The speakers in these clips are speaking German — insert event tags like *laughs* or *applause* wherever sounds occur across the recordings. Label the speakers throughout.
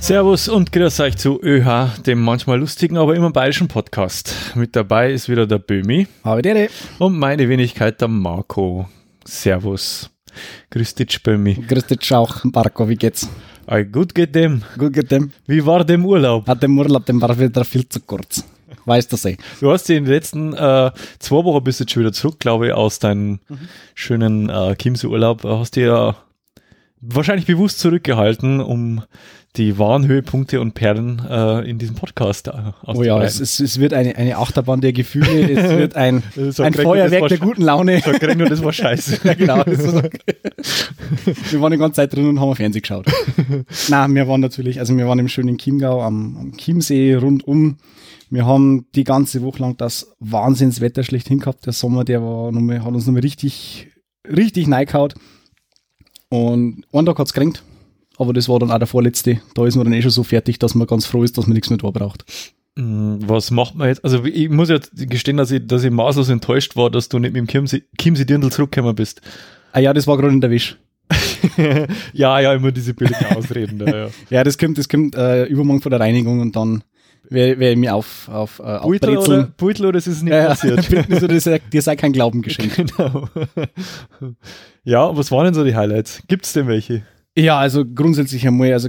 Speaker 1: Servus und grüß euch zu ÖH, dem manchmal lustigen, aber immer bayerischen Podcast. Mit dabei ist wieder der Bömi
Speaker 2: Aber der
Speaker 1: und meine Wenigkeit der Marco. Servus. Grüß dich, Bömi.
Speaker 2: Grüß dich auch, Marco, wie geht's?
Speaker 1: Ei, gut geht dem.
Speaker 2: Gut geht dem?
Speaker 1: Wie war dem Urlaub?
Speaker 2: Hat dem Urlaub, dem war wieder viel zu kurz. Weißt du eh.
Speaker 1: Du hast dich in den letzten äh, zwei Wochen bist du jetzt schon wieder zurück, glaube ich, aus deinem schönen äh, Chiemsee-Urlaub. Äh, Hast dich ja wahrscheinlich bewusst zurückgehalten, um die wahren Höhepunkte und Perlen äh, in diesem Podcast äh,
Speaker 2: Oh ja, es, es, es wird eine, eine Achterbahn der Gefühle, es *laughs* wird ein,
Speaker 1: Sag
Speaker 2: ein
Speaker 1: Greg,
Speaker 2: Feuerwerk
Speaker 1: das war
Speaker 2: der
Speaker 1: sch-
Speaker 2: guten *laughs* Laune.
Speaker 1: Sag Greg nur, das war
Speaker 2: *laughs*
Speaker 1: scheiße.
Speaker 2: ja, genau. Das ist okay. wir waren die ganze Zeit drin und haben Fernsehen geschaut. Na, wir waren natürlich, also wir waren im schönen Chiemgau am, am Chiemsee rundum. Wir haben die ganze Woche lang das Wahnsinnswetter schlechthin gehabt. Der Sommer, der war noch mal, hat uns nochmal richtig, richtig neigehaut. Und einen Tag hat es geregnet, aber das war dann auch der vorletzte. Da ist man dann eh schon so fertig, dass man ganz froh ist, dass man nichts mehr da braucht.
Speaker 1: Mm, Was macht man jetzt? Also ich muss jetzt gestehen, dass ich, dass ich maßlos enttäuscht war, dass du nicht mit dem Chiemsee-Dirndl zurückgekommen bist.
Speaker 2: Ah ja, das war gerade in der Wäsche.
Speaker 1: ja, ja, immer diese billigen Ausreden. Ja,
Speaker 2: *laughs*
Speaker 1: ja.
Speaker 2: Ja, das kommt, das kommt äh, übermorgen vor der Reinigung und dann werde ich mir auf, auf, äh, auf
Speaker 1: Beutel oder, Beutel oder es ist nicht
Speaker 2: Ja, also, ja. *laughs*
Speaker 1: passiert.
Speaker 2: Bildnis oder sei- dir sei kein Glauben geschenkt.
Speaker 1: Genau. *laughs* Ja, was waren denn so die Highlights? Gibt's denn welche?
Speaker 2: Ja, also grundsätzlich einmal, also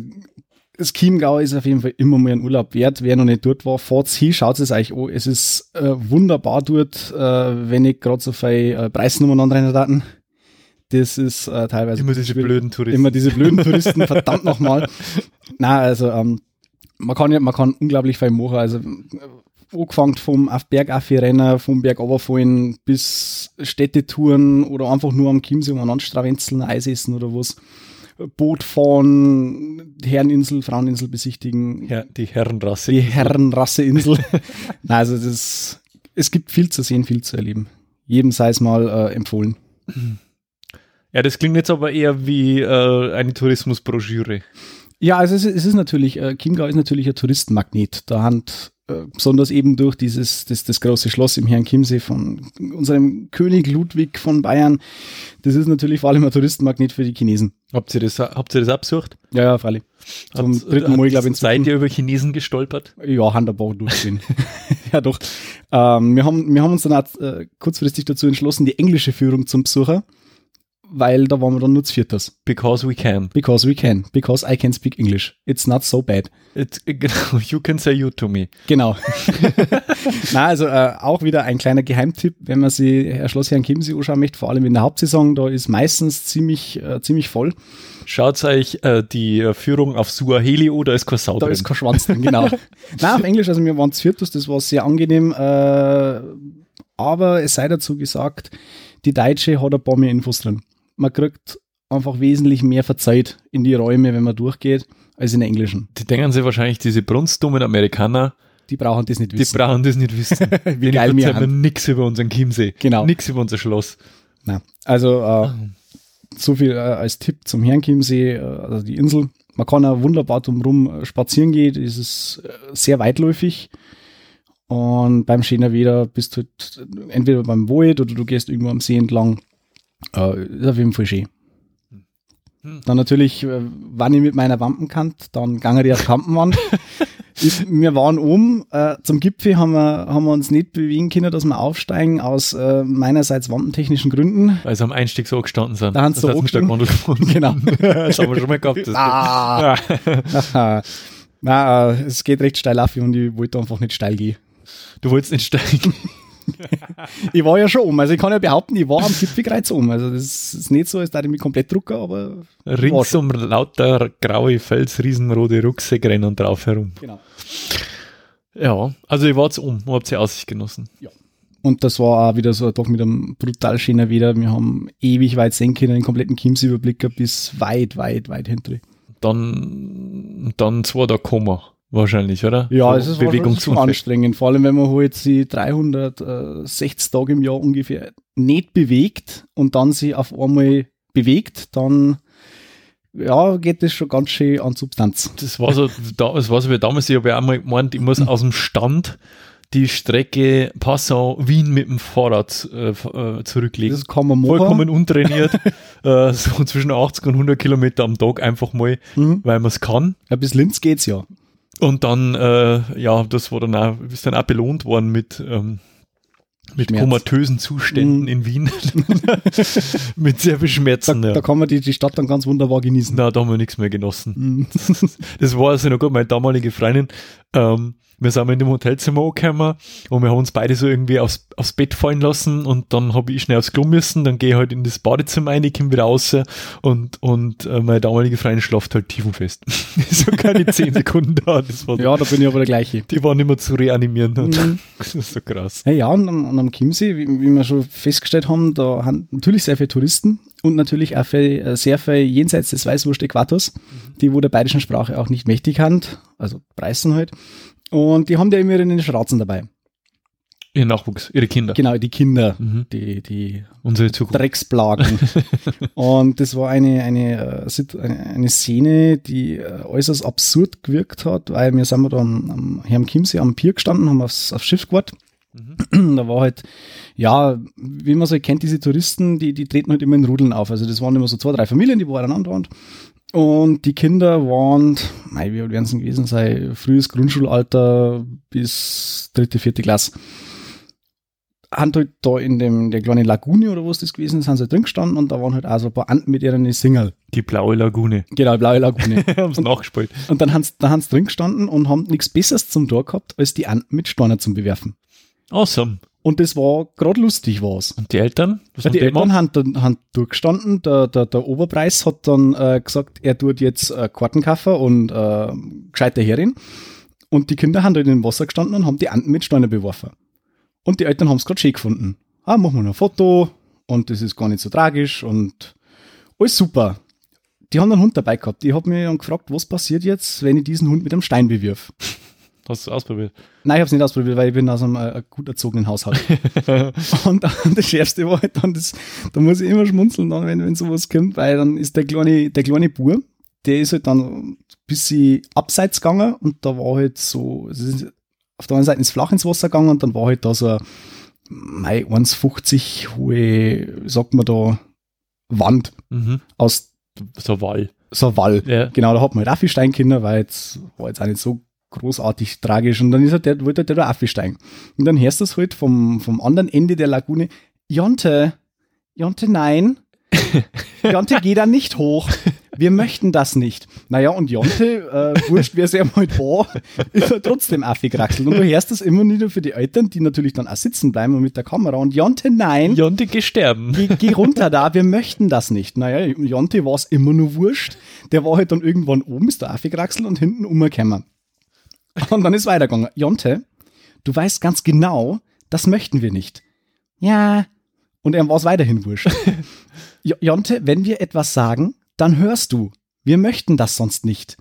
Speaker 2: das Chiemgau ist auf jeden Fall immer mal ein Urlaub wert. Wer noch nicht dort war, fahrt's hin, schaut es euch an. Es ist äh, wunderbar dort, äh, wenn nicht gerade so viel äh, Preisnummern anrennen hatten. Das ist äh, teilweise
Speaker 1: Immer diese
Speaker 2: blöd.
Speaker 1: blöden Touristen.
Speaker 2: Immer diese blöden Touristen, verdammt nochmal. Na, also ähm, man kann ja, man kann unglaublich viel machen. Also äh, angefangen vom auf Berg rennen, vom Berg runterfallen bis Städtetouren oder einfach nur am Chiemsee umeinander strawenzeln, Eis essen oder was. Boot fahren, Herreninsel, Fraueninsel besichtigen,
Speaker 1: ja, die Herrenrasse.
Speaker 2: die Herrenrasseinsel. *laughs* Na, also das, es gibt viel zu sehen, viel zu erleben. Jedem sei es mal äh, empfohlen.
Speaker 1: Ja, das klingt jetzt aber eher wie äh, eine Tourismusbroschüre.
Speaker 2: Ja, also es ist, es ist natürlich, äh, Chiemgau ist natürlich ein Touristenmagnet. Da hand äh, besonders eben durch dieses, das, das große Schloss im Herrn Chiemsee von unserem König Ludwig von Bayern. Das ist natürlich vor allem ein Touristenmagnet für die Chinesen.
Speaker 1: Habt ihr das, habt ihr das absucht?
Speaker 2: Ja, ja, freilich. Zum
Speaker 1: Hat's-
Speaker 2: dritten Mal, glaube ich,
Speaker 1: hat's- Seid ihr über Chinesen gestolpert?
Speaker 2: Ja, Handball durchziehen. *laughs* ja, doch. Ähm, wir, haben, wir haben uns dann auch, äh, kurzfristig dazu entschlossen, die englische Führung zum Besucher, weil da waren wir dann nur zu viertes.
Speaker 1: Because we can.
Speaker 2: Because we can. Because I can speak English. It's not so bad.
Speaker 1: It's, *laughs* genau, you can say you to me.
Speaker 2: Genau. *laughs* Na, also äh, auch wieder ein kleiner Geheimtipp, wenn man sich Herr Schloss Herrn Chiemsee anschauen möchte, vor allem in der Hauptsaison, da ist meistens ziemlich, äh, ziemlich voll.
Speaker 1: Schaut euch äh, die äh, Führung auf Suaheli oder ist kein Sau
Speaker 2: Da
Speaker 1: drin.
Speaker 2: ist kein Schwanz
Speaker 1: *laughs*
Speaker 2: drin, genau. Na, auf Englisch, also wir waren zu viertes, das war sehr angenehm. Äh, aber es sei dazu gesagt, die Deutsche hat ein paar mehr Infos drin. Man kriegt einfach wesentlich mehr verzeiht in die Räume, wenn man durchgeht, als in der englischen.
Speaker 1: die denken sich wahrscheinlich, diese brunstdummen Amerikaner,
Speaker 2: Die brauchen das nicht
Speaker 1: die
Speaker 2: wissen.
Speaker 1: brauchen das nicht *laughs* wissen.
Speaker 2: Wie geil
Speaker 1: Die
Speaker 2: wir
Speaker 1: haben
Speaker 2: haben.
Speaker 1: nichts über unseren Chiemsee.
Speaker 2: Genau.
Speaker 1: Nichts über unser Schloss.
Speaker 2: Na, also äh, so viel äh, als Tipp zum Herrenchiemsee, äh, also die Insel. Man kann auch wunderbar drumherum äh, spazieren gehen, es ist äh, sehr weitläufig. Und beim Schöner Wetter bist du halt entweder beim Wald oder du gehst irgendwo am See entlang. Äh, ist auf jeden Fall schön.
Speaker 1: Hm.
Speaker 2: Dann natürlich, äh, wann ich mit meiner Wampen kannt, dann gange ich auf Kampenwand. Ich, wir waren oben, äh, zum Gipfel haben wir, haben wir uns nicht bewegen können, dass wir aufsteigen, aus äh, meinerseits wampentechnischen Gründen.
Speaker 1: Weil sie am Einstieg so gestanden sind.
Speaker 2: Da haben sie so
Speaker 1: hat's mich da gewandelt gefunden.
Speaker 2: *laughs*
Speaker 1: *laughs*
Speaker 2: Genau.
Speaker 1: das haben wir schon mal gehabt. Das
Speaker 2: Ah. Na, äh, es geht recht steil auf und ich wollte einfach nicht steil gehen.
Speaker 1: Du wolltest nicht steigen.
Speaker 2: *laughs* Ich war ja schon oben, also ich kann ja behaupten, ich war am Gipfelkreuz oben. Also das ist nicht so, als da ich mich komplett drucken, aber
Speaker 1: Rings um lauter graue Fels, riesenrote Rucksäcke rennen drauf herum.
Speaker 2: genau.
Speaker 1: Ja, also ich war jetzt um und hab die Aussicht genossen.
Speaker 2: Und das war auch wieder so ein Tag mit einem brutal schönen Wetter. Wir haben ewig weit sehen können, den kompletten Chiemsee-Überblick gehabt, bis weit, weit, weit hinten.
Speaker 1: Dann, dann zwei da Koma wahrscheinlich, oder?
Speaker 2: Ja,
Speaker 1: So
Speaker 2: es ist
Speaker 1: Bewegung
Speaker 2: Bewegung
Speaker 1: zu
Speaker 2: schon anstrengend. Vor allem, wenn man halt die 360 Tage im Jahr ungefähr nicht bewegt und dann sie auf einmal bewegt, dann ja, geht das schon ganz schön an Substanz.
Speaker 1: Das war so, da, das war so wie damals, ich habe ja einmal gemeint, ich muss aus dem Stand die Strecke Passau-Wien mit dem Fahrrad äh, f- äh,
Speaker 2: Das
Speaker 1: zurücklegen.
Speaker 2: ist kaum ein Mofa.
Speaker 1: Vollkommen
Speaker 2: *laughs*
Speaker 1: untrainiert, äh, so zwischen 80 und 100 Kilometer am Tag einfach mal,
Speaker 2: Mhm.
Speaker 1: weil man es kann.
Speaker 2: Ja, bis Linz geht's ja.
Speaker 1: Und dann, äh, ja, das war dann auch, ist dann auch belohnt worden mit, ähm, mit
Speaker 2: Schmerz. Mhm.
Speaker 1: komatösen Zuständen in
Speaker 2: *laughs*
Speaker 1: Wien. *laughs* mit sehr viel
Speaker 2: Da,
Speaker 1: Schmerzen.
Speaker 2: da
Speaker 1: ja.
Speaker 2: kann man die, die Stadt dann ganz wunderbar genießen.
Speaker 1: Na, da haben wir nichts mehr genossen.
Speaker 2: Mhm.
Speaker 1: *laughs* Das war also noch gut, meine damalige Freundin. Ähm, wir sind in dem Hotelzimmer angekommen und wir haben uns beide so irgendwie aufs, aufs Bett fallen lassen und dann habe ich schnell aufs Klo müssen, dann gehe ich halt in das Badezimmer rein, ich komme wieder raus und, und äh, meine damalige Freundin schlaft halt tiefenfest. *laughs* so keine
Speaker 2: *laughs*
Speaker 1: zehn Sekunden da. Das war
Speaker 2: Ja, da bin ich aber der gleiche.
Speaker 1: Die waren immer zu reanimieren.
Speaker 2: Mhm.
Speaker 1: *laughs* Das ist so krass.
Speaker 2: Ja, ja und, am- und am Chiemsee, wie, wie wir schon festgestellt haben, da haben natürlich sehr viele Touristen und natürlich auch viel, äh, sehr viel jenseits des Weißwurst-Äquators, die wo der bayerischen Sprache auch nicht mächtig hand, also Preisen halt. Und die haben da immer ihre Schrauzen dabei.
Speaker 1: Ihr Nachwuchs, ihre Kinder.
Speaker 2: Genau, die Kinder,
Speaker 1: Mhm.
Speaker 2: die, die
Speaker 1: Unsere Zukunft.
Speaker 2: Drecksplagen. und das war eine, eine, äh, Sit- eine, eine Szene, die äh, äußerst absurd gewirkt hat, weil wir sind wir da am, am, hier am Chiemsee am Pier gestanden, haben aufs, aufs Schiff gewartet. Da war halt, ja, wie man so halt kennt, diese Touristen, die, die treten halt immer in Rudeln auf. Also das waren immer so zwei, drei Familien, die waren andauernd. Und die Kinder waren, mei, wie alt werden sie gewesen sein? Frühes Grundschulalter bis dritte, vierte Klasse haben halt da in dem, der kleinen Lagune oder was das gewesen ist, sind sie halt drin gestanden und da waren halt auch so ein paar Anten mit ihren Single.
Speaker 1: Die blaue Lagune. *laughs*
Speaker 2: Genau, blaue Lagune.
Speaker 1: haben es nachgespielt.
Speaker 2: und dann haben sie, dann haben sie drin gestanden und haben nichts Besseres zum Tor gehabt, als die Anten mit Steinen zum Bewerfen.
Speaker 1: Awesome.
Speaker 2: Und das war gerade lustig was.
Speaker 1: Und die Eltern? Was
Speaker 2: Ja,
Speaker 1: haben
Speaker 2: die Eltern
Speaker 1: gemacht?
Speaker 2: haben, dann, haben durchgestanden. Der, der, der Oberpreis hat dann äh, gesagt, er tut jetzt äh, Kartenkaffer und äh, gescheiter Herin. Und die Kinder haben dann in dem Wasser gestanden und haben die Anden mit Steinen beworfen. Und die Eltern haben es gerade schön gefunden. Ah, machen wir noch ein Foto und das ist gar nicht so tragisch und alles super. Die haben einen Hund dabei gehabt. Ich habe mich dann gefragt, was passiert jetzt, wenn ich diesen Hund mit einem Stein bewirf?
Speaker 1: Hast du ausprobiert?
Speaker 2: Nein, ich habe es nicht ausprobiert, weil ich bin aus einem äh, gut erzogenen Haushalt. und äh, das Schärfste war halt dann, das, da muss ich immer schmunzeln, dann, wenn, wenn sowas kommt, weil dann ist der kleine, der kleine Bur, der ist halt dann ein bisschen abseits gegangen und da war halt so, es ist, auf der einen Seite ist flach ins Wasser gegangen und dann war halt da so eine mei, 1,50 hohe, wie sagt man da, Wand
Speaker 1: Mhm.
Speaker 2: aus
Speaker 1: So ein Wall.
Speaker 2: so einem Wall.
Speaker 1: Ja.
Speaker 2: Genau, da hat man halt Affi-Steinkinder, weil jetzt war jetzt auch nicht so großartig tragisch. Und dann ist halt der, wollte halt der da Affi-Stein. Und dann hörst du es halt vom, vom anderen Ende der Lagune, Jonte, Jonte, nein. Jonte, geh da nicht hoch. Wir möchten das nicht. Naja, und Jonte, äh, wurscht, wer sehr mal war, ist er trotzdem Affi geraxelt. Und du hörst das immer wieder für die Eltern, die natürlich dann auch sitzen bleiben und mit der Kamera. Und Jonte, nein.
Speaker 1: Ja, und die gesterben.
Speaker 2: Geh, geh runter da, wir möchten das nicht. Naja, Jonte war es immer nur wurscht. Der war halt dann irgendwann oben, ist der Affe geraxelt und hinten umgekommen. Und dann ist weitergegangen. Jonte, du weißt ganz genau, das möchten wir nicht. Ja. Und er war es weiterhin wurscht. Jo- Jonte, wenn wir etwas sagen, dann hörst du. Wir möchten das sonst nicht.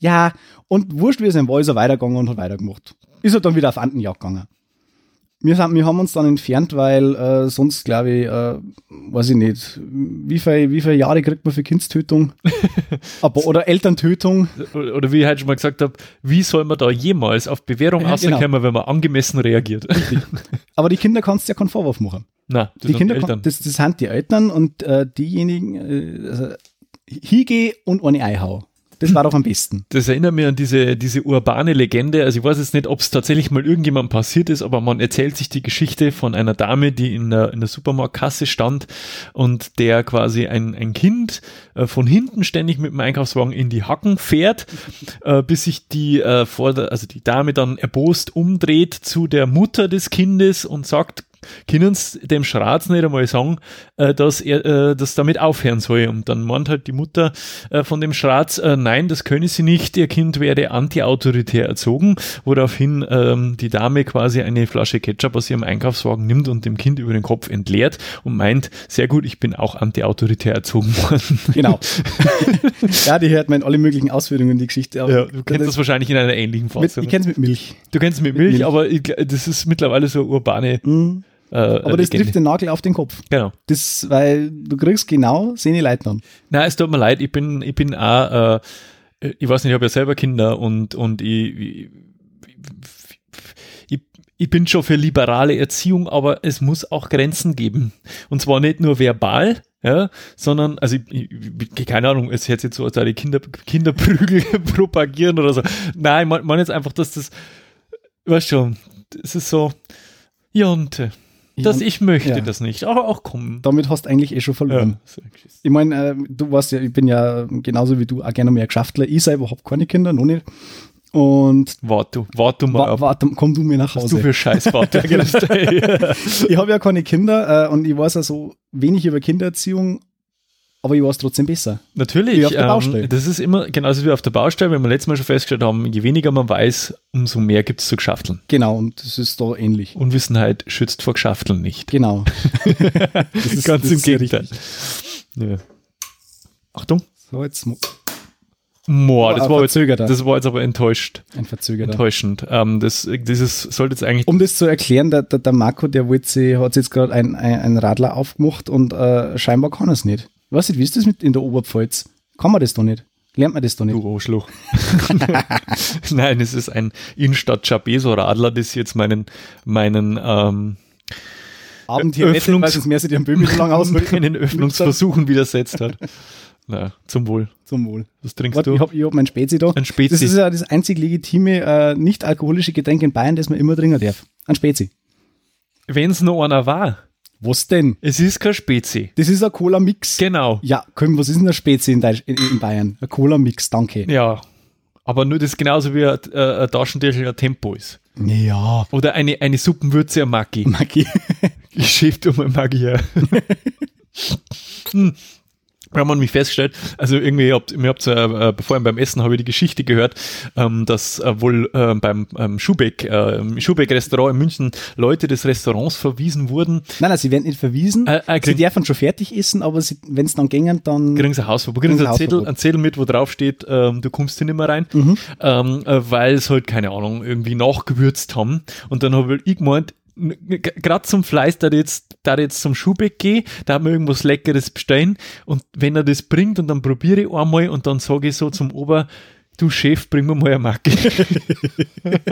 Speaker 2: Ja. Und wurscht, wir sind Voicer weitergegangen und hat weitergemacht. Ist er dann wieder auf Antenjagd gegangen. Wir, sind, wir haben uns dann entfernt, weil äh, sonst, glaube ich, äh, weiß ich nicht, wie viele wie viel Jahre kriegt man
Speaker 1: *laughs*
Speaker 2: für Kindstötung? Aber, oder Elterntötung?
Speaker 1: Oder wie ich heute schon mal gesagt habe, wie soll man da jemals auf Bewährung
Speaker 2: Ja, genau.
Speaker 1: rauskommen, wenn man angemessen reagiert? *laughs*
Speaker 2: Aber die Kinder kannst du ja keinen Vorwurf machen.
Speaker 1: Na, das
Speaker 2: die
Speaker 1: sind
Speaker 2: Kinder,
Speaker 1: Eltern.
Speaker 2: kon- Das, das sind die Eltern und äh, diejenigen, äh, also, Hige und ohne Eihau. Das war doch am
Speaker 1: *laughs*
Speaker 2: besten.
Speaker 1: das erinnert mich an diese, diese urbane Legende. Also ich weiß jetzt nicht, ob es tatsächlich mal irgendjemandem passiert ist, aber man erzählt sich die Geschichte von einer Dame, die in der, in der Supermarktkasse stand und der quasi ein, ein Kind äh, von hinten ständig mit dem Einkaufswagen in die Hacken fährt, äh, bis sich die, äh, Vorder-, also die Dame dann erbost umdreht zu der Mutter des Kindes und sagt, können sie dem Schratz nicht einmal sagen, äh, dass er äh, das damit aufhören soll. Und dann meint halt die Mutter äh, von dem Schratz, äh, nein, das könne sie nicht, ihr Kind werde antiautoritär erzogen, woraufhin ähm, die Dame quasi eine Flasche Ketchup aus ihrem Einkaufswagen nimmt und dem Kind über den Kopf entleert und meint, sehr gut, ich bin auch antiautoritär erzogen worden.
Speaker 2: Genau. ja, die hört man in alle möglichen Ausführungen, die Geschichte.
Speaker 1: *laughs*
Speaker 2: aber-
Speaker 1: Ja, du kennst das wahrscheinlich in einer ähnlichen Form.
Speaker 2: mit, ich kenn's mit Milch.
Speaker 1: Du kennst es mit Milch,
Speaker 2: Milch.
Speaker 1: aber ich, gl- das ist mittlerweile so eine urbane.
Speaker 2: Mhm.
Speaker 1: Äh,
Speaker 2: Aber das trifft den Nagel auf den Kopf.
Speaker 1: Genau.
Speaker 2: Das, weil du kriegst genau Sene Leitnern.
Speaker 1: Na, es tut mir leid, ich bin, ich bin auch, äh, ich weiß nicht, ich habe ja selber Kinder und, und ich, ich, ich, ich bin schon für liberale Erziehung, aber es muss auch Grenzen geben. Und zwar nicht nur verbal, ja, sondern, also ich, ich, keine Ahnung, es hätte jetzt so, als die Kinder, Kinderprügel *laughs* propagieren oder so. Nein, ich meine mein jetzt einfach, dass das, weißt schon, es ist so, Jonte, dass
Speaker 2: Ja,
Speaker 1: ich möchte
Speaker 2: ja.
Speaker 1: das nicht, aber auch kommen.
Speaker 2: Damit hast du eigentlich eh schon verloren.
Speaker 1: Ja.
Speaker 2: Ich meine, äh, du weißt ja, ich bin ja genauso wie du auch gerne mehr Geschäftler. Ich selber habe keine Kinder, noch nicht. Und
Speaker 1: Warte, warte mal
Speaker 2: wa
Speaker 1: ab.
Speaker 2: warte, komm du mir nach
Speaker 1: Was du
Speaker 2: Hause.
Speaker 1: für Scheiß genau. warte kriegst,
Speaker 2: *laughs*
Speaker 1: ey.
Speaker 2: Ich habe ja keine Kinder äh, und ich weiß ja so wenig über Kindererziehung, aber ich weiß trotzdem besser.
Speaker 1: *laughs* Natürlich.
Speaker 2: Wie auf der Baustelle.
Speaker 1: ähm, das ist immer genauso wie auf der Baustelle, wenn wir letztes Mal schon festgestellt haben, je weniger man weiß, umso mehr gibt es zu Geschafteln.
Speaker 2: Genau, und das ist da ähnlich.
Speaker 1: Unwissenheit schützt vor Geschafteln nicht. *laughs*
Speaker 2: Genau. das ist,
Speaker 1: Ganz
Speaker 2: das
Speaker 1: im
Speaker 2: ist ja
Speaker 1: Gegenteil.
Speaker 2: richtig.
Speaker 1: Ja. Achtung.
Speaker 2: So, jetzt mo-
Speaker 1: Boah, das
Speaker 2: ein
Speaker 1: war, jetzt,
Speaker 2: verzögerter.
Speaker 1: das war jetzt aber enttäuscht,
Speaker 2: ein Verzögerter.
Speaker 1: enttäuschend. Ähm, das, dieses sollte jetzt eigentlich.
Speaker 2: Um das zu erklären, der, der, der Marco, der wollte sie, hat sich jetzt gerade ein, ein, ein Radler aufgemacht und äh, scheinbar kann er es nicht. Ich weiß nicht, wie ist das mit in der Oberpfalz? Kann man das doch nicht? Lernt man das doch nicht?
Speaker 1: Du Arschloch. *laughs* Nein, es ist ein innenstadt chapeso radler das jetzt meinen, meinen, ähm,
Speaker 2: Abend hier nicht,
Speaker 1: Öffnungs-
Speaker 2: weil sonst mehr sie dir am Böhmisch *laughs* lang ausmachen.
Speaker 1: meinen Öffnungsversuchen widersetzt hat. Na, zum Wohl.
Speaker 2: Zum Wohl.
Speaker 1: Was trinkst
Speaker 2: Warte,
Speaker 1: du?
Speaker 2: ich habe ich hab mein Spezi da.
Speaker 1: Ein Spezi.
Speaker 2: Das ist ja das einzig legitime, äh, nicht alkoholische Getränk in Bayern, das man immer trinken darf. Ein Spezi.
Speaker 1: Wenn es nur einer war,
Speaker 2: Was denn?
Speaker 1: es ist kein Spezi.
Speaker 2: Das ist ein Cola-Mix.
Speaker 1: Genau.
Speaker 2: Ja, komm, was ist denn ein Spezi in, Deutsch, in, in Bayern? Ein Cola-Mix, danke.
Speaker 1: Ja. Aber nur das genauso wie ein, äh, ein Taschentuchel ein Tempo ist.
Speaker 2: Ja.
Speaker 1: Oder eine, eine Suppenwürze ein Maggi.
Speaker 2: *laughs* Maggi.
Speaker 1: Ich schäft um ein Maggi her. *laughs* hm. Da haben wir nämlich festgestellt, also irgendwie, habt, mir habt's, äh, äh, vorhin beim Essen habe ich die Geschichte gehört, ähm, dass äh, wohl äh, beim ähm, Schubeck, äh, im Schubeck-Restaurant in München Leute des Restaurants verwiesen wurden,
Speaker 2: Nein, nein, sie werden nicht verwiesen.
Speaker 1: Äh, äh,
Speaker 2: sie
Speaker 1: kriegen-
Speaker 2: dürfen schon fertig essen, aber wenn es dann gängern, dann.
Speaker 1: kriegen sie ein Hausverbot, kriegen
Speaker 2: Kriegen
Speaker 1: sie
Speaker 2: sie
Speaker 1: einen Zettel,
Speaker 2: Hausverbot.
Speaker 1: einen Zettel mit, wo drauf steht, ähm, du kommst hier nicht mehr rein,
Speaker 2: Mhm.
Speaker 1: ähm, äh, weil es halt, keine Ahnung, irgendwie nachgewürzt haben. Und dann habe ich gemeint, gerade zum Fleiß, da jetzt, da jetzt zum Schuhbeck gehe, da mir irgendwas Leckeres bestellen und wenn er das bringt und dann probiere ich einmal und dann sage ich so zum Ober, du Chef, bring mir mal eine Macke.
Speaker 2: ich
Speaker 1: und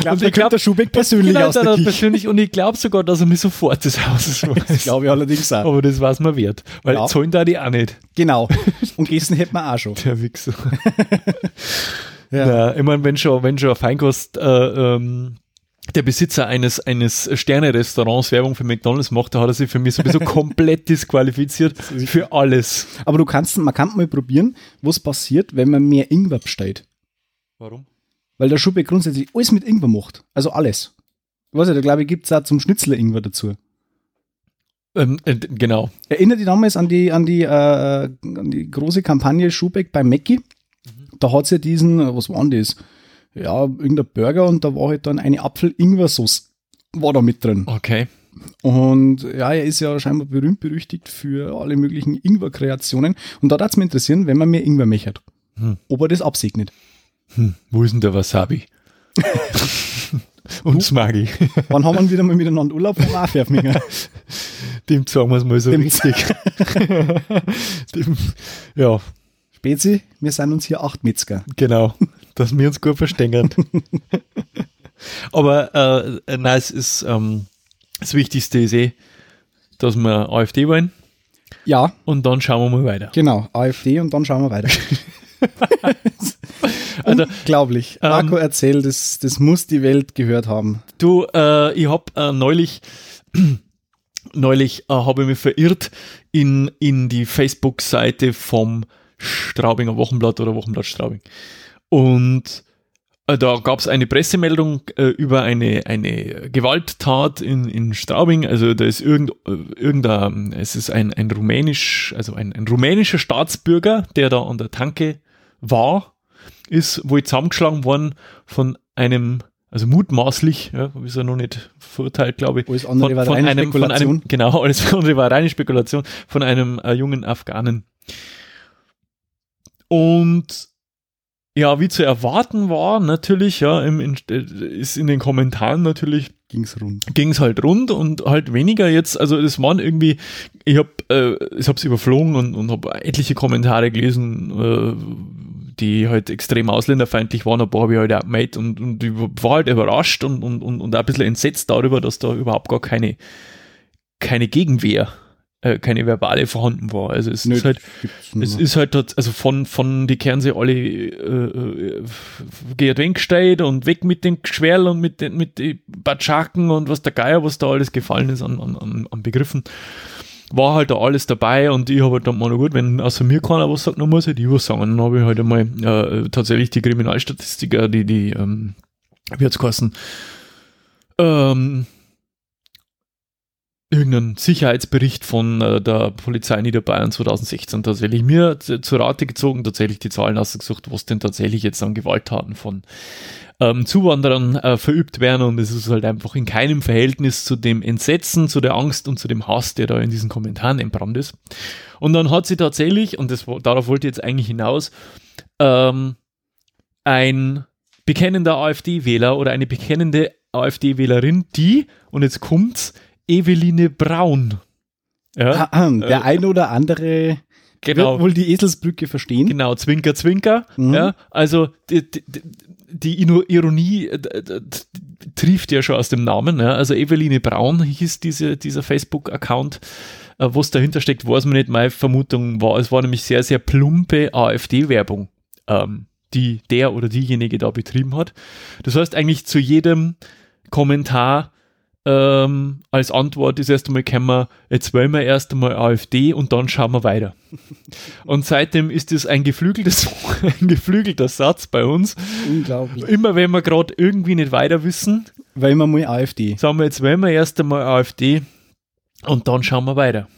Speaker 2: glaube,
Speaker 1: ich glaub-
Speaker 2: der Schubeck persönlich
Speaker 1: Genau,
Speaker 2: aus
Speaker 1: dann
Speaker 2: der
Speaker 1: hat er
Speaker 2: Küche.
Speaker 1: persönlich und ich glaube sogar, dass er mir sofort des Hauses weiß.
Speaker 2: Glaube *laughs* ich allerdings auch.
Speaker 1: Aber das war es mir wert, weil
Speaker 2: Ja.
Speaker 1: zahlen da die auch nicht.
Speaker 2: Genau. Und gegessen hätten wir auch schon.
Speaker 1: Der Wichser. *laughs* ja. ich meine, wenn schon, wenn schon Feinkost, äh, ähm, der Besitzer eines, eines Sterne-Restaurants Werbung für McDonalds macht, da hat er sich für mich *laughs* sowieso komplett disqualifiziert für alles.
Speaker 2: Aber du kannst, man kann mal probieren, was passiert, wenn man mehr Ingwer bestellt.
Speaker 1: Warum?
Speaker 2: Weil der Schubeck grundsätzlich alles mit Ingwer macht. Also alles. Ich weiß nicht, da glaube ich, gibt es auch zum Schnitzler Ingwer dazu.
Speaker 1: Ähm, äh, d- genau.
Speaker 2: Erinnert dich damals an die, an die, äh, an die große Kampagne Schubeck bei Mackie? Da hat es ja diesen, äh, was war denn das? Ja, irgendein Burger und da war halt dann eine Apfel-Ingwer-Sauce war da mit drin.
Speaker 1: Okay.
Speaker 2: Und ja, er ist ja scheinbar berühmt berüchtigt für alle möglichen Ingwer-Kreationen. Und da würde es mich interessieren, wenn man mir Ingwer mechert,
Speaker 1: Hm.
Speaker 2: ob er das absegnet.
Speaker 1: Hm, wo ist denn der *laughs* Wasabi? Und Smagi.
Speaker 2: Wann haben wir wieder mal miteinander Urlaub vom Afferfinger?
Speaker 1: Dem sagen wir es mal so
Speaker 2: Dem-
Speaker 1: richtig. *laughs* Dem, ja,
Speaker 2: Spezi, wir sind uns hier acht Metzger.
Speaker 1: Genau, dass wir uns gut verstängern. *laughs* Aber äh, nein, es ist ähm, das Wichtigste ist eh, dass wir AfD wählen
Speaker 2: Ja,
Speaker 1: und dann schauen wir mal weiter.
Speaker 2: genau. AfD und dann schauen wir weiter.
Speaker 1: Also, *laughs*
Speaker 2: Unglaublich. Marco erzählt, das, das muss die Welt gehört haben.
Speaker 1: du, äh, ich habe äh, neulich, neulich äh, habe ich mich verirrt in, in die Facebook-Seite vom Straubinger Wochenblatt oder Wochenblatt Straubing. Und Äh, Da gab es eine Pressemeldung äh, über eine, eine Gewalttat in, in Straubing. Also da ist irgend, äh, irgendein, es ist ein, ein rumänisch, also ein, ein rumänischer Staatsbürger, der da an der Tanke war, ist wohl zusammengeschlagen worden von einem, also mutmaßlich, ja, ist er noch nicht verurteilt, glaube ich.
Speaker 2: Alles andere
Speaker 1: von,
Speaker 2: war
Speaker 1: von
Speaker 2: reine
Speaker 1: einem, von einem,
Speaker 2: Spekulation.
Speaker 1: genau, *laughs* alles andere war reine Spekulation von einem äh, jungen Afghanen. Und ja, wie zu erwarten war, natürlich, ja, im, in, äh, ist in den Kommentaren natürlich
Speaker 2: Ging's rund.
Speaker 1: ging es halt rund und halt weniger jetzt, also das waren irgendwie, ich habe äh, ich hab's überflogen und, und habe etliche Kommentare gelesen, äh, die halt extrem ausländerfeindlich waren, ein paar habe ich halt auch gemeint und, und ich war halt überrascht und, und, und, und auch ein bisschen entsetzt darüber, dass da überhaupt gar keine, keine Gegenwehr, äh, keine verbale vorhanden war. Also es
Speaker 2: Nö,
Speaker 1: ist halt,
Speaker 2: gibt's
Speaker 1: es
Speaker 2: nur.
Speaker 1: ist halt dort, also von, von die Kernsee alle äh, äh, geht weggestellt und weg mit den Geschwerl und mit den mit den Batschaken und was der Geier, was da alles gefallen ist an, an- an, an Begriffen. War halt da alles dabei und ich habe halt dann mal, na gut, wenn außer mir keiner was sagt, dann muss halt ich was sagen. Und Dann habe ich halt einmal äh, tatsächlich die Kriminalstatistiker, die, die, ähm, wie hat's geheißen, ähm, irgendeinen Sicherheitsbericht von äh, der Polizei Niederbayern 2016 tatsächlich mir zu, zu Rate gezogen, tatsächlich die Zahlen ausgesucht, was denn tatsächlich jetzt an Gewalttaten von ähm, Zuwanderern äh, verübt werden und es ist halt einfach in keinem Verhältnis zu dem Entsetzen, zu der Angst und zu dem Hass, der da in diesen Kommentaren entbrannt ist. Und dann hat sie tatsächlich, und das, wo- darauf wollte ich jetzt eigentlich hinaus, ähm, ein bekennender AfD-Wähler oder eine bekennende AfD-Wählerin, die, und jetzt kommt's, Eveline Braun. Ja, Äh,
Speaker 2: Ah, ah, der ein oder andere wird
Speaker 1: genau,
Speaker 2: wohl die Eselsbrücke verstehen.
Speaker 1: genau, Zwinker, Zwinker.
Speaker 2: Mhm.
Speaker 1: Ja, also die, die, die- die Ino- Ironie äh, d- d- d- trieft ja schon aus dem Namen. Ja. Also Eveline Braun hieß diese, dieser Facebook-Account. Äh, Was dahinter steckt, weiß man nicht. Meine Vermutung war, es war nämlich sehr, sehr plumpe AfD-Werbung, ähm, die der oder diejenige da betrieben hat. Das heißt eigentlich zu jedem Kommentar ähm, als Antwort ist erst einmal kämmer, jetzt wollen wir erst einmal AfD und dann schauen wir weiter. Und seitdem ist es ein geflügeltes, *laughs* ein geflügelter Satz bei uns.
Speaker 2: Unglaublich.
Speaker 1: Immer wenn wir gerade irgendwie nicht weiter wissen,
Speaker 2: Weil immer mal AfD.
Speaker 1: sagen wir jetzt, wenn wir erst einmal AfD und dann schauen wir weiter.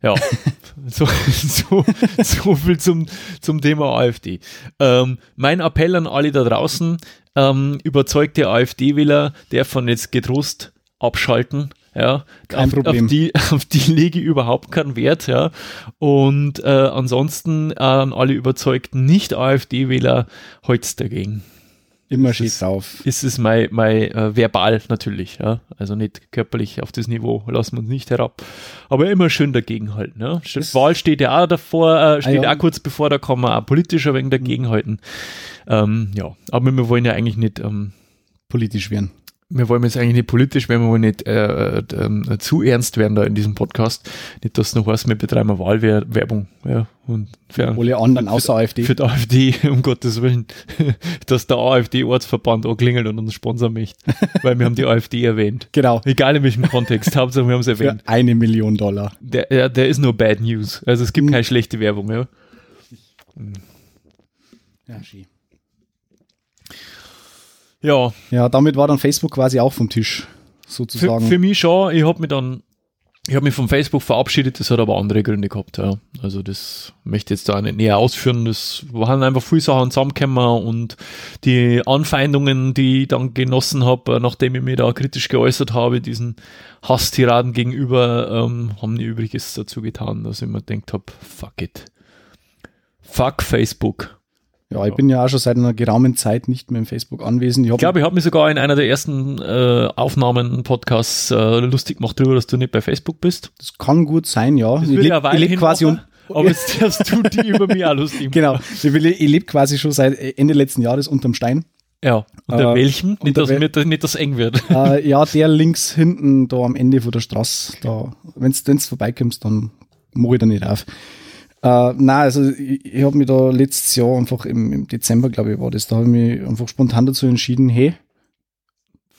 Speaker 1: Ja,
Speaker 2: *laughs*
Speaker 1: so, so, so viel zum, zum Thema AfD. Ähm, mein Appell an alle da draußen, ähm, überzeugte AfD-Wähler, der von jetzt getrost abschalten. Ja,
Speaker 2: Kein
Speaker 1: auf,
Speaker 2: Problem.
Speaker 1: Auf die, auf die lege ich überhaupt keinen Wert. Ja. Und äh, ansonsten äh, an alle überzeugten Nicht-AfD-Wähler, holt's dagegen
Speaker 2: Immer
Speaker 1: Das
Speaker 2: schön
Speaker 1: ist-
Speaker 2: drauf.
Speaker 1: ist es mein, mein äh, verbal natürlich, ja. Also nicht körperlich auf das Niveau lassen wir uns nicht herab. Aber immer schön dagegenhalten. Ne? Ste-
Speaker 2: Das- Ah,
Speaker 1: Wahl steht ja auch davor, äh, steht
Speaker 2: ja. Mhm.
Speaker 1: auch kurz bevor, da kann man auch politisch ein wenig dagegenhalten. Ähm, ja, aber wir wollen ja eigentlich nicht, ähm,
Speaker 2: Politisch werden.
Speaker 1: wir wollen jetzt eigentlich nicht politisch, wenn wir wollen nicht äh, äh, d- ähm, zu ernst werden da in diesem Podcast. Nicht, dass es noch heißt, wir betreiben eine Wahlwerbung. Ja, und für,
Speaker 2: Alle anderen außer AfD.
Speaker 1: für die AfD, *laughs* um Gottes Willen, dass der AfD-Ortsverband anklingelt und uns sponsern *laughs* möchte, weil wir haben die AfD erwähnt.
Speaker 2: Genau.
Speaker 1: Egal in welchem Kontext, Hauptsache wir haben es
Speaker 2: Für
Speaker 1: erwähnt.
Speaker 2: eine Million Dollar.
Speaker 1: Der, der, der ist nur Bad News. Also es gibt keine schlechte Werbung. Ja.
Speaker 2: Ja, schön.
Speaker 1: ja.
Speaker 2: Ja, damit war dann Facebook quasi auch vom Tisch,
Speaker 1: Für,
Speaker 2: sozusagen.
Speaker 1: für mich schon, ich habe mich dann, ich habe mich von Facebook verabschiedet, das hat aber andere Gründe gehabt, ja. Also das möchte ich jetzt da nicht näher ausführen. Das waren einfach viele Sachen zusammengekommen und die Anfeindungen, die ich dann genossen habe, nachdem ich mir da kritisch geäußert habe, diesen Hasstiraden gegenüber, ähm, haben mir Übriges dazu getan, dass ich mir gedacht habe, fuck it. Fuck Facebook.
Speaker 2: ja, ich bin ja auch schon seit einer geraumen Zeit nicht mehr im Facebook anwesend. Ich
Speaker 1: Ich
Speaker 2: habe
Speaker 1: glaube, ich habe mich sogar in einer der ersten äh, Aufnahmen, Podcasts äh, lustig gemacht darüber, dass du nicht bei Facebook bist.
Speaker 2: Das kann gut sein, ja.
Speaker 1: Das
Speaker 2: ich
Speaker 1: will
Speaker 2: leb-
Speaker 1: ja
Speaker 2: ich leb
Speaker 1: weiterhin
Speaker 2: quasi um,
Speaker 1: machen, aber jetzt darfst du die über mich auch
Speaker 2: *laughs*
Speaker 1: lustig machen.
Speaker 2: genau. Ich, will- ich lebe quasi schon seit Ende letzten Jahres unterm Stein.
Speaker 1: Ja, unter
Speaker 2: Äh,
Speaker 1: welchem? Nicht,
Speaker 2: unter
Speaker 1: dass
Speaker 2: wel-
Speaker 1: mir das, nicht, dass eng wird. *laughs*
Speaker 2: äh, ja, der links hinten da am Ende von der Straße. Da, wenn's wenn's vorbeikommst, dann mache ich da nicht auf. Äh, nein, also ich, ich habe mich da letztes Jahr einfach im, im Dezember, glaube ich, war das, da habe ich mich einfach spontan dazu entschieden, hey,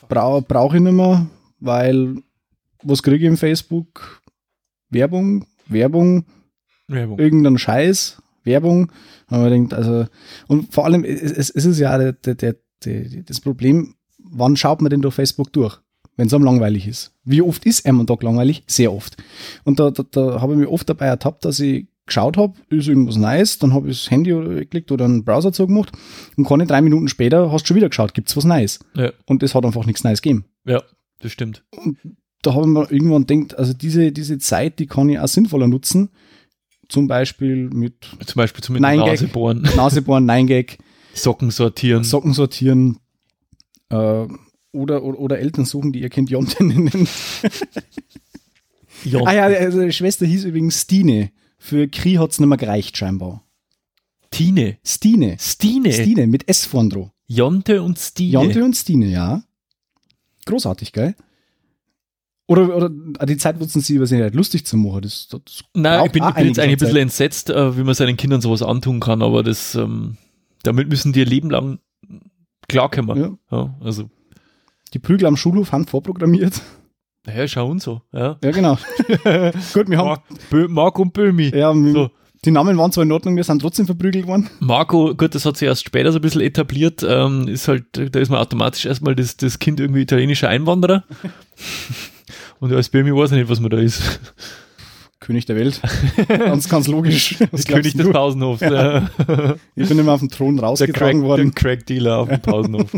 Speaker 2: brauche brauch ich nicht mehr, weil was kriege ich im Facebook? Werbung, Werbung,
Speaker 1: Werbung.
Speaker 2: irgendeinen Scheiß, Werbung. Und man denkt, also, und vor allem es, es es ist ja der, der, der, der, das Problem, wann schaut man denn durch Facebook durch? Wenn es einem langweilig ist. Wie oft ist einem ein Tag langweilig? Sehr oft. Und da, da, da habe ich mich oft dabei ertappt, dass ich geschaut habe, ist irgendwas Neues, dann habe ich das Handy geklickt oder einen Browser zugemacht und keine drei Minuten später hast du schon wieder geschaut, gibt's was Neues.
Speaker 1: Ja,
Speaker 2: Und es hat einfach nichts Neues gegeben
Speaker 1: ja, das stimmt.
Speaker 2: da habe ich mir irgendwann gedacht, also diese, diese Zeit, die kann ich auch sinnvoller nutzen. Zum Beispiel mit
Speaker 1: Zum Beispiel zum
Speaker 2: Nein,
Speaker 1: Nase
Speaker 2: Gag.
Speaker 1: bohren, *laughs*
Speaker 2: Nase bohren, Nein-Gag,
Speaker 1: Socken sortieren.
Speaker 2: Socken sortieren äh, oder, oder, oder Eltern suchen, die ihr Kind Jonte *laughs* nennen.
Speaker 1: ja,
Speaker 2: Ah ja, also die Schwester hieß übrigens Stine. Für Kri hat es nicht mehr gereicht, scheinbar.
Speaker 1: Stine.
Speaker 2: Stine.
Speaker 1: Stine.
Speaker 2: Stine mit S vorn dran.
Speaker 1: Jonte und Stine.
Speaker 2: Jonte und Stine, ja. Großartig, gell? Oder, oder ah, die Zeit nutzen sie übersehen, halt lustig zu machen. Das, das
Speaker 1: Nein, ich
Speaker 2: braucht
Speaker 1: bin,
Speaker 2: auch
Speaker 1: ich bin jetzt eigentlich
Speaker 2: einige
Speaker 1: ein bisschen
Speaker 2: Zeit.
Speaker 1: entsetzt, äh, wie man seinen Kindern sowas antun kann, aber das, ähm, damit müssen die ihr Leben lang klarkommen.
Speaker 2: ja.
Speaker 1: Ja, also,
Speaker 2: Die Prügel am Schulhof
Speaker 1: *laughs*
Speaker 2: haben vorprogrammiert.
Speaker 1: naja, schau uns so. Ja.
Speaker 2: Ja,
Speaker 1: *laughs*
Speaker 2: genau. Gut, wir haben,
Speaker 1: Mark, Bö, Mark und Böhmi.
Speaker 2: ja,
Speaker 1: So.
Speaker 2: die Namen waren zwar in Ordnung, wir sind trotzdem verprügelt worden.
Speaker 1: Marco, gut, das hat sich erst später so ein bisschen etabliert, ähm, ist halt, da ist man automatisch erstmal das, das Kind irgendwie italienischer
Speaker 2: *laughs*
Speaker 1: Einwanderer. Und als Böhmi weiß ich nicht, was man da ist.
Speaker 2: König der
Speaker 1: *laughs*
Speaker 2: Welt. ganz, ganz logisch. Was
Speaker 1: König
Speaker 2: glaubst
Speaker 1: des
Speaker 2: du?
Speaker 1: Pausenhofs. äh,
Speaker 2: ich bin immer auf den Thron
Speaker 1: Der Crack,
Speaker 2: rausgetragen
Speaker 1: der
Speaker 2: worden.
Speaker 1: Crack-Dealer auf dem Pausenhof. *laughs*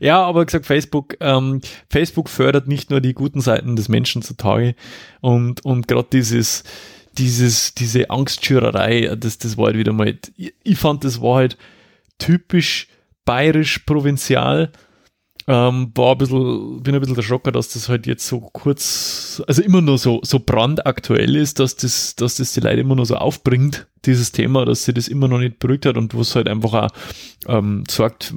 Speaker 1: ja, aber gesagt, Facebook, ähm, Facebook fördert nicht nur die guten Seiten des Menschen zutage und, und gerade dieses, dieses, diese Angstschürerei, das, das war halt wieder mal, ich, ich fand, das war halt typisch bayerisch-provinzial. Ähm, war ein bisschen, bin ein bisschen erschrocken, dass das halt jetzt so kurz, also immer nur so, so brandaktuell ist, dass das, dass das die Leute immer noch so aufbringt, dieses Thema, dass sie das immer noch nicht berührt hat und wo es halt einfach auch ähm, sorgt,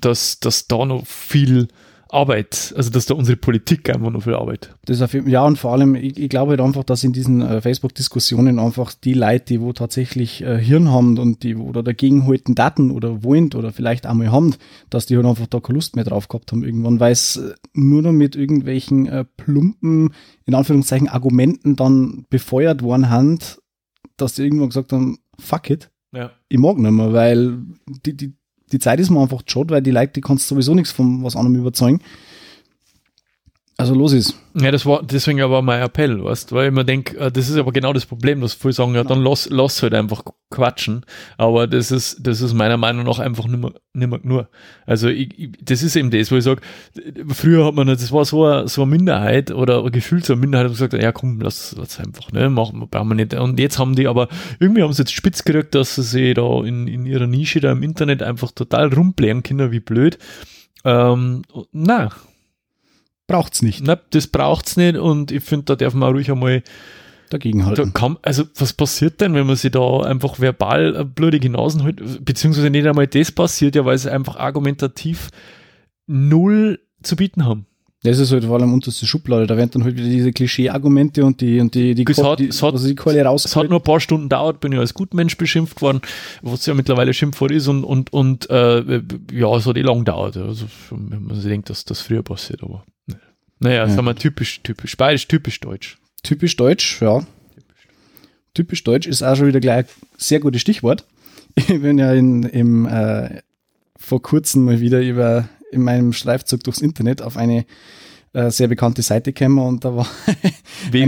Speaker 1: dass, dass da noch viel Arbeit, also dass da unsere Politik einfach noch viel Arbeit.
Speaker 2: Das auf jeden, ja, und vor allem, ich, ich glaube halt einfach, dass in diesen äh, Facebook-Diskussionen einfach die Leute, die wo tatsächlich äh, Hirn haben und die wo da dagegen halten Daten oder wollen oder vielleicht einmal haben, dass die halt einfach da keine Lust mehr drauf gehabt haben irgendwann, weil es äh, nur noch mit irgendwelchen äh, plumpen, in Anführungszeichen, Argumenten dann befeuert worden hand, dass die irgendwann gesagt haben, fuck it,
Speaker 1: Ja.
Speaker 2: ich mag nicht mehr, weil die, die, die Zeit ist mir einfach schade, weil die Leute, die kannst sowieso nichts von was anderem überzeugen. Also los ist.
Speaker 1: Ja, das war deswegen aber mein Appell, weißt weil ich mir denke, das ist aber genau das Problem, dass viele sagen, ja, dann lass, lass halt einfach quatschen. Aber das ist, das ist meiner Meinung nach einfach nimmer, nimmer nur. Also ich, ich, das ist eben das, wo ich sage, früher hat man, das war so eine, so eine Minderheit oder gefühlt so eine Minderheit, hat gesagt, ja komm, lass es einfach, ne? Machen wir, brauchen wir nicht. Und jetzt haben die aber, irgendwie haben sie jetzt spitz gerückt, dass sie sich da in, in ihrer Nische da im Internet einfach total rumplären, Kinder, wie blöd. Ähm, na,
Speaker 2: Braucht's nicht.
Speaker 1: na, das braucht's nicht und ich finde, da darf man auch ruhig einmal,
Speaker 2: dagegen
Speaker 1: da
Speaker 2: halten.
Speaker 1: kann, also was passiert denn, wenn man sich da einfach verbal äh, blöde Genosen holt, beziehungsweise nicht einmal das passiert, ja, weil sie einfach argumentativ null zu bieten haben.
Speaker 2: Das ist halt vor allem unterste Schublade. Da werden dann halt wieder diese Klischee-Argumente und die, und die, die,
Speaker 1: Das
Speaker 2: Ko-
Speaker 1: hat-
Speaker 2: die,
Speaker 1: das hat-
Speaker 2: also die Keule
Speaker 1: Es hat
Speaker 2: rausgeholt.
Speaker 1: nur ein paar Stunden dauert, bin ich als Gutmensch beschimpft worden, was ja mittlerweile Schimpfwort ist und, und, und äh, ja, es hat eh lang gedauert. Also, wenn man sich denkt, dass das früher passiert, aber ne. naja,
Speaker 2: Ja.
Speaker 1: sagen wir typisch, typisch, bayerisch, typisch deutsch.
Speaker 2: Typisch deutsch, ja. Typisch deutsch ist auch schon wieder gleich ein sehr gutes Stichwort. *laughs* Ich bin ja in, im, äh, vor kurzem mal wieder über, in meinem Streifzug durchs Internet auf eine äh, sehr bekannte Seite gekommen und da war,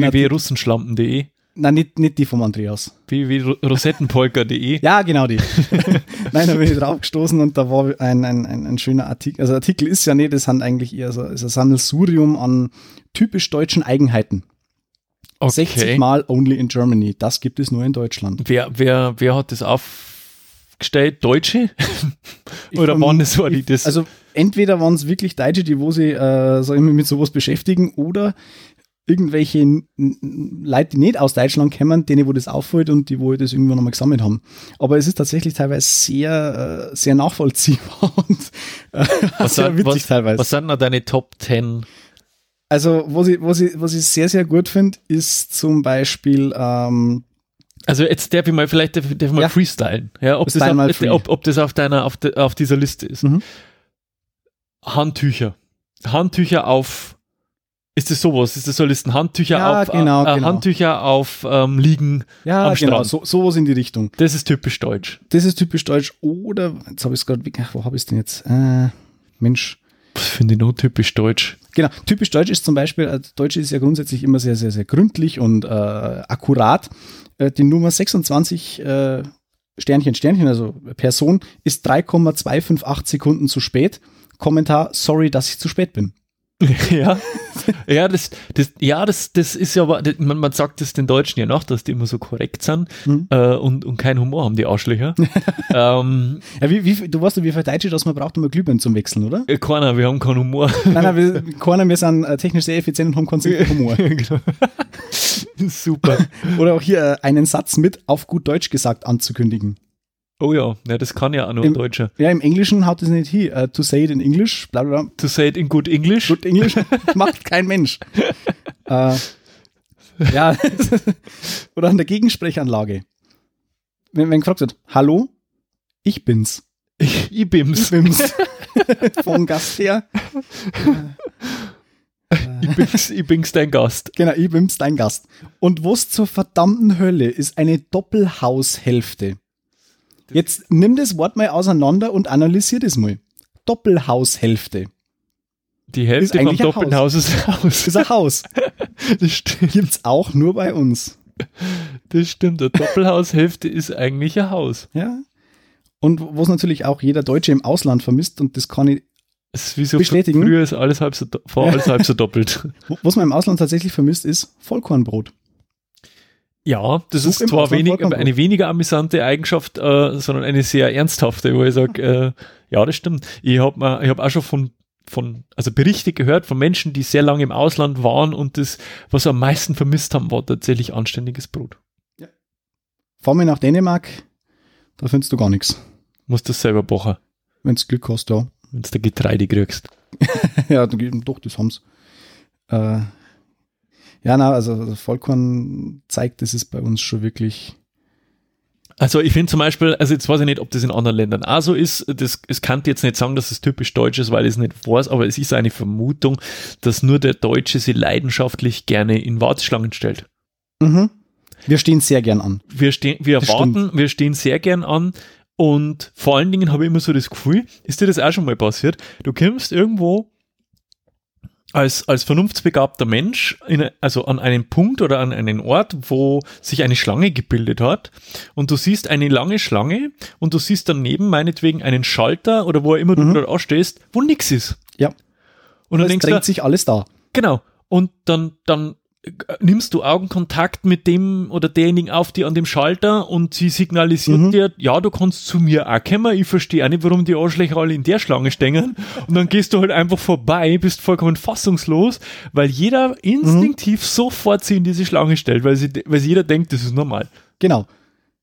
Speaker 1: www.russenschlampen.de
Speaker 2: nein, nicht, nicht die vom Andreas.
Speaker 1: www.rosettenpolka.de
Speaker 2: Ja, genau die. *laughs* Nein, da bin ich draufgestoßen und da war ein, ein, ein, ein schöner Artikel. Also Artikel ist ja nicht, das sind eigentlich eher so ist ein Sammelsurium an typisch deutschen Eigenheiten. 60 Mal Only in Germany. Das gibt es nur in Deutschland.
Speaker 1: Wer, wer, wer hat das aufgestellt? Deutsche?
Speaker 2: Ich
Speaker 1: Oder
Speaker 2: verm-
Speaker 1: waren das war die das?
Speaker 2: Also entweder waren es wirklich Deutsche, die wo sie äh, so immer mit sowas beschäftigen, oder irgendwelche n- n- Leute, die nicht aus Deutschland kommen, denen wo das auffällt und die wo das irgendwann nochmal gesammelt haben. Aber es ist tatsächlich teilweise sehr, äh, sehr nachvollziehbar *laughs* und äh, sehr
Speaker 1: sind-
Speaker 2: witzig
Speaker 1: was,
Speaker 2: teilweise.
Speaker 1: was sind denn deine Top 10?
Speaker 2: Also, was ich, was ich, was ich sehr, sehr gut finde, ist zum Beispiel, ähm,
Speaker 1: Also jetzt darf ich mal vielleicht darf, darf ich mal
Speaker 2: Ja.
Speaker 1: freestylen. Ja, ob, das
Speaker 2: Freestyle mal
Speaker 1: auf,
Speaker 2: free.
Speaker 1: ob, ob das auf deiner auf, de, auf dieser Liste ist.
Speaker 2: Mhm.
Speaker 1: Handtücher. Handtücher auf ist das sowas? Ist das so Listen? Handtücher
Speaker 2: Ja,
Speaker 1: auf
Speaker 2: genau,
Speaker 1: äh,
Speaker 2: genau.
Speaker 1: Handtücher auf ähm, Liegen.
Speaker 2: ja,
Speaker 1: Am
Speaker 2: genau,
Speaker 1: Strand.
Speaker 2: so, sowas in die Richtung.
Speaker 1: Das ist typisch deutsch.
Speaker 2: Das ist typisch deutsch. Oder, jetzt habe ich es gerade, wo habe ich es denn jetzt? Äh, Mensch.
Speaker 1: Was finde ich noch typisch deutsch?
Speaker 2: Genau, typisch deutsch ist zum Beispiel, äh, Deutsche ist ja grundsätzlich immer sehr, sehr, sehr gründlich und äh, akkurat. Äh, die Nummer 26, äh, Sternchen, Sternchen, also Person, ist 3,258 Sekunden zu spät. Kommentar, sorry, dass ich zu spät bin.
Speaker 1: *laughs* Ja, ja, das, das, ja, das, das ist ja, aber- das, man, man sagt es den Deutschen ja noch, dass die immer so korrekt sind
Speaker 2: Mhm.
Speaker 1: äh, und, und keinen Humor haben, die Arschlöcher.
Speaker 2: *laughs*
Speaker 1: ähm,
Speaker 2: Ja, wie, wie, viel- du weißt, doch, wie viel Deutsche das man braucht, um ein Glühwein zum
Speaker 1: *laughs*
Speaker 2: Wechseln, oder?
Speaker 1: äh, keiner, wir haben keinen Humor. *laughs*
Speaker 2: Nein, nein, wir, Corner, wir sind äh, technisch sehr effizient und haben keinen Sinn für Humor.
Speaker 1: Genau. Super.
Speaker 2: Oder auch hier äh, einen Satz mit auf gut Deutsch gesagt anzukündigen.
Speaker 1: Oh ja, ja das kann ja auch nur
Speaker 2: Im-
Speaker 1: ein Deutscher.
Speaker 2: Ja, im Englischen haut es nicht hin. Äh, to say it in English, bla bla bla.
Speaker 1: To say it in good English.
Speaker 2: Gut Englisch macht kein Mensch. äh, ja, *laughs* oder an der Gegensprechanlage. Wenn, wenn gefragt wird, hallo, ich bin's.
Speaker 1: *laughs* Ich, ich bims.
Speaker 2: *laughs* Bims. Vom Gast her.
Speaker 1: Ich bims, ich bims dein Gast.
Speaker 2: Genau, ich bin's, dein Gast. Und was zur verdammten Hölle ist eine Doppelhaushälfte? Jetzt nimm das Wort mal auseinander und analysier das mal. Doppelhaushälfte.
Speaker 1: Die Hälfte vom
Speaker 2: eigentlich ein
Speaker 1: doppelten Haus ist aus.
Speaker 2: Ist ein Haus.
Speaker 1: *laughs* Das stimmt.
Speaker 2: Gibt's auch nur bei uns.
Speaker 1: Das stimmt. Eine Doppelhaushälfte ist eigentlich ein Haus.
Speaker 2: Ja. Und was natürlich auch jeder Deutsche im Ausland vermisst, und das kann ich,
Speaker 1: Es ist wie so
Speaker 2: Bestätigen?
Speaker 1: Früher ist alles halb so, do- vor alles halb so
Speaker 2: *laughs*
Speaker 1: doppelt.
Speaker 2: was man im Ausland tatsächlich vermisst, ist Vollkornbrot.
Speaker 1: Ja, das
Speaker 2: Such im
Speaker 1: ist zwar
Speaker 2: Ausland
Speaker 1: wenig,
Speaker 2: vollkommen
Speaker 1: eine weniger amüsante Eigenschaft, äh, sondern eine sehr ernsthafte, wo ich sage, äh, ja, das stimmt. Ich habe ich hab auch schon von, von, also Berichte gehört von Menschen, die sehr lange im Ausland waren und das, was sie am meisten vermisst haben, war tatsächlich anständiges Brot.
Speaker 2: Fahr mal nach Dänemark, da findest du gar nichts.
Speaker 1: Musst das selber bochen,
Speaker 2: Wenn's Glück hast, ja. *laughs*
Speaker 1: wenn du Getreide kriegst.
Speaker 2: ja, dann geht- doch, das haben's. Äh, ja, na, also also Vollkorn zeigt, das ist bei uns schon wirklich.
Speaker 1: Also ich finde zum Beispiel, also jetzt weiß ich nicht, ob das in anderen Ländern auch so ist, das, es kann jetzt nicht sagen, dass es typisch deutsch ist, weil ich es nicht weiß, aber es ist eine Vermutung, dass nur der Deutsche sie leidenschaftlich gerne in Warteschlangen stellt.
Speaker 2: Mhm. Wir stehen sehr gern an.
Speaker 1: wir stehen, wir
Speaker 2: Das
Speaker 1: erwarten, wir stehen sehr gern an. Und vor allen Dingen habe ich immer so das Gefühl, ist dir das auch schon mal passiert? Du kommst irgendwo als, als vernunftsbegabter Mensch, in, a- also an einen Punkt oder an einen Ort, wo sich eine Schlange gebildet hat und du siehst eine lange Schlange und du siehst daneben meinetwegen einen Schalter oder wo auch immer
Speaker 2: Mhm.
Speaker 1: du gerade ausstehst, wo nichts ist.
Speaker 2: Ja.
Speaker 1: Und dann
Speaker 2: Es
Speaker 1: denkst
Speaker 2: drängt
Speaker 1: du,
Speaker 2: sich alles da.
Speaker 1: Genau. Und dann, dann äh, nimmst du Augenkontakt mit dem oder derjenigen auf, die an dem Schalter und sie signalisiert
Speaker 2: Mhm.
Speaker 1: dir, ja, du kannst zu mir auch kommen. Ich verstehe auch nicht, warum die Arschlöcher alle in der Schlange stehen. Und dann gehst du halt einfach vorbei, bist vollkommen fassungslos, weil jeder instinktiv sofort sie in diese Schlange stellt, weil, sie, weil sie jeder denkt, das ist normal.
Speaker 2: Genau. *laughs*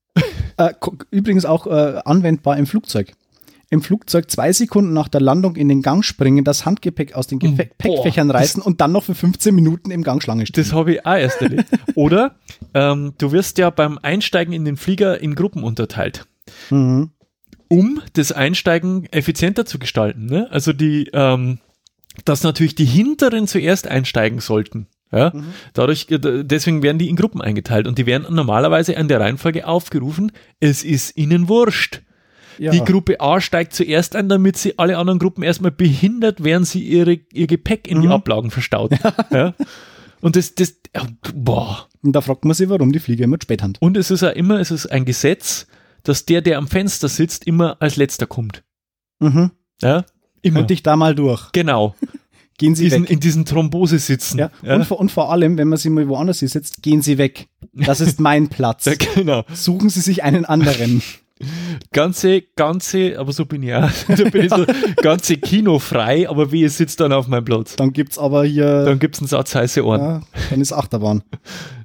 Speaker 2: äh, ko- übrigens auch äh, anwendbar im Flugzeug. Im Flugzeug zwei Sekunden nach der Landung in den Gang springen, das Handgepäck aus den Gepäck-
Speaker 1: Hm. Boah.
Speaker 2: Gepäckfächern reißen und dann noch für 15 Minuten im Gang Schlange stehen.
Speaker 1: Das habe ich auch erst erlebt. Oder ähm, du wirst ja beim Einsteigen in den Flieger in Gruppen unterteilt.
Speaker 2: Mhm.
Speaker 1: um das Einsteigen effizienter zu gestalten. Ne? Also die, ähm, dass natürlich die Hinteren zuerst einsteigen sollten. Ja? Dadurch, äh, d- deswegen werden die in Gruppen eingeteilt und die werden normalerweise an der Reihenfolge aufgerufen. Es ist ihnen wurscht.
Speaker 2: Ja.
Speaker 1: Die Gruppe A steigt zuerst ein, damit sie alle anderen Gruppen erstmal behindert, während sie ihre, ihr Gepäck in die
Speaker 2: Mhm.
Speaker 1: Ablagen verstaut. ja? Und das, das, boah.
Speaker 2: und da fragt man sich, warum die Flieger immer zu spät hand.
Speaker 1: Und es ist ja immer, es ist ein Gesetz, dass der, der am Fenster sitzt, immer als letzter kommt.
Speaker 2: Mhm.
Speaker 1: Ja? Immer.
Speaker 2: Und dich da mal durch.
Speaker 1: Genau,
Speaker 2: Gehen Sie
Speaker 1: diesen,
Speaker 2: weg.
Speaker 1: in diesen Thrombose sitzen.
Speaker 2: Ja.
Speaker 1: *laughs*
Speaker 2: Und, vor, und vor allem, wenn man sie mal woanders hinsetzt, gehen Sie weg. Das ist
Speaker 1: *laughs*
Speaker 2: mein Platz.
Speaker 1: Ja, genau.
Speaker 2: Suchen Sie sich einen anderen.
Speaker 1: *laughs* Ganze, ganze, aber so bin ich auch. *laughs* Da bin ich so, ganze Kino frei, aber wie es sitzt dann auf meinem Platz.
Speaker 2: Dann gibt's aber hier,
Speaker 1: Dann gibt's einen Satz heiße Ohren.
Speaker 2: ja, dann ist Achterbahn.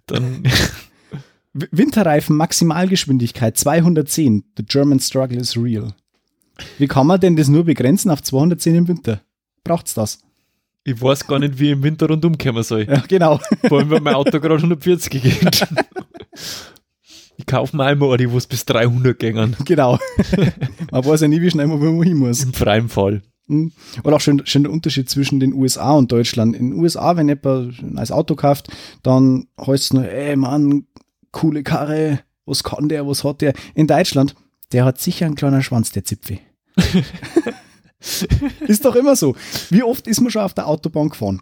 Speaker 1: Dann, *laughs*
Speaker 2: W- Winterreifen Maximalgeschwindigkeit 210. The German struggle is real. Wie kann man denn das nur begrenzen auf 210 im Winter? Braucht's das?
Speaker 1: ich weiß gar nicht, wie ich im Winter rundum kommen soll.
Speaker 2: Ja, genau. *laughs*
Speaker 1: Vor allem, wenn mein Auto gerade 140 geht. Ich kaufe mir einmal eine, wo es bis 300 gängern.
Speaker 2: genau. Man weiß ja nie, wie schnell man wo hin muss.
Speaker 1: Im freien Fall.
Speaker 2: Mhm. Oder auch schön, schön der Unterschied zwischen den USA und Deutschland. In den USA, wenn jemand ein neues Auto kauft, dann heißt es nur, ey Mann, coole Karre, was kann der, was hat der? In Deutschland, der hat sicher einen kleinen Schwanz, der Zipfi. ist doch immer so. Wie oft ist man schon auf der Autobahn gefahren?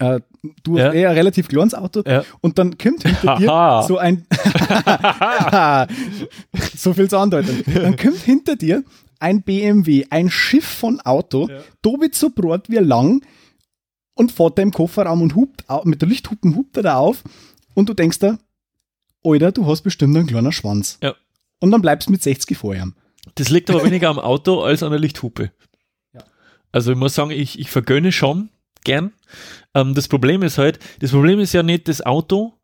Speaker 2: Äh, du
Speaker 1: Ja.
Speaker 2: hast eher ein relativ kleines Auto
Speaker 1: Ja.
Speaker 2: und dann kommt hinter dir
Speaker 1: Haha.
Speaker 2: so
Speaker 1: *laughs*
Speaker 2: ein so viel zur Andeutung. Dann kommt hinter dir ein BMW, ein Schiff von Auto, ja. dobi so brot wie lang und fährt da im Kofferraum und hupt, au- mit der Lichthupen hupt er da auf und du denkst da, Alter, du hast bestimmt einen kleinen Schwanz.
Speaker 1: Ja.
Speaker 2: Und dann bleibst mit 60 vorher.
Speaker 1: Das liegt aber weniger am Auto als an der Lichthupe. Also ich muss sagen, ich, ich vergönne schon gern. Ähm, das Problem ist halt, das Problem ist ja nicht das Auto,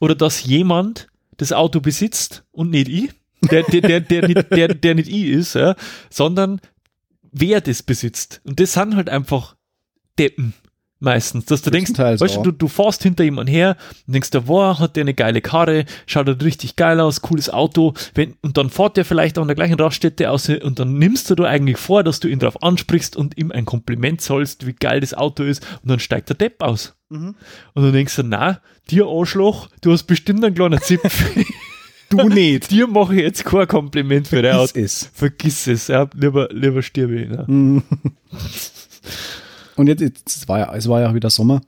Speaker 1: oder dass jemand das Auto besitzt und nicht ich, der, der, der, der, nicht, der, der nicht ich ist, ja, sondern wer das besitzt. Und das sind halt einfach Deppen meistens, dass du denkst,
Speaker 2: Größtenteils,
Speaker 1: weißt du,
Speaker 2: ja.
Speaker 1: du, du fährst hinter jemand her und denkst, der war, hat der eine geile Karre, schaut halt richtig geil aus, cooles Auto, wenn, und dann fährt der vielleicht an der gleichen Raststätte aus und dann nimmst du da eigentlich vor, dass du ihn drauf ansprichst und ihm ein Kompliment sollst, wie geil das Auto ist, und dann steigt der Depp aus. Und du denkst dir, na, dir Arschloch, du hast bestimmt einen kleinen Zipfel, *laughs*
Speaker 2: Du nicht.
Speaker 1: dir mache ich jetzt kein Kompliment für dein
Speaker 2: Das
Speaker 1: Auto.
Speaker 2: ist.
Speaker 1: Vergiss es, ja, lieber, lieber stirbe ich. Ne?
Speaker 2: Hm. Und jetzt, jetzt es war ja, es war ja wieder Sommer.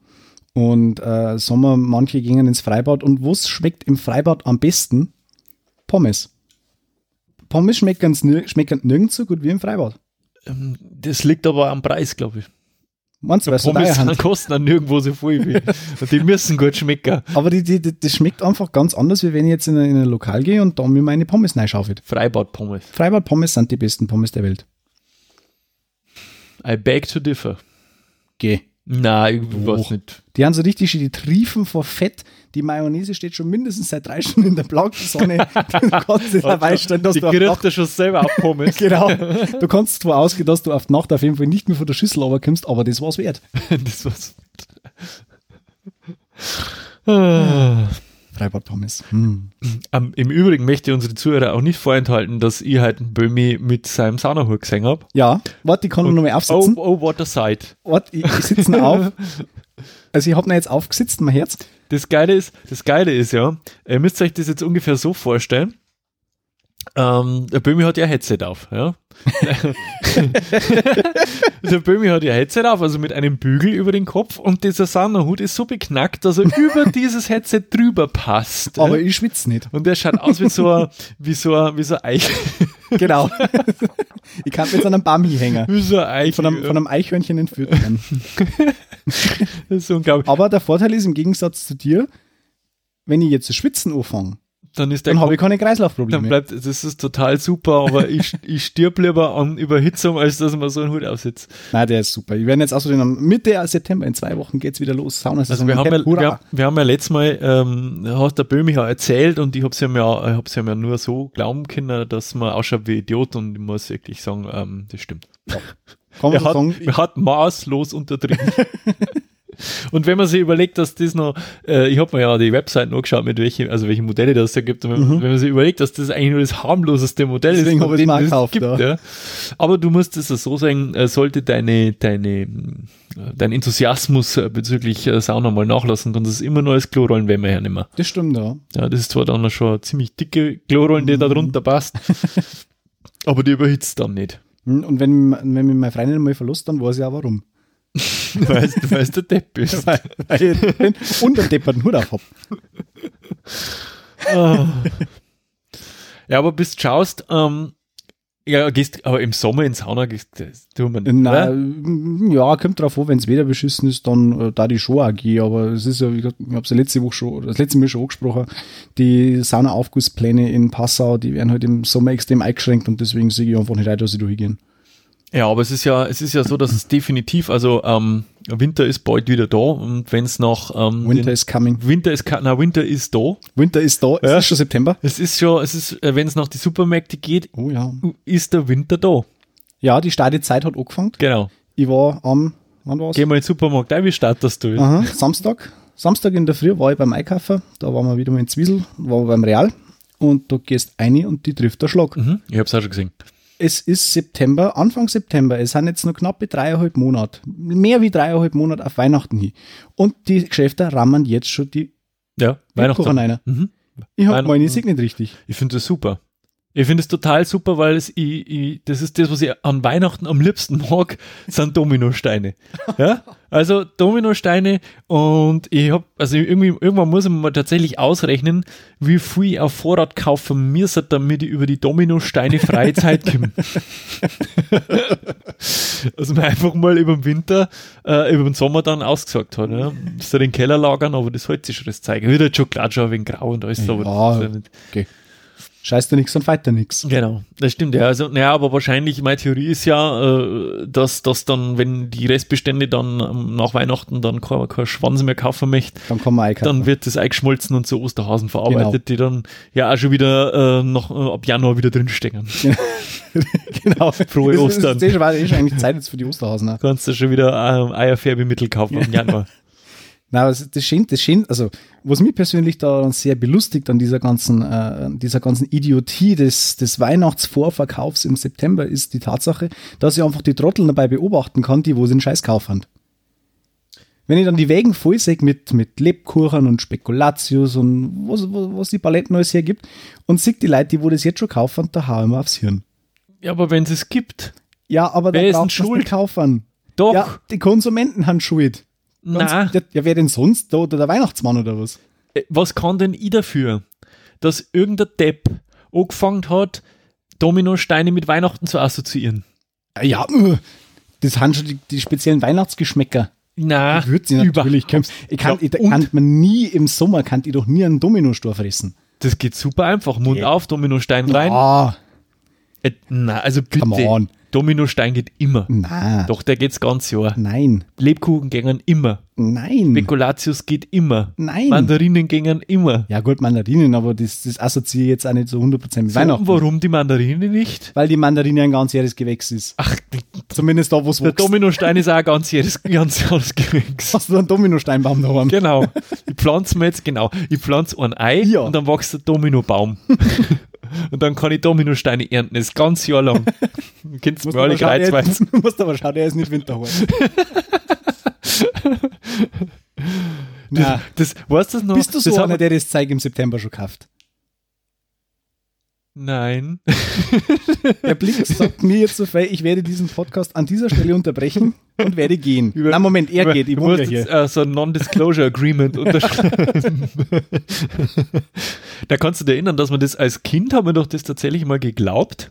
Speaker 2: Und äh, Sommer, manche gingen ins Freibad. Und was schmeckt im Freibad am besten? Pommes. Pommes schmeckt ganz nir schmecken nirgends so gut wie im Freibad.
Speaker 1: Ähm, Das liegt aber am Preis, glaube ich.
Speaker 2: Meinst du, weil so
Speaker 1: Pommes
Speaker 2: teuer
Speaker 1: *laughs*
Speaker 2: sind?
Speaker 1: kosten dann nirgendwo so viel wie. Und die müssen gut schmecken.
Speaker 2: Aber die, die, die, das schmeckt einfach ganz anders, wie wenn ich jetzt in ein, in ein Lokal gehe und da mir meine Pommes reinschaufel.
Speaker 1: Freibad-Pommes.
Speaker 2: Freibad-Pommes sind die besten Pommes der Welt.
Speaker 1: I beg to differ.
Speaker 2: Geh.
Speaker 1: Na, ich
Speaker 2: Oh.
Speaker 1: weiß nicht.
Speaker 2: Die haben so richtig schön, die triefen vor Fett. Die Mayonnaise steht schon mindestens seit drei *laughs* Stunden in der blauen *laughs* Sonne. Du kannst nicht dabei stellen, dass
Speaker 1: Also, Die
Speaker 2: du auf
Speaker 1: kriegt
Speaker 2: Nacht,
Speaker 1: er schon selber ab, Pommes.
Speaker 2: *laughs* genau, du kannst zwar ausgehen, dass du auf die Nacht auf jeden Fall nicht mehr von der Schüssel runterkommst, aber das war's wert.
Speaker 1: *laughs* das war's. Ah.
Speaker 2: Freibad-Pommes. Hm.
Speaker 1: Ähm, Im Übrigen möchte ich unsere Zuhörer auch nicht vorenthalten, dass ich halt einen Böhmi mit seinem Saunahur gesehen habe.
Speaker 2: Ja, warte, ich kann ihn nochmal
Speaker 1: Oh,
Speaker 2: aufsitzen.
Speaker 1: oh, what a sight.
Speaker 2: Warte, ich, ich sitze ihn auf. Also ich habe ihn jetzt aufgesitzt, mein Herz.
Speaker 1: Das Geile ist, das Geile ist ja, ihr müsst euch das jetzt ungefähr so vorstellen. Ähm, der Böhmi hat ja ein Headset auf, ja. *laughs* der Böhmi hat ja ein Headset auf, also mit einem Bügel über den Kopf und dieser Saunahut ist so beknackt, dass er
Speaker 2: *laughs*
Speaker 1: über dieses Headset drüber passt.
Speaker 2: Aber
Speaker 1: ja.
Speaker 2: ich schwitze nicht.
Speaker 1: und der schaut aus wie so ein, wie so ein, wie so ein Eich, *laughs*
Speaker 2: Genau. *laughs* ich kann mit so einem Bambi-Hänger.
Speaker 1: wie so ein Eich,
Speaker 2: Von einem, von einem Eichhörnchen entführt werden.
Speaker 1: das ist unglaublich.
Speaker 2: Aber der Vorteil ist im Gegensatz zu dir, wenn ich jetzt zu schwitzen anfange,
Speaker 1: Dann ist der
Speaker 2: dann habe ich keine
Speaker 1: Dann
Speaker 2: Kreislaufprobleme.
Speaker 1: bleibt, das ist total super, aber ich, ich stirb lieber an Überhitzung, als dass man so einen Hut aufsetzt.
Speaker 2: Nein, der ist super. Wir werden jetzt außerdem am Mitte September, in zwei Wochen geht's wieder los. Sauna
Speaker 1: Also wir haben, ja, wir, wir haben ja letztes Mal, ähm, hat der Böhmi ja erzählt und ich habe es ihm, ja, ich hab's ihm ja nur so glauben können, dass man ausschaut wie Idiot und ich muss wirklich sagen, ähm, das stimmt.
Speaker 2: Kann man
Speaker 1: Er
Speaker 2: so
Speaker 1: hat,
Speaker 2: sagen, ich,
Speaker 1: er hat maßlos
Speaker 2: *laughs*
Speaker 1: untertrieben. und wenn man sich überlegt, dass das noch, äh, ich habe mir ja die Webseiten angeschaut, mit welchen, also welche Modelle das da gibt. Und wenn, wenn man sich überlegt, dass das eigentlich nur das harmloseste Modell
Speaker 2: Mhm. Deswegen
Speaker 1: ist,
Speaker 2: hab
Speaker 1: von
Speaker 2: ich's
Speaker 1: denen
Speaker 2: mir auch
Speaker 1: es
Speaker 2: gekauft,
Speaker 1: gibt,
Speaker 2: ja.
Speaker 1: ja. Aber du musst es ja so sagen, äh, sollte deine, deine, äh, dein Enthusiasmus äh, bezüglich äh, Sauna mal nachlassen, kannst du es immer nur als Klo rollen, wenn wir hernehmen.
Speaker 2: das stimmt, ja.
Speaker 1: Ja, das ist zwar dann schon eine ziemlich dicke Klorollen, die da
Speaker 2: Mhm.
Speaker 1: drunter
Speaker 2: *laughs*
Speaker 1: passt, aber die überhitzt dann nicht.
Speaker 2: Hm, Und wenn, wenn mich meine Freundin mal verlässt, dann weiß ich auch warum. *laughs*
Speaker 1: Weißt du, weißt du, Depp bist.
Speaker 2: Weil, weil ich den unterdepperten Hut auf hab.
Speaker 1: Ah. ja, aber bis du schaust, ähm, ja, gehst, aber im Sommer in Sauna gehst, das tun wir nicht.
Speaker 2: Na,
Speaker 1: oder?
Speaker 2: mm, ja, kommt drauf an, wenn es Wetter beschissen ist, dann äh, da die schon auch gehen. Aber es ist ja, wie gesagt, ich habe es ja letzte Woche schon, oder das letzte Mal schon angesprochen, die Saunaaufgusspläne in Passau, die werden halt im Sommer extrem eingeschränkt und deswegen sehe ich einfach nicht rein, dass sie da hingehen.
Speaker 1: Ja, aber es ist ja, es ist ja so, dass es definitiv, also ähm, Winter ist bald wieder da und wenn es noch ähm,
Speaker 2: Winter
Speaker 1: den-
Speaker 2: is coming.
Speaker 1: Winter ist ka- na, Winter ist da.
Speaker 2: Winter ist da. Es ist schon September.
Speaker 1: Es ist schon, es ist, wenn es nach die Supermärkte geht,
Speaker 2: Oh ja.
Speaker 1: ist der Winter da.
Speaker 2: Ja, die Startezeit hat angefangen.
Speaker 1: Genau.
Speaker 2: Ich war am, wann war's?
Speaker 1: Geh mal in den Supermarkt ein, wie startest du?
Speaker 2: Aha, Samstag. Samstag in der Früh war ich beim Einkaufen. Da waren wir wieder mal in Zwiesel, waren wir beim Real. Und da gehst eine und die trifft der Schlag.
Speaker 1: Mhm, ich hab's auch schon gesehen.
Speaker 2: Es ist September, Anfang September. Es sind jetzt noch knappe dreieinhalb Monate. Mehr wie dreieinhalb Monate auf Weihnachten hin. Und die Geschäfte rammen jetzt schon die
Speaker 1: Ja,
Speaker 2: Kuchen
Speaker 1: Weihnachten.
Speaker 2: rein.
Speaker 1: Mhm.
Speaker 2: Ich hab
Speaker 1: Weihnachten.
Speaker 2: meine Sieg nicht richtig.
Speaker 1: Ich finde das super. Ich finde es total super, weil es, ich, ich, das ist das, was ich an Weihnachten am liebsten mag, sind Dominosteine. Ja? Also Dominosteine und ich habe, also irgendwie, irgendwann muss man mal tatsächlich ausrechnen, wie viel ich auf Vorrat kaufen müsste, damit ich über die Dominosteine freie Zeit *laughs* komme. also man einfach mal über den Winter, äh, über den Sommer dann ausgesagt hat. Ja? Müsste halt den Keller lagern, aber das hält sich schon das zeigen. Wieder Schokolade schon ein wenig grau und alles, aber
Speaker 2: Ja,
Speaker 1: das ist ja nicht-
Speaker 2: okay. Scheißt du nichts und weiter nichts.
Speaker 1: Genau, das stimmt ja. Also, naja, aber wahrscheinlich, meine Theorie ist ja, äh, dass, dass dann, wenn die Restbestände dann ähm, nach Weihnachten dann kein, kein Schwanz mehr kaufen möchte,
Speaker 2: Dann kommen wir einkaufen.
Speaker 1: dann wird das eingeschmolzen und zu Osterhasen
Speaker 2: Genau.
Speaker 1: verarbeitet, die dann ja auch schon wieder äh, noch äh, ab Januar wieder drinstecken.
Speaker 2: *laughs*
Speaker 1: *laughs*
Speaker 2: genau.
Speaker 1: Frohe
Speaker 2: Das
Speaker 1: Ostern.
Speaker 2: Ist, das war eh schon eigentlich Zeit jetzt für die Osterhausener.
Speaker 1: Kannst du schon wieder ähm, Eierfärbemittel kaufen ab
Speaker 2: *laughs*
Speaker 1: Januar.
Speaker 2: Na, aber das schön, das schön, also was mich persönlich daran sehr belustigt an dieser ganzen, äh, an dieser ganzen Idiotie des, des Weihnachtsvorverkaufs im September ist die Tatsache, dass ich einfach die Trotteln dabei beobachten kann, die wo sie den Scheiß kaufen. Wenn ich dann die Wägen voll sehe mit, mit Lebkuchen und Spekulatius und was, was, was die Paletten alles hergibt und sehe die Leute, die wo das jetzt schon kaufen, da hau ich mir aufs Hirn.
Speaker 1: ja, aber wenn es gibt,
Speaker 2: Ja, aber
Speaker 1: Wer
Speaker 2: dann
Speaker 1: ist denn
Speaker 2: braucht es
Speaker 1: schuld?
Speaker 2: nicht kaufen.
Speaker 1: doch,
Speaker 2: Ja, die Konsumenten haben schuld. Ganz-
Speaker 1: na,
Speaker 2: Ja, ja, wer denn sonst? Da oder der Weihnachtsmann oder was?
Speaker 1: äh, was kann denn ich dafür, dass irgendein Depp angefangen hat, Dominosteine mit Weihnachten zu assoziieren?
Speaker 2: Ja, äh, das haben schon die, die speziellen Weihnachtsgeschmäcker.
Speaker 1: Na,
Speaker 2: Würde sie natürlich kämpfen. Ich kann,
Speaker 1: Ja,
Speaker 2: ich, da
Speaker 1: und?
Speaker 2: kann man nie im Sommer, kann ich doch nie einen Dominostor fressen.
Speaker 1: Das geht super einfach. Mund auf, Dominostein rein.
Speaker 2: Ah,
Speaker 1: Äh, na, also
Speaker 2: Come
Speaker 1: bitte.
Speaker 2: on.
Speaker 1: Dominostein geht immer.
Speaker 2: na,
Speaker 1: Doch, der geht's ganz Jahr.
Speaker 2: nein,
Speaker 1: Lebkuchen gängen immer.
Speaker 2: nein,
Speaker 1: Spekulatius geht immer.
Speaker 2: nein.
Speaker 1: Mandarinen gängen immer.
Speaker 2: ja gut, Mandarinen, aber das, das assoziiere ich jetzt auch nicht so 100% mit
Speaker 1: Und
Speaker 2: Weihnachten.
Speaker 1: warum die Mandarine nicht?
Speaker 2: Weil die Mandarine ein ganz jähriges Gewächs ist.
Speaker 1: Ach,
Speaker 2: Zumindest da, wo es
Speaker 1: der
Speaker 2: *laughs* wächst.
Speaker 1: Dominostein ist auch ein ganz jedes ganz *laughs* anderes Gewächs.
Speaker 2: Hast du einen Dominosteinbaum daheim?
Speaker 1: Genau. Ich pflanze mir jetzt, genau, ich pflanze ein Ei
Speaker 2: Ja.
Speaker 1: und dann wächst ein
Speaker 2: *laughs*
Speaker 1: Dominobaum. und dann kann ich Dominosteine ernten, das ganze Jahr
Speaker 2: *laughs*
Speaker 1: lang. Kennst du
Speaker 2: Musst
Speaker 1: mir alle
Speaker 2: aber schauen, der-
Speaker 1: Kreuzweise.
Speaker 2: *laughs* musst aber schauen, der ist
Speaker 1: *laughs*
Speaker 2: nicht winterhart. Na,
Speaker 1: Das, weißt du das noch?
Speaker 2: bist du
Speaker 1: das
Speaker 2: so
Speaker 1: hat
Speaker 2: einer,
Speaker 1: man-
Speaker 2: der das Zeug im September schon kauft?
Speaker 1: Nein.
Speaker 2: Der Blick
Speaker 1: *laughs*
Speaker 2: sagt mir jetzt so viel, ich werde diesen Podcast an dieser Stelle unterbrechen und werde gehen.
Speaker 1: Über-
Speaker 2: Na Moment, er geht, ich
Speaker 1: Du
Speaker 2: wohne
Speaker 1: musst
Speaker 2: ja
Speaker 1: jetzt
Speaker 2: hier.
Speaker 1: äh, so ein Non-Disclosure Agreement unterschreiben.
Speaker 2: *laughs*
Speaker 1: da kannst du dir erinnern, dass man das als Kind haben wir doch das tatsächlich mal geglaubt,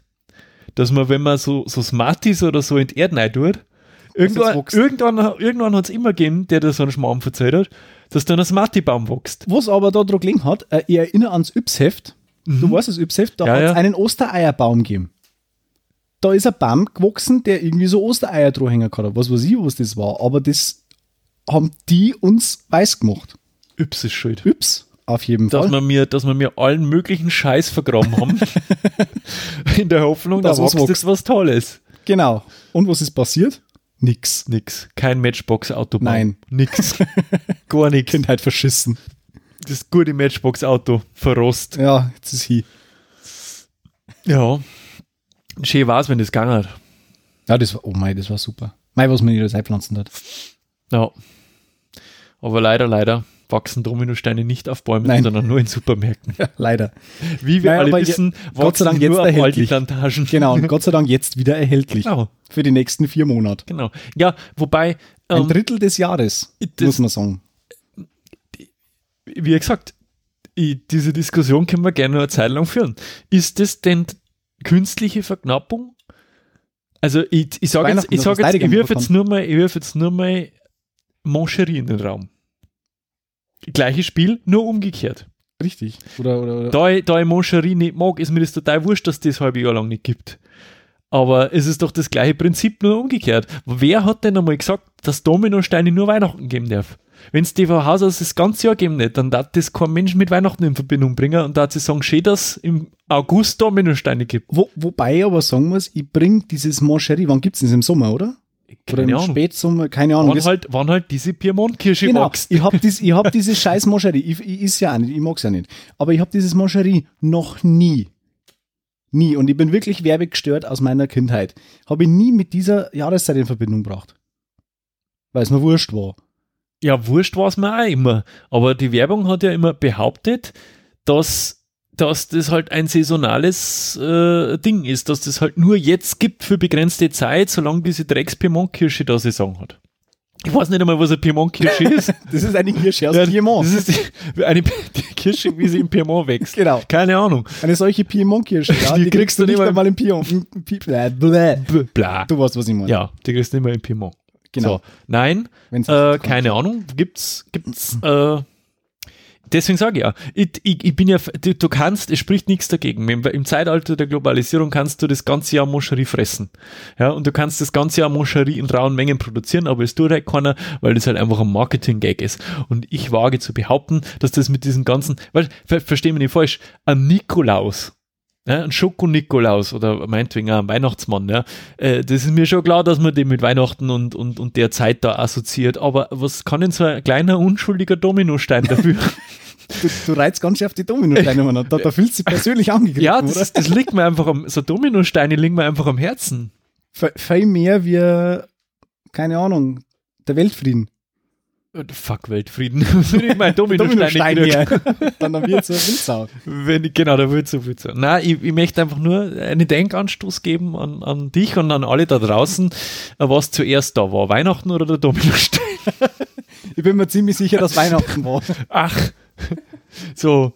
Speaker 1: dass man, wenn man so, so Smarties oder so in die Erde rein tut, irgendwann,
Speaker 2: wächst.
Speaker 1: irgendwann, irgendwann hat es immer gegeben, der da so einen Schmarrn verzählt hat, dass dann ein Smartie-Baum wächst.
Speaker 2: Was aber da dran gelegen hat, äh, ich erinnere ans Yps-Heft. Du weißt das Yps-Heft, da
Speaker 1: Mhm. Ja,
Speaker 2: hat es
Speaker 1: ja.
Speaker 2: einen Ostereierbaum gegeben. Da ist ein Baum gewachsen, der irgendwie so Ostereier dranhängen kann. Was weiß ich, was das war. Aber das haben die uns weiß gemacht.
Speaker 1: Yps ist schuld.
Speaker 2: Yps, auf jeden
Speaker 1: Dass
Speaker 2: Fall.
Speaker 1: wir, mir, dass wir mir allen möglichen Scheiß vergraben
Speaker 2: *laughs*
Speaker 1: haben. in der Hoffnung, da
Speaker 2: Dass was
Speaker 1: wächst jetzt was Tolles.
Speaker 2: Genau. Und was ist passiert? Nix.
Speaker 1: Nix. Kein Matchbox-Autobahn.
Speaker 2: Nein. Genau.
Speaker 1: Nix.
Speaker 2: *laughs*
Speaker 1: Gar nichts.
Speaker 2: Kindheit verschissen.
Speaker 1: das gute Matchbox-Auto verrost.
Speaker 2: Ja, jetzt ist hi.
Speaker 1: Ja. Schön war's, wenn das gegangen hat.
Speaker 2: Ja, das war, oh mein, das war super. Mei, was man hier das einpflanzen hat. *laughs*
Speaker 1: Ja. Aber leider, leider wachsen Dominosteine nicht auf Bäumen,
Speaker 2: Nein.
Speaker 1: sondern nur in Supermärkten.
Speaker 2: Leider.
Speaker 1: Wie wir
Speaker 2: Nein,
Speaker 1: alle
Speaker 2: aber je-
Speaker 1: wissen,
Speaker 2: Gott
Speaker 1: wachsen
Speaker 2: sei Dank jetzt
Speaker 1: nur auf alten
Speaker 2: erhältlich.
Speaker 1: Plantagen.
Speaker 2: Genau, und Gott sei Dank jetzt wieder erhältlich.
Speaker 1: Genau,
Speaker 2: Für die nächsten vier Monate.
Speaker 1: genau. Ja, wobei,
Speaker 2: Ein
Speaker 1: ähm,
Speaker 2: Drittel des Jahres,
Speaker 1: das-
Speaker 2: muss man sagen.
Speaker 1: wie gesagt, ich, diese Diskussion können wir gerne noch eine Zeit lang führen. Ist das denn künstliche Verknappung? Also ich, ich sage jetzt,
Speaker 2: Weihnachten,
Speaker 1: ich,
Speaker 2: das
Speaker 1: sag
Speaker 2: ist
Speaker 1: jetzt, ich
Speaker 2: Heiligabend
Speaker 1: wirf jetzt nur mal, ich wirf jetzt nur mal Mon Chéri in den Raum. Gleiches Spiel, nur umgekehrt.
Speaker 2: Richtig. Oder, oder, oder.
Speaker 1: Da ich, da ich Mon Chéri nicht mag, ist mir das total wurscht, dass das halbe Jahr lang nicht gibt. Aber es ist doch das gleiche Prinzip, nur umgekehrt. Wer hat denn einmal gesagt, dass Dominosteine nur Weihnachten geben darf? Wenn es die von Haus aus das ganze Jahr geben nicht, dann darf das kein Mensch mit Weihnachten in Verbindung bringen und da sie sagen, schön, dass im August Dominosteine gibt.
Speaker 2: Wo, wobei ich aber sagen muss, ich bringe dieses Mon Chéri, wann gibt es das im Sommer, oder? Oder im
Speaker 1: Keine Ahnung.
Speaker 2: Spätsommer, keine Ahnung.
Speaker 1: Wann
Speaker 2: Das-
Speaker 1: halt, wann halt diese Piemontkirsche
Speaker 2: genau,
Speaker 1: wächst.
Speaker 2: ich habe dies, ich hab dieses scheiß Mon Chéri, ich, ich is ja auch nicht, ich mag's ja nicht. Aber ich habe dieses Mon Chéri noch nie. Nie. Und ich bin wirklich werbegestört aus meiner Kindheit. Habe ich nie mit dieser Jahreszeit in Verbindung gebracht. Weil es mir wurscht war. *laughs*
Speaker 1: Ja, wurscht war es mir auch immer. Aber die Werbung hat ja immer behauptet, dass, dass das halt ein saisonales äh, Ding ist, dass das halt nur jetzt gibt für begrenzte Zeit, solange diese Drecks-Piemont-Kirsche da Saison hat. Ich weiß nicht einmal, was eine
Speaker 2: *laughs*
Speaker 1: Piemont-Kirsche ist.
Speaker 2: Das ist eine Kirsche aus
Speaker 1: Ja,
Speaker 2: Piemont.
Speaker 1: Das ist die, *laughs* eine die Kirsche, wie sie im Piemont wächst.
Speaker 2: *laughs* Genau.
Speaker 1: Keine Ahnung.
Speaker 2: Eine solche Piemont-Kirsche, ja,
Speaker 1: Die kriegst du nicht mal-
Speaker 2: einmal im Piemont. Pi- blä, blä.
Speaker 1: Bla.
Speaker 2: Du weißt, was ich meine.
Speaker 1: Ja, die kriegst du nicht mehr im Piemont.
Speaker 2: genau.
Speaker 1: So. Nein,
Speaker 2: Wenn's
Speaker 1: äh,
Speaker 2: nicht kommt.
Speaker 1: keine Ahnung. Gibt's, gibt's, äh, Deswegen sage ich ja, ich, ich, ich bin ja, du, du kannst, es spricht nichts dagegen. Im, Im Zeitalter der Globalisierung kannst du das ganze Jahr Moscherie fressen. Ja, und du kannst das ganze Jahr Moscherie in rauen Mengen produzieren, aber es tut halt keiner, weil das halt einfach ein Marketing-Gag ist. Und ich wage zu behaupten, dass das mit diesen ganzen, weil, ver, versteh mich nicht falsch, ein Nikolaus, ja, ein Schoko-Nikolaus oder meinetwegen auch ein Weihnachtsmann, ja, äh, das ist mir schon klar, dass man den mit Weihnachten und, und, und der Zeit da assoziiert, aber was kann denn so ein kleiner, unschuldiger Dominostein dafür?
Speaker 2: Du, du reizt ganz schön auf die Dominosteine, Mann. Da, da fühlst du dich persönlich angegriffen,
Speaker 1: ja,
Speaker 2: oder?
Speaker 1: das, das liegt mir einfach am, so Dominosteine liegen mir einfach am Herzen.
Speaker 2: Fe- Viel mehr wie, keine Ahnung, der Weltfrieden.
Speaker 1: Oh, Fuck Weltfrieden. *laughs* Wenn ich meine Dominosteine krieg.
Speaker 2: her. *laughs* Dann haben wir zur Wildsau.
Speaker 1: Wenn ich, genau, da wird so viel zu. Nein, ich, ich möchte einfach nur einen Denkanstoß geben an, an dich und an alle da draußen, äh, was zuerst da war, Weihnachten oder der Dominostein.
Speaker 2: Ich bin mir ziemlich sicher, dass Weihnachten war.
Speaker 1: Ach, *laughs* so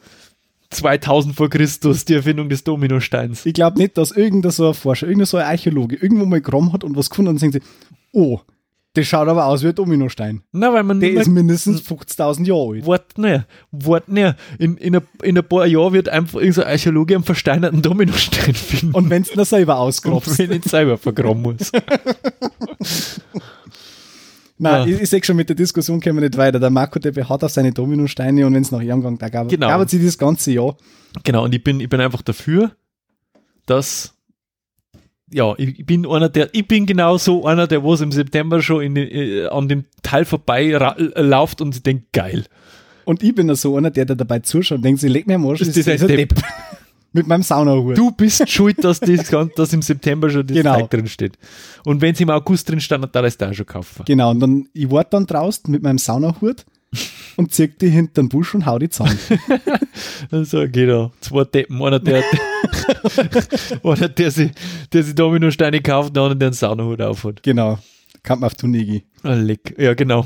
Speaker 1: 2000 vor Christus, die Erfindung des Dominosteins.
Speaker 2: Ich glaube nicht, dass irgendein so ein Forscher, irgendein so ein Archäologe irgendwo mal gekommen hat und was gefunden hat und denkt sich, oh, das schaut aber aus wie ein Dominostein.
Speaker 1: Na, weil man
Speaker 2: Der
Speaker 1: man-
Speaker 2: ist mindestens 50.000 Jahre alt.
Speaker 1: Wart näher, wart näher. ne, In, in, ein, in ein paar Jahren wird einfach irgendein Archäologe einen versteinerten Dominostein *laughs* finden.
Speaker 2: Und wenn du das selber
Speaker 1: Und
Speaker 2: ausgrabst.
Speaker 1: wenn ich selber vergraben muss.
Speaker 2: Nein,
Speaker 1: Ja.
Speaker 2: ich, ich sehe schon, mit der Diskussion kommen wir nicht weiter. Der Marco, der beharrt auf seine Dominosteine und wenn es nach ihrem Gang da gab,
Speaker 1: Genau.
Speaker 2: gab sie das ganze Jahr.
Speaker 1: Genau, und ich bin, ich bin einfach dafür, dass ja, ich ich bin einer der, ich bin genau so einer, der was im September schon in, den- äh, an dem Teil vorbei ra- äh, läuft und sich denkt, geil.
Speaker 2: Und ich bin da so einer, der da dabei zuschaut und denkt, sich, leg mir am Arsch,
Speaker 1: Ist das ein Depp?
Speaker 2: Mit meinem Saunahut.
Speaker 1: Du bist schuld, dass das, Gan- dass im September schon das
Speaker 2: Genau.
Speaker 1: Zeug drin steht. Und wenn es im August drin stand, dann ist da schon kaufen.
Speaker 2: Genau, und dann, ich warte dann draußen mit meinem Saunahut und zieh die hinter den Busch und hau
Speaker 1: *laughs*
Speaker 2: die zusammen.
Speaker 1: Also, genau. Zwei Deppen, einer *laughs* der, einer, der sich, der sich Dominosteine kauft, der andere, der einen Saunahut aufhat.
Speaker 2: genau. Kann man auf Tunigi.
Speaker 1: Ah, leck. Ja, genau.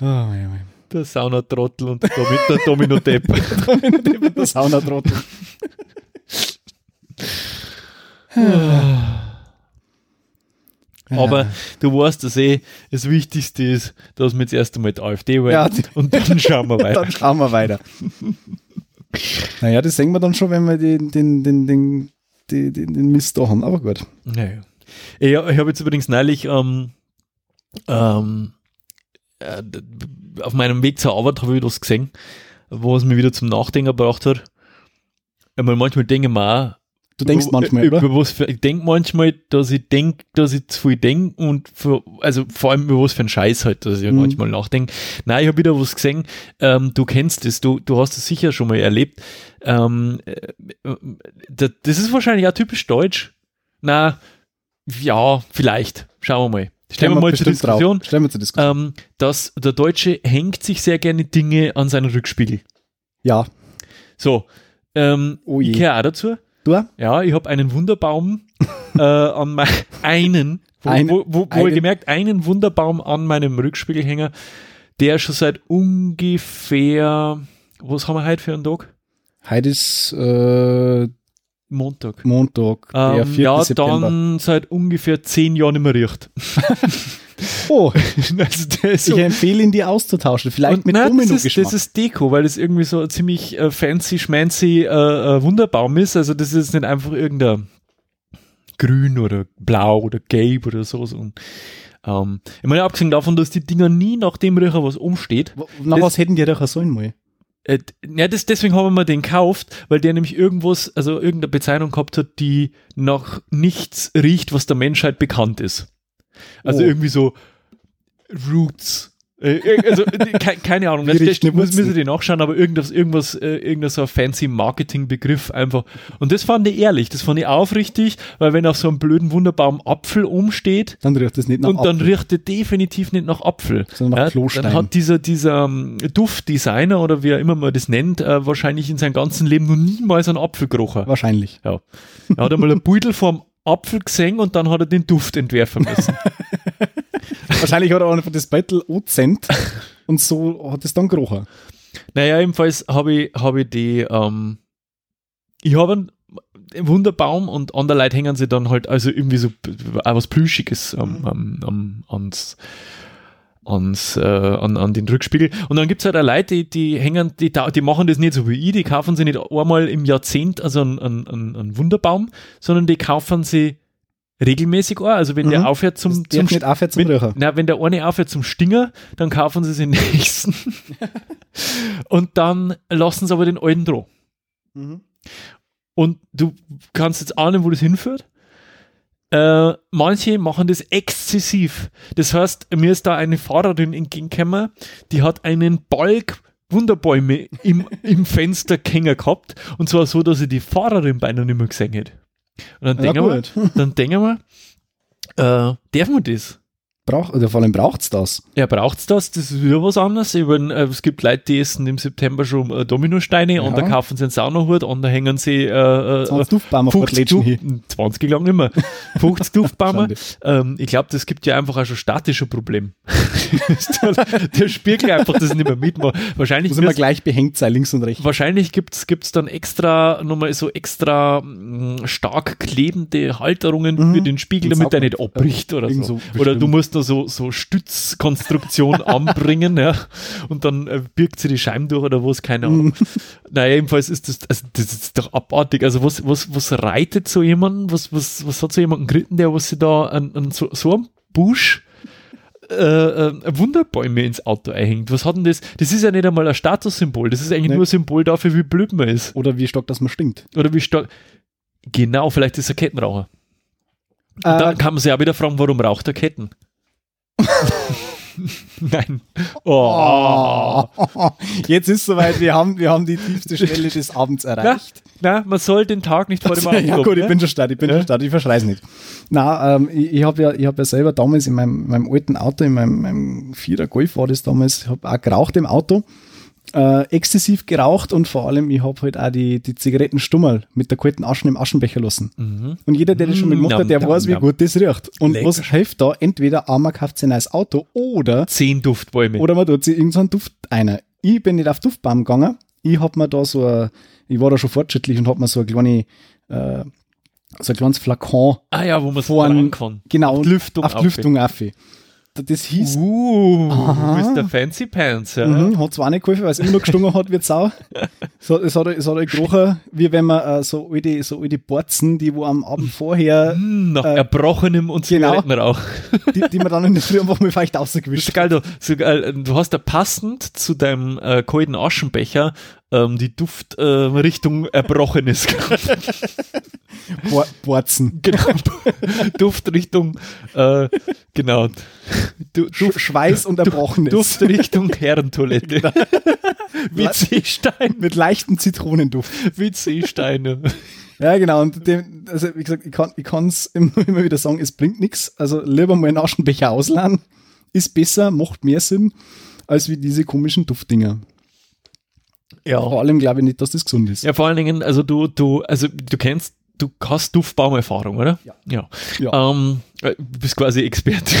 Speaker 2: Oh,
Speaker 1: Ah,
Speaker 2: ja, ja.
Speaker 1: Der Saunatrottel und der, Domi der *laughs* Domino-Depp.
Speaker 2: Der Saunatrottel.
Speaker 1: *laughs* Ah. Aber du weißt, dass eh das Wichtigste ist, dass wir jetzt erst einmal die AfD wählen
Speaker 2: Ja, die-
Speaker 1: und dann schauen *laughs* wir weiter.
Speaker 2: Dann schauen
Speaker 1: *laughs*
Speaker 2: wir weiter. naja, das sehen wir dann schon, wenn wir den, den, den, den, den, den, den Mist da haben. Aber gut.
Speaker 1: Naja. Ich, ich habe jetzt übrigens neulich ähm, ähm, äh, d- auf meinem Weg zur Arbeit habe ich wieder was gesehen, was mich wieder zum Nachdenken gebracht hat. Einmal manchmal denke ich mir auch,
Speaker 2: Du denkst
Speaker 1: über-
Speaker 2: manchmal,
Speaker 1: über
Speaker 2: oder?
Speaker 1: was für, ich denke manchmal, dass ich denke, dass ich zu viel denke und für, also vor allem über was für einen Scheiß halt, dass ich
Speaker 2: Mhm.
Speaker 1: manchmal nachdenke. Nein, ich habe wieder was gesehen, ähm, du kennst es, du, du hast es sicher schon mal erlebt. Ähm, äh, äh, das, das ist wahrscheinlich auch typisch deutsch. Na, ja, vielleicht. Schauen wir mal. Stellen wir mal zur
Speaker 2: bestimmt
Speaker 1: Diskussion,
Speaker 2: Drauf. Stellen wir zur Diskussion.
Speaker 1: ähm, dass der Deutsche hängt sich sehr gerne Dinge an seinen Rückspiegel. Ähm,
Speaker 2: ja.
Speaker 1: So, ähm,
Speaker 2: Oh
Speaker 1: ich
Speaker 2: je.
Speaker 1: gehöre auch dazu.
Speaker 2: Du? auch?
Speaker 1: Ja, ich habe einen Wunderbaum
Speaker 2: *laughs*
Speaker 1: äh, an meinem einen, wo,
Speaker 2: Einen-
Speaker 1: wo, wo,
Speaker 2: einen.
Speaker 1: gemerkt, einen Wunderbaum an meinem Rückspiegelhänger, der schon seit ungefähr, was haben wir heute für einen Tag?
Speaker 2: Heute ist äh,
Speaker 1: Montag.
Speaker 2: Montag, der
Speaker 1: Ähm,
Speaker 2: 4.
Speaker 1: ja,
Speaker 2: September.
Speaker 1: dann seit ungefähr zehn Jahren nicht mehr riecht. *laughs*
Speaker 2: oh,
Speaker 1: also der ist
Speaker 2: ich empfehle ihn, die auszutauschen. Vielleicht mit
Speaker 1: nein, das, ist,
Speaker 2: Domino-Geschmack.
Speaker 1: das ist Deko, weil es irgendwie so ein ziemlich äh, fancy, schmancy äh, äh, Wunderbaum ist. Also das ist nicht einfach irgendein grün oder blau oder gelb oder so. so. Ähm, ich meine, abgesehen davon, dass die Dinger nie nach dem riechen, was umsteht.
Speaker 2: Wo- Nach
Speaker 1: das-
Speaker 2: was hätten die riechen sollen mal?
Speaker 1: Äh, d- ja, das, deswegen haben wir den gekauft, weil der nämlich irgendwas, also irgendeine Bezeichnung gehabt hat, die nach nichts riecht, was der Menschheit bekannt ist. Also
Speaker 2: Oh.
Speaker 1: irgendwie so Roots. Äh, ir- also äh, ke keine Ahnung,
Speaker 2: Wie
Speaker 1: das, das
Speaker 2: riecht eine
Speaker 1: muss
Speaker 2: Wurzel?
Speaker 1: müssen die nachschauen, aber irgendwas, irgendwas, äh, irgendwas so ein fancy Marketing-Begriff einfach. Und das fand ich ehrlich, das fand ich aufrichtig, weil wenn auf so einem blöden Wunderbaum Apfel umsteht,
Speaker 2: Dann riecht es nicht nach
Speaker 1: und dann
Speaker 2: Apfel.
Speaker 1: riecht er definitiv nicht nach Apfel.
Speaker 2: Sondern nach Klostein.
Speaker 1: dann hat dieser, dieser ähm, Duftdesigner oder wie er immer man das nennt, äh, wahrscheinlich in seinem ganzen Leben noch niemals einen Apfel gerochen.
Speaker 2: Wahrscheinlich.
Speaker 1: Ja. Er hat einmal einen Beutel vorm Apfel gesehen und dann hat er den Duft entwerfen müssen.
Speaker 2: Wahrscheinlich hat er auch einfach das Battle Ozent und so hat es dann gerochen.
Speaker 1: naja, jedenfalls habe ich, habe ich die, ähm, ich habe einen Wunderbaum und an der Leute hängen sie dann halt also irgendwie so p- auch was Plüschiges am, am, am, ans, ans, äh, an, an den Rückspiegel. Und dann gibt's halt auch Leute, die, die hängen, die, da- die machen das nicht so wie ich, die kaufen sie nicht einmal im Jahrzehnt, also einen, einen, einen einen Wunderbaum, sondern die kaufen sie regelmäßig auch. Also wenn
Speaker 2: Mhm.
Speaker 1: der aufhört zum,
Speaker 2: Darf
Speaker 1: zum
Speaker 2: nicht aufhört zum
Speaker 1: wenn,
Speaker 2: Röcher.
Speaker 1: Na, wenn der eine aufhört zum Stinger, dann kaufen sie den nächsten.
Speaker 2: *laughs*
Speaker 1: Und dann lassen sie aber den alten dran.
Speaker 2: Mhm.
Speaker 1: Und du kannst jetzt ahnen, wo das hinführt. Äh, manche machen das exzessiv. Das heißt, mir ist da eine Fahrerin entgegengekommen, die hat einen Balk Wunderbäume im, im Fenster gehängt gehabt. Und zwar so, dass sie die Fahrerin beinahe nicht mehr gesehen hat. Und dann
Speaker 2: Ja,
Speaker 1: denken wir,
Speaker 2: gut. *laughs*
Speaker 1: dann denken wir, äh, dürfen wir das?
Speaker 2: Brauch, oder vor allem braucht's das.
Speaker 1: Ja, braucht's das? Das ist wieder was anderes. Ich mein, äh, es gibt Leute, die essen im September schon äh, Dominosteine und
Speaker 2: Ja.
Speaker 1: da kaufen sie einen Saunahut und da hängen sie äh, äh,
Speaker 2: 20 Duftbaum auf der
Speaker 1: 50
Speaker 2: Gletschen hin.
Speaker 1: Duft, 20 lang nicht
Speaker 2: *laughs*
Speaker 1: mehr. 50 Duftbaumer.
Speaker 2: Schande.
Speaker 1: ähm, ich glaube, das gibt ja einfach auch schon statische Problem. Dass der, der Spiegel einfach *laughs* das nicht mehr mitmacht. Wahrscheinlich,
Speaker 2: Muss immer
Speaker 1: müssen-
Speaker 2: gleich behängt sein, links und rechts.
Speaker 1: wahrscheinlich gibt's gibt's dann extra, nochmal so extra mh, stark klebende Halterungen
Speaker 2: Mhm.
Speaker 1: für den Spiegel,
Speaker 2: Und
Speaker 1: damit er nicht
Speaker 2: Saugnapf.
Speaker 1: abbricht oder
Speaker 2: Irgend
Speaker 1: so.
Speaker 2: so,
Speaker 1: oder du
Speaker 2: bestimmt.
Speaker 1: musst da so, so Stützkonstruktion anbringen, ja. Und dann äh, birgt sie die Scheiben durch oder was, keine Ahnung. Naja, jedenfalls ist das, also das ist doch abartig. Also was, was, was reitet so jemanden? Was, was, was hat so jemanden geritten, der was sie da an, an so, so einem Busch äh, äh, Wunderbäume ins Auto einhängt? Was hat denn das? Das ist ja nicht einmal ein Statussymbol. Das ist eigentlich
Speaker 2: Nee.
Speaker 1: nur ein Symbol dafür, wie blöd man ist.
Speaker 2: Oder wie stark das man stinkt.
Speaker 1: Oder wie stark. Genau, vielleicht ist er Kettenraucher. Und dann kann man sich auch wieder fragen, warum raucht er Ketten? *laughs* Nein. Oh.
Speaker 2: Oh, *laughs* jetzt ist soweit, wir haben, wir haben die tiefste Schwelle des Abends
Speaker 1: Na,
Speaker 2: erreicht.
Speaker 1: na, man soll den Tag nicht vor *laughs*
Speaker 2: *laughs*
Speaker 1: dem Abend
Speaker 2: ja
Speaker 1: loben,
Speaker 2: gut,
Speaker 1: ne?
Speaker 2: ich bin schon stark, ich bin schon stark, ich verschrei's nicht. Na, ähm, ich, ich habe ja, ich hab ja selber damals in meinem, meinem alten Auto, in meinem, meinem Vierer Golf war das damals, ich habe auch geraucht im Auto, äh, exzessiv geraucht und vor allem, ich habe halt auch die, die Zigarettenstummel mit der kalten Aschen im Aschenbecher lassen.
Speaker 1: Mhm.
Speaker 2: Und jeder, der das schon mal gemacht
Speaker 1: Nom,
Speaker 2: hat, der
Speaker 1: nom,
Speaker 2: weiß, wie
Speaker 1: nom.
Speaker 2: gut das riecht. Und
Speaker 1: Lecker.
Speaker 2: was hilft da? Entweder einmal kauft sich ein neues Auto oder
Speaker 1: Zehn Duftbäume.
Speaker 2: *laughs* oder man tut sich irgendeinen Duft einer. Ich bin nicht auf Duftbaum gegangen. Ich hab mir da so ein, ich war da schon fortschrittlich und hab mir so eine kleine, äh, so ein kleines Flakon,
Speaker 1: Ah ja, wo man es
Speaker 2: Vorn-
Speaker 1: dran kann.
Speaker 2: genau,
Speaker 1: Auf die Lüftung
Speaker 2: auf die
Speaker 1: auf-
Speaker 2: Lüftung auf. Das hieß,
Speaker 1: Uh,
Speaker 2: Aha.
Speaker 1: Mr. Fancy Pants, ja.
Speaker 2: mhm, hat zwar nicht geholfen, weil es immer noch gestungen hat wie
Speaker 1: *laughs*
Speaker 2: Sau. So, es hat, es hat halt gerochen, wie wenn man äh, so alte, so alte Borzen, die wo am Abend vorher,
Speaker 1: Mm, nach
Speaker 2: Äh,
Speaker 1: erbrochenem und *laughs*
Speaker 2: genau.
Speaker 1: Zigarettenrauch.
Speaker 2: die, die man dann in der Früh einfach mal vielleicht
Speaker 1: Ist
Speaker 2: rausgewischt
Speaker 1: geil, du, so geil, du hast da passend zu deinem äh, kalten Aschenbecher ähm, die Duftrichtung äh, Richtung Erbrochenes gehabt.
Speaker 2: hat. Bor Borzen.
Speaker 1: *laughs* genau. Duftrichtung, äh, genau. Du,
Speaker 2: Sch Schweiß und Erbrochenes. *laughs*
Speaker 1: Duftrichtung Herrentoilette. WC-Stein,
Speaker 2: Mit leichten Zitronenduft.
Speaker 1: WC-Steine.
Speaker 2: Ja, genau. Und dem, also, wie gesagt, ich kann ich kann's *laughs* immer, immer wieder sagen, es bringt nichts. Also lieber mal einen Aschenbecher ausladen. Ist besser, macht mehr Sinn, als wie diese komischen Duftdinger.
Speaker 1: Ja.
Speaker 2: Vor allem glaube ich nicht, dass das gesund ist.
Speaker 1: Ja, vor allen Dingen, also du, du, also du kennst, du hast Duftbaumerfahrung, oder?
Speaker 2: Ja.
Speaker 1: Ja.
Speaker 2: Ja.
Speaker 1: Ähm, äh, du bist quasi Experte.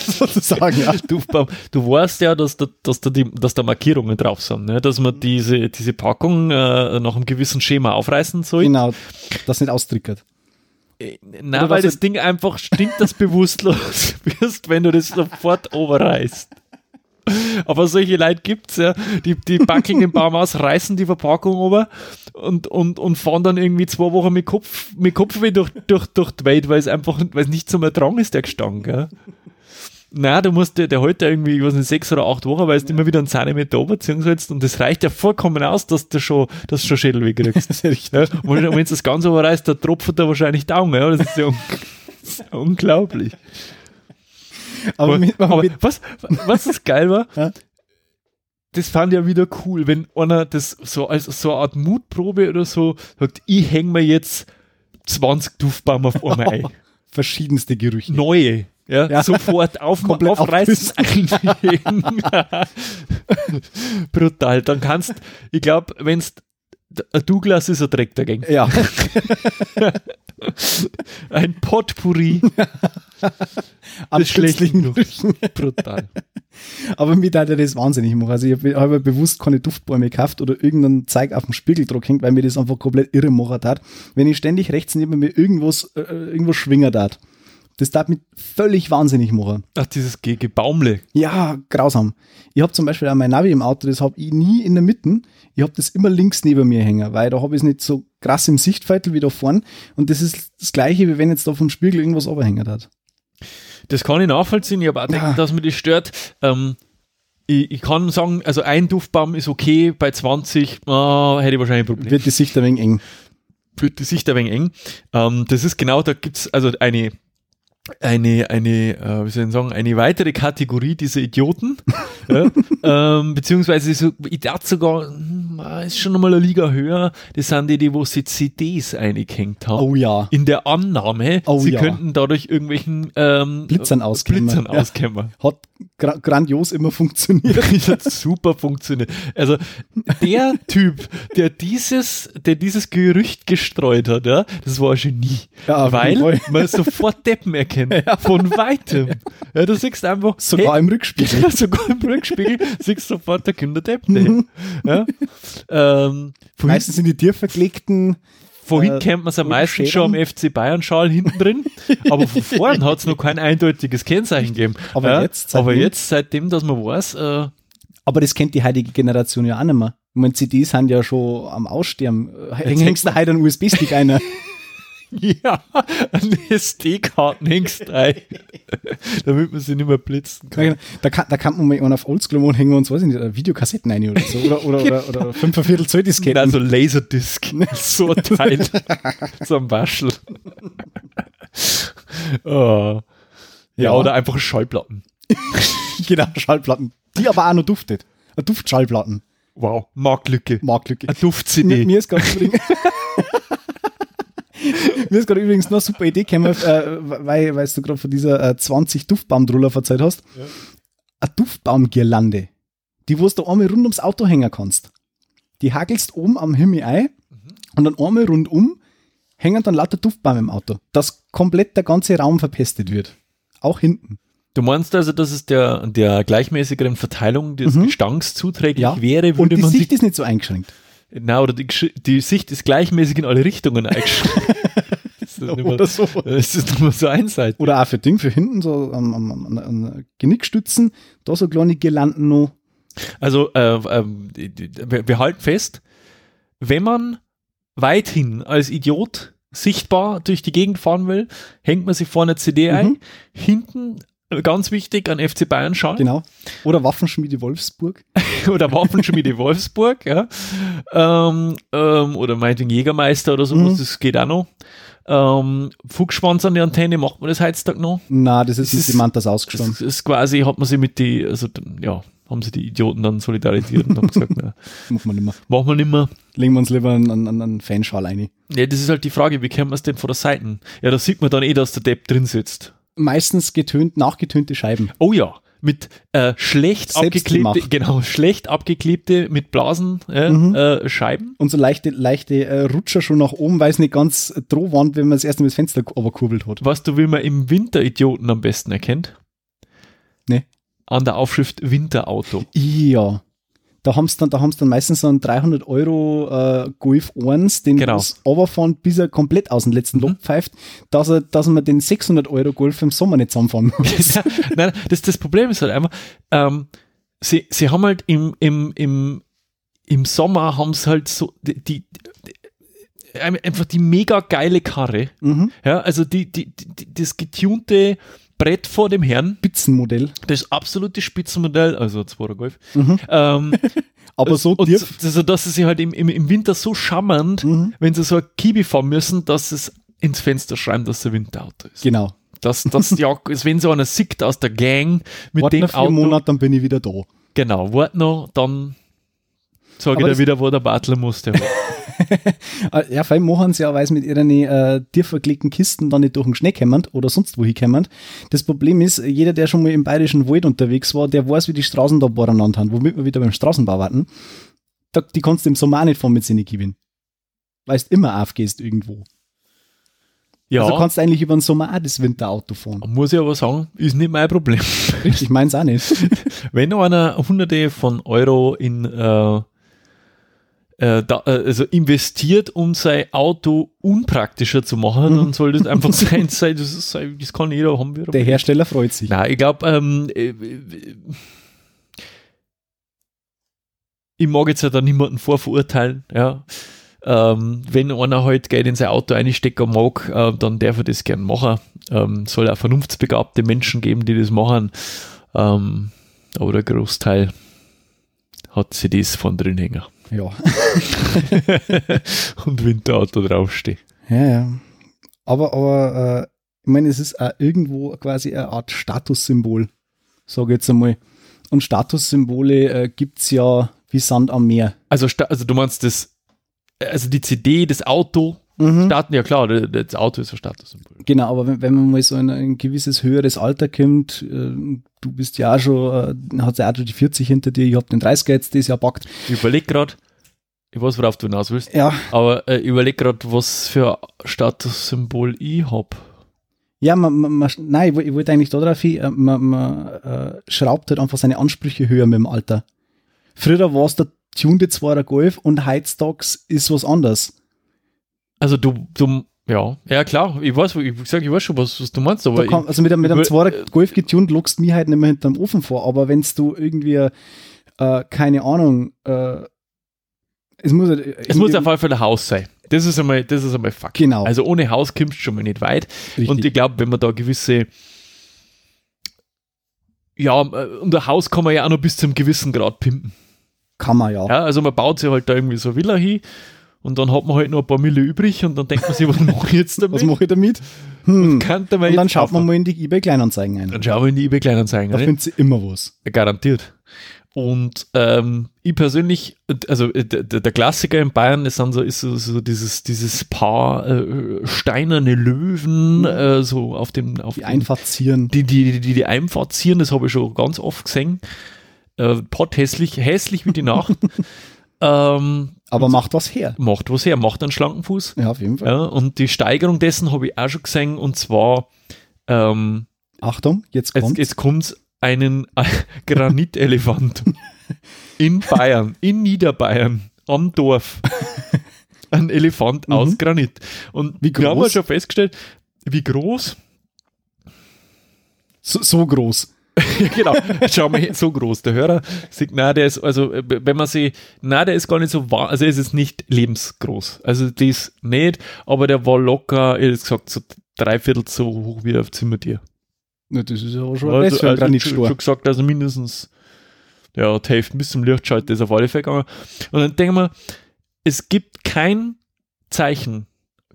Speaker 2: sozusagen, Ah, ja.
Speaker 1: *laughs* Duftbaum. Du weißt ja, dass da, dass da, die, dass da Markierungen drauf sind, ne? dass
Speaker 2: Mhm.
Speaker 1: man diese, diese Packung äh, nach einem gewissen Schema aufreißen soll.
Speaker 2: Genau, das nicht austrickert.
Speaker 1: Äh,
Speaker 2: Oder
Speaker 1: Nein, weil
Speaker 2: was-
Speaker 1: das Ding einfach stinkt, dass bewusstlos *laughs* wirst, wenn du das sofort overreißt. Aber solche Leute gibt's ja. Die, die backen den Baum aus, reißen die Verpackung über und, und, und fahren dann irgendwie zwei Wochen mit Kopf, mit Kopfweh durch, durch, durch die Welt, weil es einfach, weil es nicht zum Ertragen ist, der Gestank, gell? Na, du musst, der, der heute irgendwie, ich weiß nicht, sechs oder acht Wochen, weil du immer wieder einen Zentimeter runterziehen sollst und das reicht ja vollkommen aus, dass du schon, dass du schon Schädel wegkriegst.
Speaker 2: *laughs* Das ist ja richtig.
Speaker 1: Ja, wenn du das Ganze überreißt, da tropft er wahrscheinlich down. Ja? Das ist ja un *laughs* das ist unglaublich.
Speaker 2: Aber, mit, aber,
Speaker 1: aber
Speaker 2: mit,
Speaker 1: was, was das geil war,
Speaker 2: Ja.
Speaker 1: das fand ich ja wieder cool, wenn einer das so als so eine Art Mutprobe oder so sagt, ich hänge mir jetzt 20 Duftbaum auf einmal ein.
Speaker 2: *laughs* verschiedenste Gerüche.
Speaker 1: Neue. Ja, *laughs*
Speaker 2: Ja.
Speaker 1: sofort auf,
Speaker 2: Komplett
Speaker 1: aufreißen. einlegen. *laughs* Brutal. Dann kannst, ich glaube, wenn es Douglas ist ein Dreck dagegen.
Speaker 2: *laughs* Ja,
Speaker 1: Ein *laughs* Potpourri.
Speaker 2: an
Speaker 1: des schlechten
Speaker 2: schlechten Gerüchen.
Speaker 1: Brutal.
Speaker 2: Aber mir tat ja das wahnsinnig machen. Also ich habe hab ja bewusst keine Duftbäume gekauft oder irgendeinen Zeig auf dem Spiegeldruck hängt, weil mir das einfach komplett irre machen tat. Wenn ich ständig rechts neben mir irgendwas, äh, irgendwas äh, schwingen tat. Das tat mich völlig wahnsinnig machen.
Speaker 1: Ach, dieses Ge- Gebaumle.
Speaker 2: Ja, grausam. Ich habe zum Beispiel auch mein Navi im Auto, das habe ich nie in der Mitte. Ich habe das immer links neben mir hängen, weil da habe ich es nicht so krass im Sichtfeitel wie da vorn. Und das ist das Gleiche, wie wenn jetzt da vom Spiegel irgendwas abhängen hat.
Speaker 1: Das kann ich nachvollziehen. Ich habe auch gedacht,
Speaker 2: Ja.
Speaker 1: dass mir das stört. Ähm, ich, ich kann sagen, also ein Duftbaum ist okay, bei 20 ah, hätte ich wahrscheinlich ein Problem.
Speaker 2: Wird die Sicht ein wenig eng.
Speaker 1: wird die Sicht ein wenig eng. Ähm, das ist genau, da gibt's also eine, eine, eine, äh, wie soll ich sagen, eine weitere Kategorie dieser
Speaker 2: *laughs*
Speaker 1: Idioten. ja, ähm, beziehungsweise so, ich dachte sogar, hm, ah, ist schon nochmal eine Liga höher. Das sind die, die wo sie CDs eingehängt haben.
Speaker 2: Oh ja.
Speaker 1: In der Annahme,
Speaker 2: Oh
Speaker 1: sie
Speaker 2: ja.
Speaker 1: kännten dadurch irgendwelchen ähm,
Speaker 2: Blitzern auskennen.
Speaker 1: Blitzern
Speaker 2: Ja.
Speaker 1: auskämmen.
Speaker 2: Hat gra grandios immer *laughs* funktioniert.
Speaker 1: Das hat super funktioniert. Also der Typ, der dieses, der dieses Gerücht gestreut hat, ja, das war ein Genie.
Speaker 2: Ja, auf jeden
Speaker 1: weil
Speaker 2: Fall.
Speaker 1: man sofort Deppen erkennt. Von weitem. Ja, du siehst einfach
Speaker 2: Sogar im Rückspiegel.
Speaker 1: im *laughs* sogar im Rückspiegel siehst du sofort, da kommt der Depp. daher. Ja? Ähm, vorhin
Speaker 2: Mhm. Meistens sind die Tier verlegten.
Speaker 1: vorhin
Speaker 2: äh,
Speaker 1: kennt man es am meisten
Speaker 2: Schädel.
Speaker 1: schon am FC Bayern-Schal hinten
Speaker 2: *laughs*
Speaker 1: drin, aber von vorn hat es noch kein eindeutiges Kennzeichen gegeben.
Speaker 2: Aber
Speaker 1: ja?
Speaker 2: jetzt,
Speaker 1: aber
Speaker 2: seitdem-
Speaker 1: jetzt, seitdem, dass man weiß, äh,
Speaker 2: Aber das kennt die heutige Generation ja auch nicht mehr. Ich meine, CDs sind ja schon am Aussterben. Häng- Hängst du heute einen USB-Stick *laughs* einer?
Speaker 1: *laughs* Ja, an SD-Karten hängst rein, damit man sie nicht mehr blitzen kann.
Speaker 2: Ja, genau. Da kann, da kann man mal einen auf Oldschool Mode hängen und so, weiß ich nicht, oder Videokassetten ein oder so. Oder, oder, oder, oder fünf Viertel Zoll Disketten. *laughs*
Speaker 1: Also *laughs* Laserdisc, so ein Teil zum Waschel. *laughs* oh. ja,
Speaker 2: Ja.
Speaker 1: oder einfach Schallplatten.
Speaker 2: *laughs* genau, Schallplatten. Die aber auch noch duftet. Eine Duftschallplatten.
Speaker 1: Wow, Marktlücke.
Speaker 2: Marktlücke.
Speaker 1: Eine Duft-CD.
Speaker 2: Mir, mir ist gerade übrigens, mir ist gerade übrigens noch eine super Idee gekommen, äh, weil, weil du gerade von dieser äh, 20 Duftbaumdruller verzeiht hast. Eine Duftbaumgirlande, die wo du einmal rund ums Auto hängen kannst. Die hakelst oben am Himmel ein und dann einmal rundum hängen dann lauter Duftbäume im Auto, dass komplett der ganze Raum verpestet wird. Auch hinten.
Speaker 1: Du meinst also, dass es der, der gleichmäßigeren Verteilung des Gestanks zuträglich wäre,
Speaker 2: und
Speaker 1: würde
Speaker 2: die
Speaker 1: man
Speaker 2: Sicht
Speaker 1: sich.
Speaker 2: ist nicht so eingeschränkt.
Speaker 1: Na, oder die, Gesch- die Sicht ist gleichmäßig in alle Richtungen eingeschränkt. Das ist nicht mehr-
Speaker 2: so.
Speaker 1: das ist nicht mehr so einseitig.
Speaker 2: Oder auch für Ding, für hinten, so am, am, am, am Genickstützen, da so kleine Girlanden noch.
Speaker 1: Also äh, ähm, die- die- wir wir halten fest, wenn man weithin als Idiot sichtbar durch die Gegend fahren will, hängt man sich vorne eine CD ein, hinten äh, ganz wichtig an FC Bayern schauen
Speaker 2: Genau. Oder Waffenschmiede Wolfsburg.
Speaker 1: *laughs* oder Waffenschmiede Wolfsburg ja. ähm, ähm, oder meinetwegen Jägermeister oder sowas,
Speaker 2: Mhm.
Speaker 1: das geht auch noch. Ähm, Fuchsschwanz an die Antenne, macht man das heutzutage noch?
Speaker 2: Na, das ist
Speaker 1: Das
Speaker 2: nicht
Speaker 1: ist-
Speaker 2: jemand, das
Speaker 1: Das
Speaker 2: ausgestorben.
Speaker 1: ist, ist quasi, hat man sie mit die, also ja, haben sie die Idioten dann solidarisiert und haben gesagt, *laughs* na,
Speaker 2: Machen wir nicht mehr.
Speaker 1: machen wir nimmer.
Speaker 2: Legen wir uns lieber einen, einen, einen- einen Fanschal ein.
Speaker 1: Ja, das ist halt die Frage, wie kennt man es denn von der Seite? Ja, da sieht man dann eh, dass der Depp drin sitzt.
Speaker 2: Meistens getönt, nachgetönte Scheiben.
Speaker 1: Oh ja, mit äh, schlecht
Speaker 2: Selbst
Speaker 1: abgeklebte,
Speaker 2: gemacht.
Speaker 1: genau, schlecht abgeklebte mit Blasen äh,
Speaker 2: Mhm.
Speaker 1: äh, Scheiben.
Speaker 2: Und so leichte, leichte äh, Rutscher schon nach oben, weil es nicht ganz äh, droh waren, wenn man das erste Mal das Fenster kurbelt hat.
Speaker 1: Weißt du, wie man im Winter Idioten am besten erkennt?
Speaker 2: Nee.
Speaker 1: An der Aufschrift
Speaker 2: *laughs*
Speaker 1: Winterauto.
Speaker 2: Ja. Da haben sie dann, da haben's dann meistens so einen 300 Euro äh, Golf 1, den
Speaker 1: Genau. Mhm.
Speaker 2: muss runterfahren, bis er komplett aus dem letzten Loch pfeift, dass, er, dass man den 600 Euro Golf im Sommer nicht zusammenfahren
Speaker 1: *laughs*
Speaker 2: muss.
Speaker 1: Ja, nein, das, das Problem ist halt einfach, ähm, sie, sie haben halt im, im, im, im Sommer haben sie halt so die, die, die einfach die mega geile Karre.
Speaker 2: mhm.
Speaker 1: Ja, also die, die, die, die- das getunte Brett vor dem Herrn,
Speaker 2: Spitzenmodell.
Speaker 1: das absolute Spitzenmodell, also Zwarer Golf,
Speaker 2: Mhm. *laughs*
Speaker 1: ähm,
Speaker 2: Aber so
Speaker 1: und
Speaker 2: tief.
Speaker 1: so, so, dass sie sich halt im, im, im Winter so schammernd,
Speaker 2: Mhm.
Speaker 1: wenn sie so ein Kiwi fahren müssen, dass sie es ins Fenster schreiben, dass es ein Winterauto ist.
Speaker 2: Genau.
Speaker 1: Dass, dass ja, als wenn so einer sickt aus der Gang mit
Speaker 2: Warte
Speaker 1: dem
Speaker 2: noch vier
Speaker 1: Auto.
Speaker 2: Monate, dann bin ich wieder da.
Speaker 1: Genau, wart noch, dann sage ich
Speaker 2: Aber Also
Speaker 1: dir
Speaker 2: das-
Speaker 1: wieder, wo der Butler
Speaker 2: *laughs*
Speaker 1: musste.
Speaker 2: Äh, Ja, vor allem machen sie ja, weil sie mit ihren äh, dir verklickten Kisten dann nicht durch den Schnee kämmern oder sonst wohin kämmern. Das Problem ist, jeder, der schon mal im Bayerischen Wald unterwegs war, der weiß, wie die Straßen da beieinander haben, womit wir wieder beim Straßenbau warten. Da, die kannst du im Sommer auch nicht fahren mit Sinnekiwin. Weil du immer aufgehst irgendwo.
Speaker 1: Ja,
Speaker 2: Also kannst du eigentlich über den Sommer auch das Winterauto fahren.
Speaker 1: muss ich aber sagen, ist nicht mein Problem.
Speaker 2: Richtig, meins auch nicht.
Speaker 1: Wenn einer hunderte von Euro in äh, äh, da, äh, also investiert, um sein Auto unpraktischer zu machen, dann soll das einfach sein, sein, das, ist, sein- das kann jeder haben. Wir
Speaker 2: Der Hersteller freut sich.
Speaker 1: Nein, ich glaube, ähm, äh, äh, ich mag jetzt ja da niemanden vorverurteilen, ja. Ähm, wenn einer halt Geld in sein Auto einstecken mag, äh, dann darf er das gern machen. Ähm, soll auch vernunftsbegabte Menschen geben, die das machen. Ähm, aber der Großteil hat sie das von drin hängen. *laughs*
Speaker 2: Ja.
Speaker 1: Und Winterauto draufstehen.
Speaker 2: Ja, ja. Aber, aber äh, ich meine, es ist auch irgendwo quasi eine Art Statussymbol, sage ich jetzt einmal. Und Statussymbole äh, gibt es ja wie Sand am Meer.
Speaker 1: Also, sta- also du meinst das, also die CD, das Auto, Staaten, ja klar, d- d- das Auto ist ein Statussymbol.
Speaker 2: Genau, aber wenn, wenn man mal so in ein gewisses höheres Alter kommt, äh, du bist ja auch schon, äh, hast ja auch schon die 40 hinter dir, ich habe den 30er jetzt dieses Jahr packt.
Speaker 1: Ich überlege gerade, ich weiß, worauf du hinaus willst,
Speaker 2: Ja,
Speaker 1: aber äh, ich überlege gerade, was für ein Statussymbol ich habe.
Speaker 2: ja man, man, man, nein, ich woll- ich wollte eigentlich darauf hin, äh, man, man äh, schraubt halt einfach seine Ansprüche höher mit dem Alter. Früher war es der tuned 2er Golf und heutzutage ist was anderes.
Speaker 1: Also du, du, ja, ja klar, ich weiß, ich, sag, ich weiß schon, was, was du meinst, aber
Speaker 2: Da kann, also mit, einem- mit einem
Speaker 1: über-
Speaker 2: 2er Golf getuned lockst mich halt nicht mehr hinterm Ofen vor, aber wenn du irgendwie, äh, keine Ahnung, äh, es muss halt
Speaker 1: ich, es muss auf jeden Fall ein Haus sein. Das ist einmal, das ist einmal Fakt.
Speaker 2: Genau.
Speaker 1: Also ohne Haus kommst du schon mal nicht weit. Und ich glaube, wenn man da gewisse ja, äh, und ein Haus kann man ja auch noch bis zum gewissen Grad pimpen.
Speaker 2: kann man ja.
Speaker 1: Ja, also man baut sich halt da irgendwie so eine Villa hin und dann hat man halt noch ein paar Mille übrig und dann denkt man sich, was mache ich jetzt damit?
Speaker 2: Was mache ich damit? Hm.
Speaker 1: Kannte man
Speaker 2: Und dann
Speaker 1: jetzt
Speaker 2: schaut man
Speaker 1: kaufen.
Speaker 2: mal in die eBay-Kleinanzeigen ein.
Speaker 1: Dann schauen wir in die eBay-Kleinanzeigen.
Speaker 2: Da
Speaker 1: Ne?
Speaker 2: findet sie immer was.
Speaker 1: Garantiert. Und ähm, ich persönlich, also äh, der, der der Klassiker in Bayern ist dann so, ist so, so dieses, dieses Paar äh, steinerne Löwen, äh, so auf dem, auf
Speaker 2: Mhm. Die
Speaker 1: dem
Speaker 2: Einfazieren.
Speaker 1: die, die, die, die Einfahrt ziehen, das habe ich schon ganz oft gesehen. Äh, Pott hässlich, hässlich wie die
Speaker 2: *laughs*
Speaker 1: Nacht. ähm,
Speaker 2: Aber macht was her.
Speaker 1: macht was her, macht einen schlanken Fuß.
Speaker 2: Ja, auf jeden Fall.
Speaker 1: Ja, und die Steigerung dessen habe ich auch schon gesehen und zwar, ähm,
Speaker 2: Achtung, jetzt
Speaker 1: jetzt,
Speaker 2: kommt.
Speaker 1: jetzt kommt einen *laughs* Granitelefant
Speaker 2: *laughs*
Speaker 1: in Bayern, in Niederbayern, am
Speaker 2: *laughs*
Speaker 1: Dorf. Ein Elefant aus Granit. Und
Speaker 2: Mhm. Wie
Speaker 1: wir haben ja
Speaker 2: groß?
Speaker 1: schon festgestellt, wie groß *laughs*
Speaker 2: So, so groß.
Speaker 1: Ja, genau. Schau mal, her, so groß. Der Hörer sieht, na, der ist, also, äh, wenn man sie, na, der ist gar nicht so wahr, also, es ist nicht lebensgroß. Also, das nicht, aber der war locker, ehrlich gesagt, so dreiviertel so hoch wie auf Zimmertier.
Speaker 2: Na, das ist aber schon
Speaker 1: Also,
Speaker 2: das für ein
Speaker 1: also, schon,
Speaker 2: Granitstor.
Speaker 1: schon gesagt, also mindestens, ja, die Hälfte bis zum Lichtschalter ist auf alle Fälle gegangen. Und dann denken wir, es gibt kein Zeichen,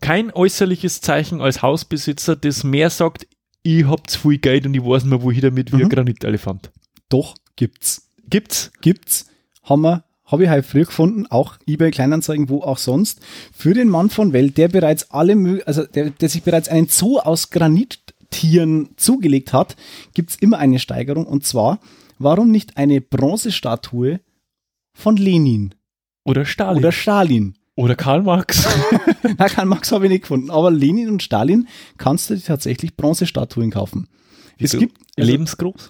Speaker 1: kein äußerliches Zeichen als Hausbesitzer, das mehr sagt, ich hab zu viel Geld und ich weiß nicht mehr, wo ich damit wie ein
Speaker 2: Mhm.
Speaker 1: Granitelefant.
Speaker 2: Doch, gibt's.
Speaker 1: Gibt's?
Speaker 2: Gibt's. Haben wir, habe ich halt früh gefunden, auch eBay-Kleinanzeigen, wo auch sonst. Für den Mann von Welt, der bereits alle, mö- also der, der sich bereits einen Zoo aus Granittieren zugelegt hat, gibt's immer eine Steigerung. Und zwar, warum nicht eine Bronzestatue von Lenin?
Speaker 1: Oder Stalin. *laughs*
Speaker 2: oder Stalin.
Speaker 1: Oder Karl Marx.
Speaker 2: Na, Karl Marx habe ich nicht gefunden, aber Lenin und Stalin kannst du dir tatsächlich Bronzestatuen kaufen.
Speaker 1: Wieso? *laughs*
Speaker 2: Es gibt also
Speaker 1: Lebensgroß.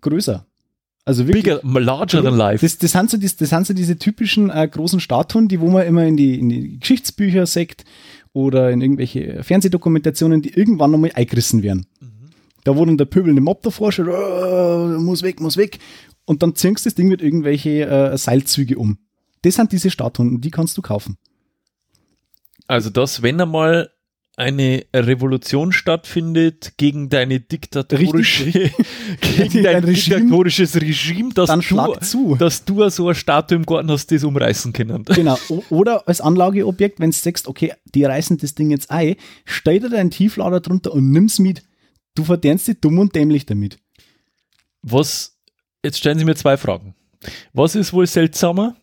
Speaker 2: größer. Also wirklich.
Speaker 1: Bigger, larger than life.
Speaker 2: Das, das, sind so, das, das sind so diese typischen äh, großen Statuen, die wo man immer in die, in die Geschichtsbücher sekt oder in irgendwelche Fernsehdokumentationen, die irgendwann nochmal eingerissen werden.
Speaker 1: Mhm.
Speaker 2: Da wo dann der pöbelnde Mob davor steht, "Oh, muss weg, muss weg. Und dann ziehst du das Ding mit irgendwelche äh, Seilzüge um. Das sind diese Statuen und die kannst
Speaker 1: *laughs*
Speaker 2: du kaufen.
Speaker 1: Also, dass, wenn einmal eine Revolution stattfindet gegen deine diktatorische, *laughs* gegen dein,
Speaker 2: Gegen dein Regime.
Speaker 1: diktatorisches Regime, dass
Speaker 2: Dann
Speaker 1: du,
Speaker 2: schlag zu.
Speaker 1: dass du so eine Statue im Garten hast, die es umreißen können.
Speaker 2: Genau. O oder als Anlageobjekt, wenn du sagst, okay, die reißen das Ding jetzt ein, stell dir deinen Tieflader drunter und nimm's mit. Du verdienst dich dumm und dämlich damit.
Speaker 1: Was, jetzt stellen Sie mir zwei Fragen. Was ist wohl seltsamer?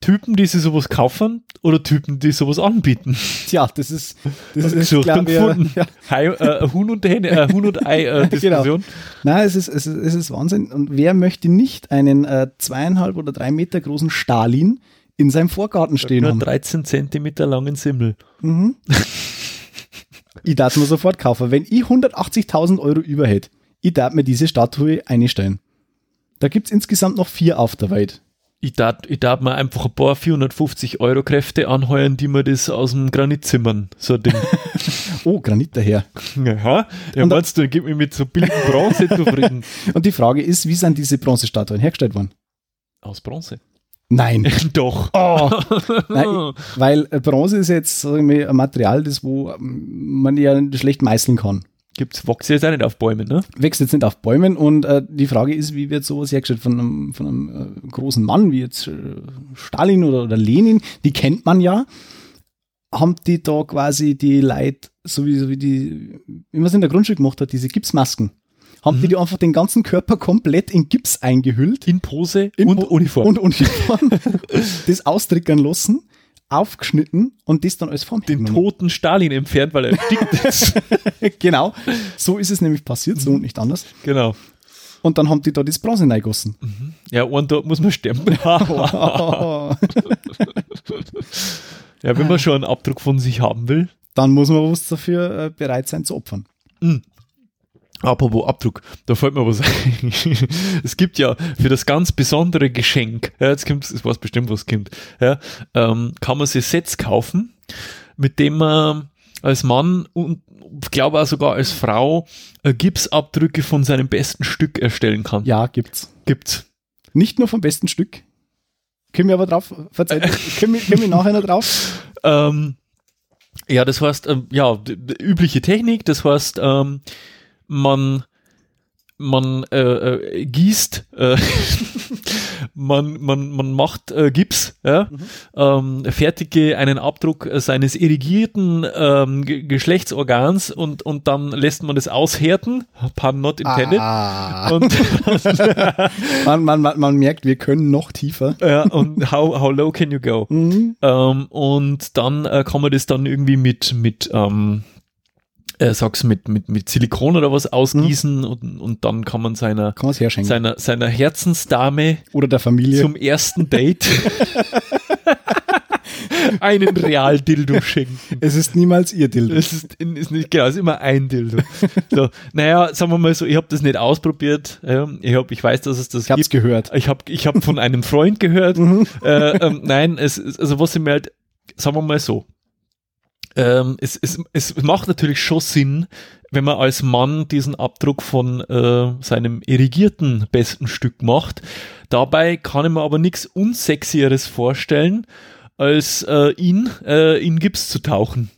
Speaker 1: Typen, die sich sowas kaufen oder Typen, die sowas anbieten?
Speaker 2: Tja, das ist, das ist
Speaker 1: Gesucht und
Speaker 2: glaub ich, äh,
Speaker 1: gefunden.
Speaker 2: Ja, Genau.
Speaker 1: Hei, äh, Huhn und Henne, äh, Huhn und
Speaker 2: *laughs*
Speaker 1: Ei äh, Diskussion.
Speaker 2: nein, es ist, es, ist, es ist Wahnsinn. Und wer möchte nicht einen äh, zweieinhalb oder drei Meter großen Stalin in seinem Vorgarten stehen
Speaker 1: Nur
Speaker 2: haben?
Speaker 1: 13 Zentimeter langen Simmel.
Speaker 2: Ich darf mir sofort kaufen. Wenn ich 180.000 Euro über hätte, ich darf mir diese Statue einstellen. Da gibt's insgesamt noch vier auf der Welt.
Speaker 1: ich darf ich darf mir einfach ein paar 450 Euro Kräfte anheuern, die mir das aus dem Granit zimmern, so *laughs* ein Ding.
Speaker 2: Oh, Granit daher.
Speaker 1: Aha, ja,
Speaker 2: Und-
Speaker 1: meinst du, gib mir mit so billigen *laughs* Bronze zufrieden.
Speaker 2: Und die Frage ist, wie sind diese Bronzestatuen hergestellt worden?
Speaker 1: Aus Bronze? *laughs*
Speaker 2: Nein.
Speaker 1: Doch.
Speaker 2: Oh. Nein, weil Bronze ist jetzt sagen wir, ein Material, das wo ähm, man ja schlecht meißeln kann.
Speaker 1: Gibt's wächst jetzt auch nicht auf Bäumen, ne?
Speaker 2: Wächst jetzt nicht auf Bäumen und äh, die Frage ist, wie wird sowas hergestellt von einem, von einem äh, großen Mann wie jetzt äh, Stalin oder, oder Lenin, die kennt man ja. Haben die da quasi die Leute, so wie, so wie die, wie man es in der Grundschule gemacht hat, diese Gipsmasken, haben die die einfach den ganzen Körper komplett in Gips eingehüllt
Speaker 1: In Pose
Speaker 2: In
Speaker 1: und
Speaker 2: Po-
Speaker 1: Uniform.
Speaker 2: und Uniform, das austrickern lassen, aufgeschnitten und das dann als Form
Speaker 1: den
Speaker 2: hergenommen.
Speaker 1: toten Stalin entfernt, weil er *laughs* erstickt ist.
Speaker 2: Genau, so ist es nämlich passiert, so und nicht anders.
Speaker 1: genau.
Speaker 2: Und dann haben die da das Bronze reingegossen. *laughs*
Speaker 1: Ja, und dort muss man *laughs* sterben. ja, wenn man schon einen Abdruck von sich haben will.
Speaker 2: dann muss man was dafür äh, bereit sein zu opfern.
Speaker 1: Apropos Abdruck, da fällt mir was ein. *laughs* es gibt ja für das ganz besondere Geschenk, ja, jetzt kommt, es weiß bestimmt, was kommt, ja, ähm, kann man sich Sets kaufen, mit dem man als Mann und glaube auch sogar als Frau äh, Gipsabdrücke von seinem besten Stück erstellen kann.
Speaker 2: Ja, gibt's.
Speaker 1: Gibt's.
Speaker 2: Nicht nur vom besten Stück. Können wir aber drauf, verzeiht,
Speaker 1: *laughs*
Speaker 2: können wir, können wir nachher noch drauf?
Speaker 1: Ähm, ja, das heißt, ähm, ja, d- d- übliche Technik, das heißt, ähm, man, man äh, äh, gießt, äh, *laughs* man, man, man macht äh, Gips, ja, ähm, fertige einen Abdruck äh, seines irrigierten ähm, Ge- Geschlechtsorgans und, und dann lässt man das aushärten, pun not intended.
Speaker 2: Ah,
Speaker 1: Und,
Speaker 2: *laughs* man, man, man, man merkt, wir können noch tiefer.
Speaker 1: ja, und how, how low can you go?
Speaker 2: Mhm.
Speaker 1: Ähm, und dann äh, kann man das dann irgendwie mit, mit ähm, äh, sag's mit, mit, mit Silikon oder was ausgießen und, und dann kann man seiner,
Speaker 2: Kann man es herschenken.
Speaker 1: seiner, seiner Herzensdame
Speaker 2: Oder der Familie.
Speaker 1: zum ersten Date einen Real-Dildo schenken.
Speaker 2: es ist niemals ihr Dildo.
Speaker 1: Das ist, ist nicht genau, es ist immer ein Dildo. So, naja, sagen wir mal so, ich habe das nicht ausprobiert. ähm, Ich, hab, ich weiß, dass es das
Speaker 2: Ich hab's
Speaker 1: gibt.
Speaker 2: gehört.
Speaker 1: Ich habe ich hab von einem Freund gehört. äh, ähm, nein, es ist, also was ich mir halt, sagen wir mal so, ähm, es, es, es macht natürlich schon Sinn, wenn man als Mann diesen Abdruck von äh, seinem irrigierten besten Stück macht. Dabei kann ich mir aber nichts Unsexieres vorstellen, als äh, ihn äh, in Gips zu tauchen.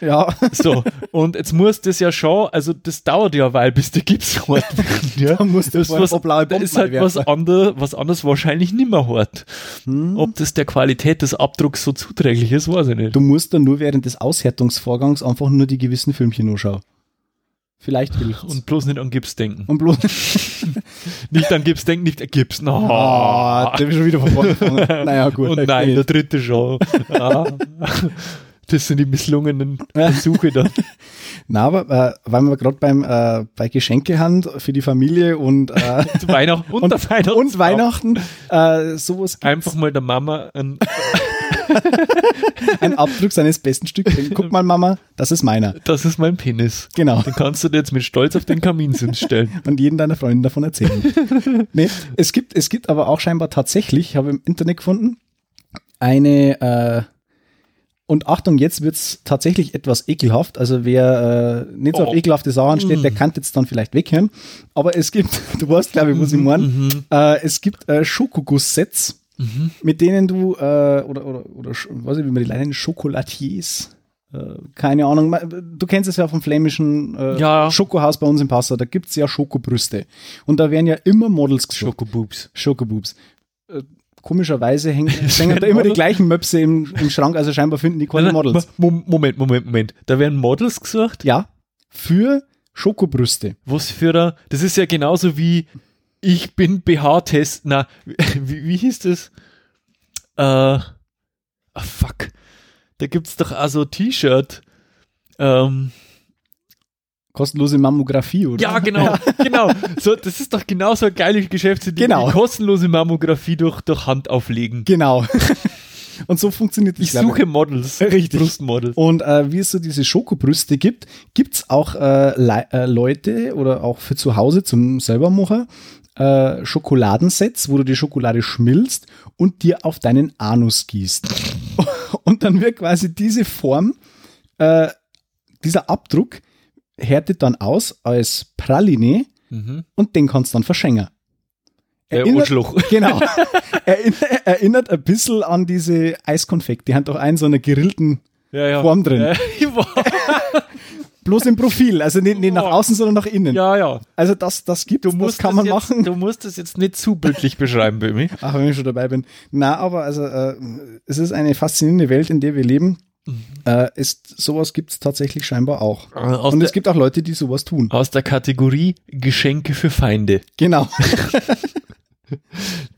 Speaker 2: Ja, *laughs*
Speaker 1: So, und jetzt muss das ja schon, also das dauert ja weil, bis der Gips hart wird. Ja?
Speaker 2: da muss
Speaker 1: Das
Speaker 2: das
Speaker 1: ist was,
Speaker 2: ein paar blaue
Speaker 1: da
Speaker 2: Bomben
Speaker 1: ist halt was,
Speaker 2: reinwerfen.
Speaker 1: ander, was anderes wahrscheinlich nimmer hart.
Speaker 2: Hm.
Speaker 1: Ob das der Qualität des Abdrucks so zuträglich ist, weiß ich nicht.
Speaker 2: Du musst dann nur während des Aushärtungsvorgangs einfach nur die gewissen Filmchen anschauen. Vielleicht hilft's.
Speaker 1: Und bloß nicht an Gips denken.
Speaker 2: und bloß.
Speaker 1: Nicht an Gips denken, nicht an Gips. No.
Speaker 2: Ah, da bin ich schon wieder von vorne
Speaker 1: *laughs*
Speaker 2: gefangen. Naja, gut.
Speaker 1: Und
Speaker 2: okay.
Speaker 1: Oh. nein, der dritte schon. *laughs* Ah. Das sind die misslungenen Versuche dann.
Speaker 2: Na, aber äh, weil wir gerade beim äh, bei Geschenke haben für die Familie
Speaker 1: *laughs*
Speaker 2: und äh,
Speaker 1: Zu Weihnachten und, der Weihnachtsbaum.
Speaker 2: und Weihnachten äh, sowas gibt's.
Speaker 1: Einfach mal der Mama ein,
Speaker 2: ein Abdruck seines besten Stücks. Guck mal, Mama, das ist meiner.
Speaker 1: das ist mein Penis.
Speaker 2: Genau.
Speaker 1: Den kannst du dir jetzt mit Stolz auf den Kaminsims stellen.
Speaker 2: und jeden deiner Freunde
Speaker 1: *laughs*
Speaker 2: davon erzählen. nee, es gibt, es gibt aber auch scheinbar tatsächlich, habe im Internet gefunden, eine, äh, und Achtung, jetzt wird's tatsächlich etwas ekelhaft. Also wer äh, nicht so auf
Speaker 1: Oh.
Speaker 2: ekelhafte Sachen steht, der kann jetzt dann vielleicht weghören. Aber es gibt, *laughs* du weißt, glaube ich, muss
Speaker 1: Mhm,
Speaker 2: ich meinen, äh, es gibt äh, Schokoguss-Sets,
Speaker 1: Mhm.
Speaker 2: mit denen du, äh, oder, oder, oder, sch- weiß ich, wie man die leider Schokolatiers, äh, keine Ahnung, ma- du kennst es ja vom flämischen äh,
Speaker 1: Ja.
Speaker 2: Schokohaus bei uns in Passau, da gibt's ja Schokobrüste. Und da werden ja immer Models gesucht.
Speaker 1: Schokoboobs.
Speaker 2: Schokobubs. Äh,
Speaker 1: *laughs*
Speaker 2: komischerweise hängen, hängen da
Speaker 1: werden
Speaker 2: immer die
Speaker 1: Models-
Speaker 2: gleichen Möpse im, im Schrank, also scheinbar finden
Speaker 1: *laughs*
Speaker 2: die keine Models.
Speaker 1: Moment, Moment, Moment. Da werden Models gesucht?
Speaker 2: Ja, für Schokobrüste.
Speaker 1: Was für ein, das ist ja genauso wie ich bin BH-Test, na, wie, wie hieß das? Äh, ah, fuck. Da gibt's doch also T-Shirt. Ähm,
Speaker 2: Kostenlose Mammographie, oder?
Speaker 1: ja, genau, genau. So, das ist doch genauso eine geile Geschäftsidee, wie
Speaker 2: Genau.
Speaker 1: die kostenlose Mammographie durch, durch Hand auflegen.
Speaker 2: Genau. *laughs* Und so funktioniert das,
Speaker 1: Ich
Speaker 2: glaub
Speaker 1: suche Models.
Speaker 2: Richtig.
Speaker 1: Brustmodels.
Speaker 2: Und äh, wie es so diese Schokobrüste gibt, gibt's auch äh, Lei- äh, Leute oder auch für zu Hause zum selbermacher äh, Schokoladensets, wo du die Schokolade schmilzt und dir auf deinen Anus gießt. *laughs* und dann wird quasi diese Form, äh, dieser Abdruck, härtet dann aus als Praline
Speaker 1: Mhm.
Speaker 2: und den kannst du dann verschenken.
Speaker 1: Der
Speaker 2: Erinnert-
Speaker 1: Äh, Arschloch.
Speaker 2: *laughs* Genau. erinnert, erinnert ein bisschen an diese Eiskonfekt. Die haben doch einen so einer gerillten,
Speaker 1: Ja, ja.
Speaker 2: Form drin.
Speaker 1: Ja, wow.
Speaker 2: bloß im Profil. Also nicht, nicht nach
Speaker 1: Boah.
Speaker 2: außen, sondern nach innen.
Speaker 1: *laughs* ja, ja.
Speaker 2: Also das, das gibt es, das kann man
Speaker 1: jetzt,
Speaker 2: machen.
Speaker 1: Du musst es jetzt nicht zu bildlich beschreiben, Bömi.
Speaker 2: Ach, wenn ich schon dabei bin. Na, aber also äh, es ist eine faszinierende Welt, in der wir leben.
Speaker 1: Mhm.
Speaker 2: Äh, ist, sowas gibt es tatsächlich scheinbar auch.
Speaker 1: Äh, Aus
Speaker 2: Und
Speaker 1: der,
Speaker 2: es gibt auch Leute, die sowas tun.
Speaker 1: aus der Kategorie Geschenke für Feinde.
Speaker 2: Genau. *laughs*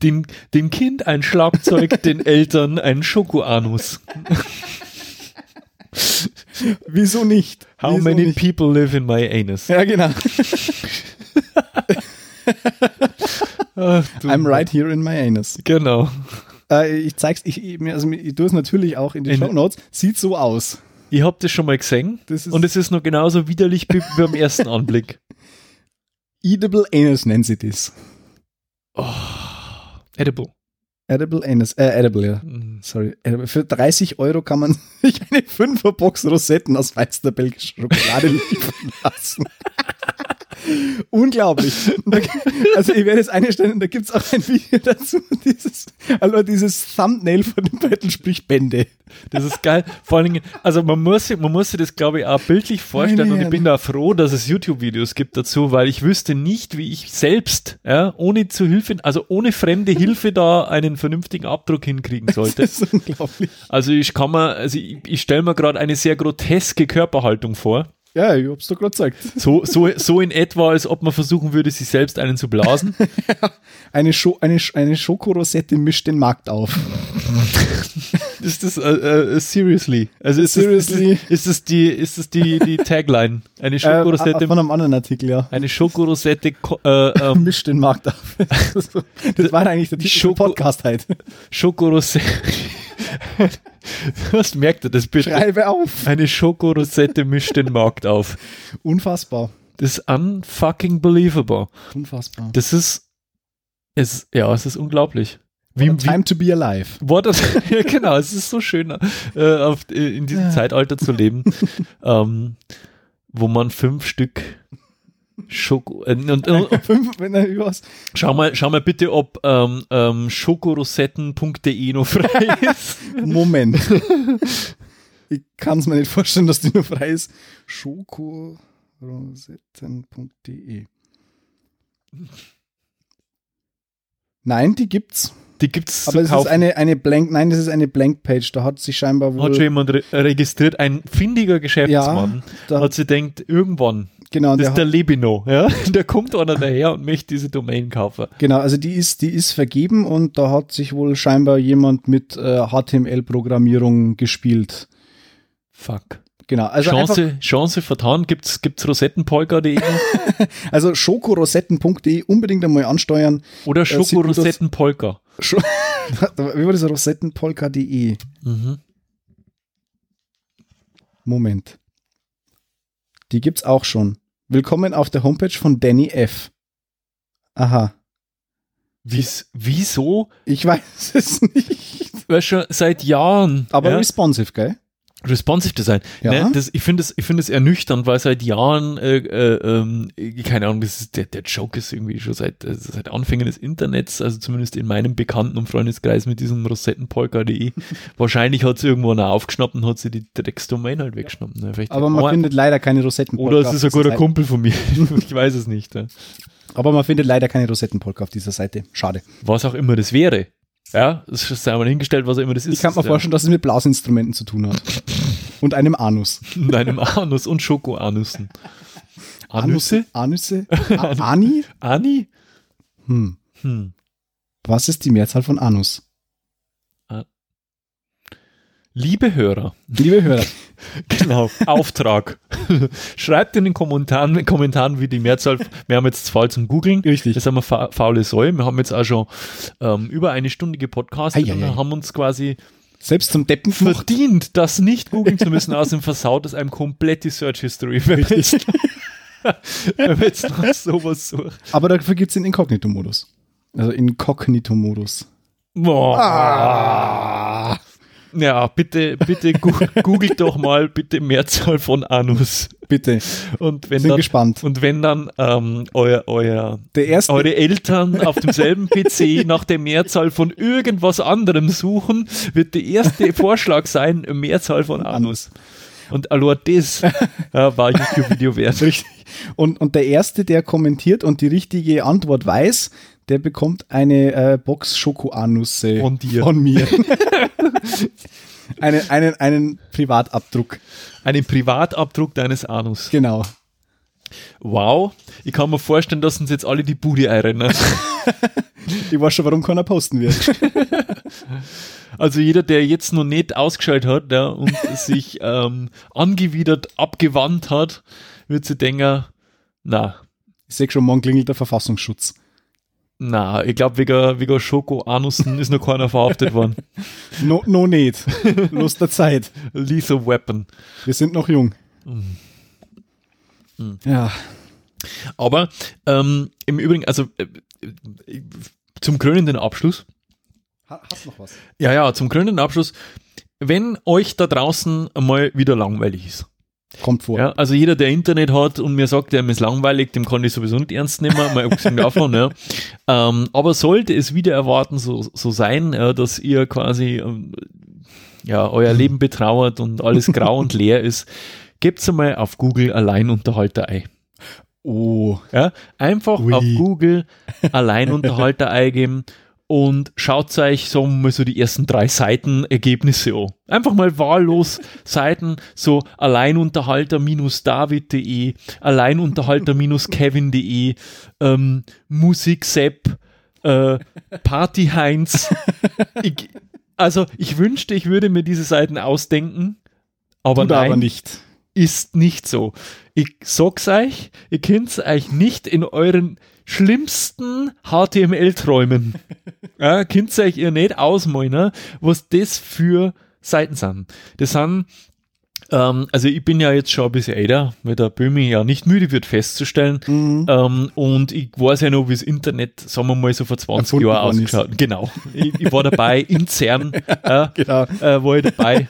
Speaker 1: Dem, dem Kind ein Schlagzeug, den Eltern ein Schokoanus.
Speaker 2: Wieso nicht?
Speaker 1: How
Speaker 2: Wieso
Speaker 1: many
Speaker 2: nicht?
Speaker 1: people live in my anus?
Speaker 2: Ja, genau.
Speaker 1: Ach, du-
Speaker 2: I'm right here in my anus.
Speaker 1: Genau.
Speaker 2: Äh, ich zeig's, ich, ich- mir- also ich tue es natürlich auch in den
Speaker 1: In-
Speaker 2: Show Notes. Sieht so aus.
Speaker 1: Ich hab das schon mal gesehen.
Speaker 2: Das ist-
Speaker 1: und es ist noch genauso widerlich wie beim ersten Anblick.
Speaker 2: Edible Anus nennen sie das.
Speaker 1: Edible.
Speaker 2: Edible Anus, äh, Edible, ja.
Speaker 1: Mhm.
Speaker 2: Sorry, Edible. für 30 Euro kann man *laughs* sich eine 5er Box Rosetten aus weißer belgischer Schokolade *laughs* liefern lassen. *laughs* Unglaublich. Und Da, also ich werde es einstellen, da gibt es auch ein Video *laughs* dazu. Dieses, also dieses Thumbnail von dem Titel spricht Bände.
Speaker 1: Das ist geil. Vor allen Dingen, also man muss, sich- man muss sich das, glaube ich, auch bildlich vorstellen.
Speaker 2: Meine
Speaker 1: Und ich
Speaker 2: Herren.
Speaker 1: bin da froh, dass es YouTube-Videos gibt dazu, weil ich wüsste nicht, wie ich selbst, ja, ohne zu Hilfe, also ohne fremde Hilfe da einen vernünftigen Abdruck hinkriegen *laughs* sollte.
Speaker 2: Das ist unglaublich.
Speaker 1: Also ich kann mir, also ich, ich stelle mir gerade eine sehr groteske Körperhaltung vor.
Speaker 2: Ja, ich hab's doch gerade gesagt.
Speaker 1: So, so, so in etwa, als ob man versuchen würde, sich selbst einen zu blasen.
Speaker 2: Eine, Scho eine, Sch- eine Schokorosette mischt den Markt auf.
Speaker 1: *laughs* Ist das äh, äh, seriously? Also ist
Speaker 2: Seriously.
Speaker 1: Das, ist, das, ist das die ist das die die Tagline? Eine Schokorosette,
Speaker 2: Äh, von einem anderen Artikel, ja. *laughs*
Speaker 1: eine Schokorosette, ko- äh, ähm,
Speaker 2: Mischt den Markt auf. *laughs* Das war eigentlich der Titel vom
Speaker 1: Schoko-
Speaker 2: Podcast halt.
Speaker 1: Schokorosette. Was merkt ihr das bitte?
Speaker 2: Schreibe auf.
Speaker 1: Eine Schokorosette mischt den Markt auf.
Speaker 2: Unfassbar.
Speaker 1: Das ist unfucking believable.
Speaker 2: Unfassbar.
Speaker 1: Das ist es ja, es ist unglaublich. Wie, wie
Speaker 2: Time to be
Speaker 1: *laughs*
Speaker 2: alive.
Speaker 1: What a, ja, genau, es ist so schön, äh, auf, äh, in diesem
Speaker 2: Ja.
Speaker 1: Zeitalter zu leben, ähm, wo man fünf Stück Schoko. Äh, und, und,
Speaker 2: Fünf, wenn er übers.
Speaker 1: schau, mal, schau mal bitte, ob ähm, ähm, schokorosetten.de noch frei ist. *laughs*
Speaker 2: Moment. ich kann es mir nicht vorstellen, dass die nur frei ist. Schokorosetten.de Nein, die gibt's.
Speaker 1: Die gibt's
Speaker 2: Aber
Speaker 1: zu
Speaker 2: es ist
Speaker 1: kaufen.
Speaker 2: eine, eine Blank, nein, das ist eine Blank-Page. Da hat sich scheinbar
Speaker 1: Hat schon
Speaker 2: wohl,
Speaker 1: jemand re registriert, ein findiger Geschäftsmann
Speaker 2: da-
Speaker 1: hat sich denkt, irgendwann,
Speaker 2: genau,
Speaker 1: das
Speaker 2: der,
Speaker 1: ist
Speaker 2: hat-
Speaker 1: der Lebino, ja? *laughs* da kommt einer daher und möchte diese Domain kaufen.
Speaker 2: genau, also die ist, die ist vergeben und da hat sich wohl scheinbar jemand mit äh, HTML-Programmierung gespielt.
Speaker 1: Fuck.
Speaker 2: Genau, also einfach-
Speaker 1: Chance, Chance vertan, gibt's, gibt's rosettenpolka.de
Speaker 2: Also schokorosetten.de unbedingt einmal ansteuern. *laughs*
Speaker 1: Oder
Speaker 2: sieht gut aus.
Speaker 1: Schokorosettenpolka.
Speaker 2: Scho Wie war das? E. Rosettenpolka.de.
Speaker 1: Mhm.
Speaker 2: Moment. Die gibt's auch schon. Willkommen auf der Homepage von Danny F. Aha.
Speaker 1: Wies, wieso?
Speaker 2: Ich weiß *laughs* es nicht.
Speaker 1: Weil schon seit Jahren.
Speaker 2: Aber
Speaker 1: ja,
Speaker 2: responsive, gell?
Speaker 1: responsive Design.
Speaker 2: Ja.
Speaker 1: Ne, das, ich finde es ich find das ernüchternd, weil seit Jahren, äh, äh, ähm, äh, keine Ahnung, das ist, der, der Joke ist irgendwie schon seit, äh, seit Anfängen des Internets, also zumindest in meinem Bekannten- und Freundeskreis mit diesem
Speaker 2: *laughs*
Speaker 1: Rosettenpolka.de. Wahrscheinlich hat es irgendwo einer aufgeschnappt und hat sie die Drecksdomain halt weggeschnappt. Ne? Vielleicht
Speaker 2: Aber
Speaker 1: hat
Speaker 2: man
Speaker 1: auch-
Speaker 2: findet leider keine Rosettenpolka.
Speaker 1: oder es ist ein
Speaker 2: auf dieser
Speaker 1: guter
Speaker 2: Seite.
Speaker 1: Kumpel
Speaker 2: *laughs*
Speaker 1: von mir. *laughs* ich weiß es nicht. Ja.
Speaker 2: Aber man findet leider keine Rosettenpolka auf dieser Seite. Schade.
Speaker 1: was auch immer das wäre. Ja, das ist einmal hingestellt, was auch immer das ist.
Speaker 2: Ich kann mir
Speaker 1: ja.
Speaker 2: vorstellen, dass es mit Blasinstrumenten zu tun hat. Und einem Anus.
Speaker 1: In einem Anus und
Speaker 2: *laughs*
Speaker 1: Schokoanussen. Anusse?
Speaker 2: Anüsse?
Speaker 1: *laughs*
Speaker 2: A- Ani?
Speaker 1: Ani?
Speaker 2: Hm.
Speaker 1: Hm.
Speaker 2: Was ist die Mehrzahl von Anus?
Speaker 1: Liebe Hörer,
Speaker 2: Liebe Hörer,
Speaker 1: genau, *laughs* Auftrag. Schreibt in den Kommentaren, Kommentaren wie die Mehrzahl. Wir haben jetzt zwei zum Googeln.
Speaker 2: richtig.
Speaker 1: Das haben wir fa faule Säue. Wir haben jetzt auch schon ähm, über eine Stunde gepodcastet
Speaker 2: Ei, ei,
Speaker 1: und
Speaker 2: ei.
Speaker 1: haben uns quasi
Speaker 2: Selbst zum Deppen gemacht. *laughs*
Speaker 1: verdient, das nicht googeln zu müssen. Außerdem versaut es einem komplett die Search History. Richtig. Wenn man jetzt *laughs* nach sowas sucht.
Speaker 2: Aber dafür gibt es den Inkognito-Modus. Also Inkognito-Modus.
Speaker 1: Boah.
Speaker 2: Ah.
Speaker 1: Ja, bitte, bitte gu- googelt doch mal bitte Mehrzahl von Anus.
Speaker 2: Bitte,
Speaker 1: Und wenn
Speaker 2: sind
Speaker 1: dann,
Speaker 2: gespannt.
Speaker 1: und wenn dann ähm, euer, euer,
Speaker 2: Der erste,
Speaker 1: eure Eltern auf
Speaker 2: *laughs*
Speaker 1: demselben PC nach der Mehrzahl von irgendwas anderem suchen, wird der
Speaker 2: *laughs*
Speaker 1: erste Vorschlag sein, Mehrzahl von Anus. Und allein
Speaker 2: *laughs*
Speaker 1: das äh, war YouTube-Video wert.
Speaker 2: Richtig. Und, und der Erste, der kommentiert und die richtige Antwort weiß, der bekommt eine äh, Box Schokoanusse
Speaker 1: Von dir.
Speaker 2: Von mir. einen, einen, einen Privatabdruck.
Speaker 1: Einen Privatabdruck deines Anus.
Speaker 2: Genau.
Speaker 1: Wow, ich kann mir vorstellen, dass uns jetzt alle die Bude einrennen.
Speaker 2: Ich weiß schon, warum keiner posten wird.
Speaker 1: Also jeder, der jetzt noch nicht ausgeschaltet hat ja, und sich ähm, angewidert, abgewandt hat, wird sich denken, na,
Speaker 2: Ich sehe schon, morgen klingelt der Verfassungsschutz.
Speaker 1: na, ich glaube, wegen, wegen Schoko-Anussen ist noch keiner verhaftet worden.
Speaker 2: No, no need. Lust der Zeit.
Speaker 1: Lethal Weapon.
Speaker 2: Wir sind noch jung. Ja,
Speaker 1: Aber ähm, im Übrigen, also äh, äh, zum krönenden Abschluss,
Speaker 2: Ha- hast noch was?
Speaker 1: Ja, ja, zum grünen Abschluss. Wenn euch da draußen mal wieder langweilig ist.
Speaker 2: Kommt vor.
Speaker 1: Ja, also jeder, der Internet hat und mir sagt, der ist langweilig, dem kann ich sowieso nicht ernst nehmen, mal abgesehen davon. Ja. Ähm, aber sollte es wieder erwarten so, so sein, äh, dass ihr quasi ähm, ja, euer Leben betrauert und alles grau und leer ist, *laughs* gebt's einmal auf Google Alleinunterhalter ein.
Speaker 2: Oh,
Speaker 1: Ja, einfach
Speaker 2: Ui.
Speaker 1: auf Google Alleinunterhalter eingeben und schaut euch so mal so die ersten drei Seiten Ergebnisse an. Einfach mal wahllos Seiten, so Alleinunterhalter-David.de, Alleinunterhalter-Kevin.de, ähm, Musiksepp, äh, Partyheinz. Ich, also ich wünschte, ich würde mir diese Seiten ausdenken, aber
Speaker 2: tut er
Speaker 1: nein,
Speaker 2: aber nicht.
Speaker 1: ist nicht so. Ich sag's euch, ihr könnt's euch nicht in euren schlimmsten
Speaker 2: *laughs*
Speaker 1: HTML-Träumen. ja, könnt's euch ihr nicht ausmalen, ne, was das für Seiten sind. Das sind, ähm, also ich bin ja jetzt schon ein bisschen älter, weil der Böhmi ja nicht müde wird festzustellen.
Speaker 2: Mhm.
Speaker 1: Ähm, und ich weiß ja noch, wie das Internet, sagen wir mal, so vor 20
Speaker 2: Erfunden
Speaker 1: Jahren
Speaker 2: worden ist.
Speaker 1: ausgeschaut hat. Genau. Ich, ich war dabei, in
Speaker 2: *laughs*
Speaker 1: CERN äh,
Speaker 2: Genau.
Speaker 1: äh, war ich dabei.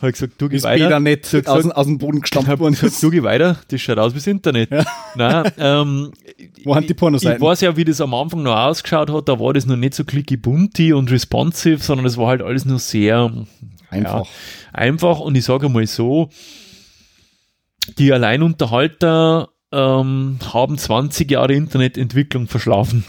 Speaker 1: Habe gesagt, du geh
Speaker 2: Ist
Speaker 1: weiter.
Speaker 2: Peter nicht
Speaker 1: gesagt,
Speaker 2: aus, dem- aus dem Boden gestampft worden.
Speaker 1: Sag du, geh weiter, das schaut aus wie das Internet. Nein, ähm,
Speaker 2: Wo haben die Pornoseiten?
Speaker 1: Ich weiß ja, wie das am Anfang noch ausgeschaut hat, da war das noch nicht so clicky bunti und responsive, sondern es war halt alles nur sehr
Speaker 2: Einfach.
Speaker 1: Ja, einfach und ich sage mal so, die Alleinunterhalter ähm, haben 20 Jahre Internetentwicklung verschlafen.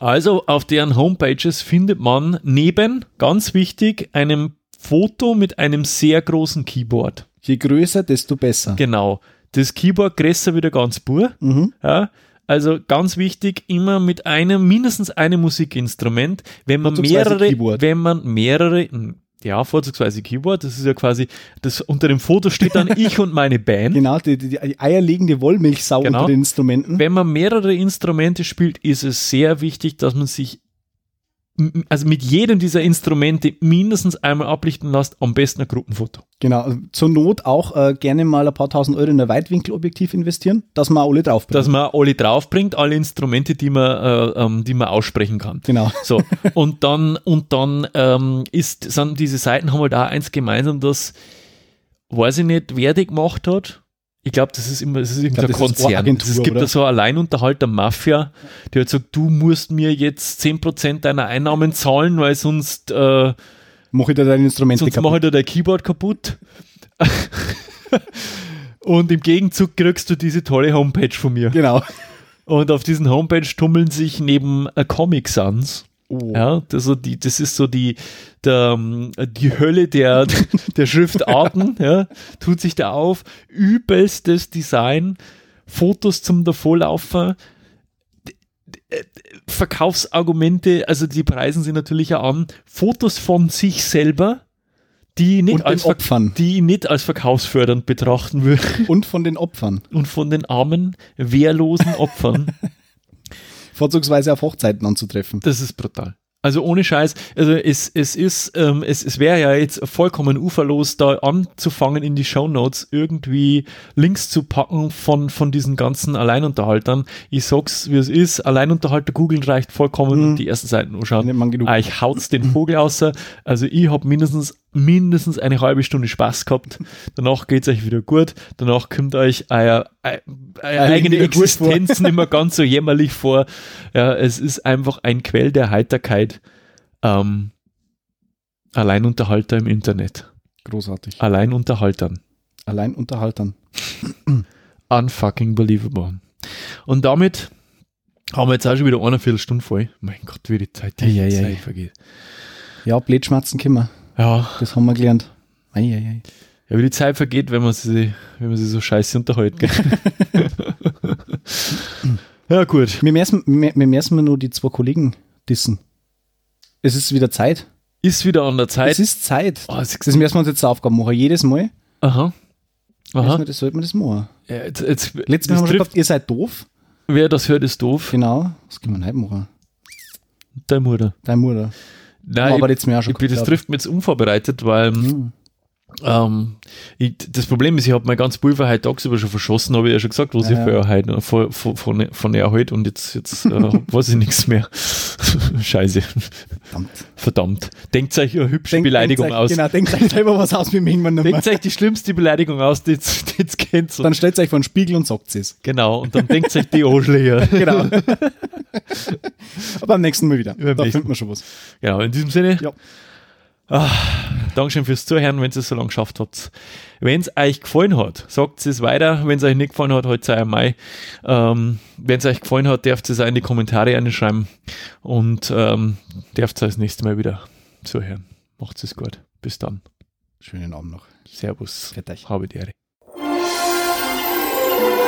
Speaker 1: Also auf deren Homepages findet man neben, ganz wichtig, einem Foto mit einem sehr großen Keyboard.
Speaker 2: Je größer, desto besser.
Speaker 1: Genau. Das Keyboard größer wieder ganz pur.
Speaker 2: Mhm.
Speaker 1: Ja. Also ganz wichtig, immer mit einem, mindestens einem Musikinstrument. Wenn man
Speaker 2: Vorzugsweise
Speaker 1: mehrere,
Speaker 2: Keyboard.
Speaker 1: wenn man mehrere, hm, ja, vorzugsweise Keyboard, das ist ja quasi, das unter dem Foto steht
Speaker 2: *laughs*
Speaker 1: dann ich und meine Band.
Speaker 2: Genau, die, die, die eierlegende Wollmilchsau
Speaker 1: Genau.
Speaker 2: unter den Instrumenten.
Speaker 1: Wenn man mehrere Instrumente spielt, ist es sehr wichtig, dass man sich m- also mit jedem dieser Instrumente mindestens einmal ablichten lässt, am besten ein Gruppenfoto.
Speaker 2: Genau, zur Not auch äh, gerne mal ein paar tausend Euro in ein Weitwinkelobjektiv investieren, dass man alle drauf
Speaker 1: Dass man alle draufbringt, alle Instrumente, die man, äh, ähm, die man aussprechen kann.
Speaker 2: Genau.
Speaker 1: So, und dann, und dann ähm, ist, sind diese Seiten haben halt auch eins gemeinsam, dass, weiß ich nicht, wer die gemacht hat. Ich glaube, das ist immer, das ist irgendein
Speaker 2: glaub, das ist eine
Speaker 1: Konzern.
Speaker 2: Agentur,
Speaker 1: es gibt
Speaker 2: oder?
Speaker 1: da so einen Alleinunterhalter Mafia, der halt sagt, du musst mir jetzt 10% deiner Einnahmen zahlen, weil sonst, äh,
Speaker 2: Mach ich da deine Instrumente
Speaker 1: sonst
Speaker 2: kaputt.
Speaker 1: mache ich dir dein Keyboard kaputt. *laughs* und im Gegenzug kriegst du diese tolle Homepage von mir.
Speaker 2: Genau.
Speaker 1: Und auf diesen Homepage tummeln sich neben äh, Comic Sans.
Speaker 2: Oh.
Speaker 1: Ja, das, so die, das ist so die, der, ähm, die Hölle
Speaker 2: *laughs*
Speaker 1: der, der Schriftarten, ja, tut sich da auf. Übelstes Design, Fotos zum Davorlaufen, d- d- Verkaufsargumente, also die preisen sie natürlich auch an. Fotos von sich selber, die ich nicht,
Speaker 2: Und den
Speaker 1: als, Ver-
Speaker 2: Opfern.
Speaker 1: die ich nicht als verkaufsfördernd betrachten würde
Speaker 2: Und von den Opfern.
Speaker 1: und von den armen, wehrlosen Opfern.
Speaker 2: Vorzugsweise auf Hochzeiten anzutreffen.
Speaker 1: Das ist brutal. Also ohne Scheiß. Also es, es ist, ähm, es, es wäre ja jetzt vollkommen uferlos, da anzufangen, in die Shownotes irgendwie Links zu packen von, von diesen ganzen Alleinunterhaltern. Ich sag's, wie es ist. Alleinunterhalter googeln reicht vollkommen
Speaker 2: Mhm.
Speaker 1: und die ersten Seiten anschauen.
Speaker 2: Nimmt man genug.
Speaker 1: Ah, Ich haut's den Vogel aus. Also ich hab mindestens, mindestens eine halbe Stunde Spaß gehabt. Danach geht's euch wieder gut. Danach kommt euch euer, euer eigene
Speaker 2: wieder gut vor.
Speaker 1: Existenz nicht mehr ganz so jämmerlich vor. Ja, es ist einfach ein Quell der Heiterkeit. Ähm, Alleinunterhalter im Internet.
Speaker 2: Großartig.
Speaker 1: Alleinunterhaltern.
Speaker 2: Allein unterhaltern.
Speaker 1: Unfucking believable. Und damit haben wir jetzt auch schon wieder eineinviertel Stunde voll. Mein Gott, wie die Zeit, die
Speaker 2: Ei, ei, ei.
Speaker 1: Zeit vergeht.
Speaker 2: Ja, Blätschmerzen können wir.
Speaker 1: Ja,
Speaker 2: Das haben wir gelernt. Eieiei.
Speaker 1: Ja, wie die Zeit vergeht, wenn man sie, wenn man sie so scheiße unterhält.
Speaker 2: *laughs*
Speaker 1: Gell? ja, gut.
Speaker 2: Wir müssen, wir wir müssen nur die zwei Kollegen dissen. Es ist wieder Zeit.
Speaker 1: Ist wieder an der
Speaker 2: Es
Speaker 1: Zeit.
Speaker 2: ist Zeit.
Speaker 1: Oh, siehst du-
Speaker 2: Das müssen wir uns jetzt zur Aufgabe machen. Jedes Mal.
Speaker 1: aha.
Speaker 2: Müssen
Speaker 1: Aha.
Speaker 2: wir das, sollten wir das machen.
Speaker 1: Ja, Jetzt, jetzt,
Speaker 2: Letztes Mal
Speaker 1: das
Speaker 2: haben wir schon
Speaker 1: trifft,
Speaker 2: gedacht, ihr seid doof.
Speaker 1: wer das hört, ist doof.
Speaker 2: Genau. Was können wir denn heute machen?
Speaker 1: Dein Mutter.
Speaker 2: Deine Mutter.
Speaker 1: Nein,
Speaker 2: aber
Speaker 1: Ah, ich,
Speaker 2: jetzt mir auch schon
Speaker 1: ich, bin- das
Speaker 2: gehabt.
Speaker 1: trifft mich jetzt unvorbereitet, weil
Speaker 2: Mhm.
Speaker 1: ähm, ich, das Problem ist, ich habe mein ganzes Pulver heute tagsüber schon verschossen, habe ich ja schon gesagt, was
Speaker 2: Ja,
Speaker 1: ich für heute, von, von, von, von er halt und jetzt,
Speaker 2: *laughs*
Speaker 1: jetzt äh, weiß ich nichts mehr. Scheiße.
Speaker 2: Verdammt.
Speaker 1: Verdammt. Denkt euch eine hübsche
Speaker 2: Denkt-
Speaker 1: Beleidigung
Speaker 2: denkt euch-
Speaker 1: aus.
Speaker 2: Genau, denkt euch selber was aus, wir mögen wir nicht mehr.
Speaker 1: Denkt euch die schlimmste Beleidigung aus, die es kennt.
Speaker 2: Dann stellt euch vor den Spiegel und sagt
Speaker 1: *laughs*
Speaker 2: es.
Speaker 1: Genau, und dann denkt sich die
Speaker 2: *laughs*
Speaker 1: Oschläger.
Speaker 2: Genau. Aber am nächsten Mal wieder.
Speaker 1: Beim
Speaker 2: da
Speaker 1: nächsten
Speaker 2: finden wir schon was.
Speaker 1: Genau, in diesem Sinne.
Speaker 2: Ja.
Speaker 1: Ah, Dankeschön fürs Zuhören, wenn ihr es so lange geschafft habt. Wenn es euch gefallen hat, sagt es weiter. Wenn es euch nicht gefallen hat, heute sei Mai. Ähm, wenn es euch gefallen hat, dürft ihr es auch in die Kommentare reinschreiben und ähm, dürft ihr das nächste Mal wieder zuhören. Macht es gut. Bis dann.
Speaker 2: Schönen Abend noch.
Speaker 1: Servus.
Speaker 2: Fertig.
Speaker 1: Habe die Ehre.
Speaker 3: Thank you.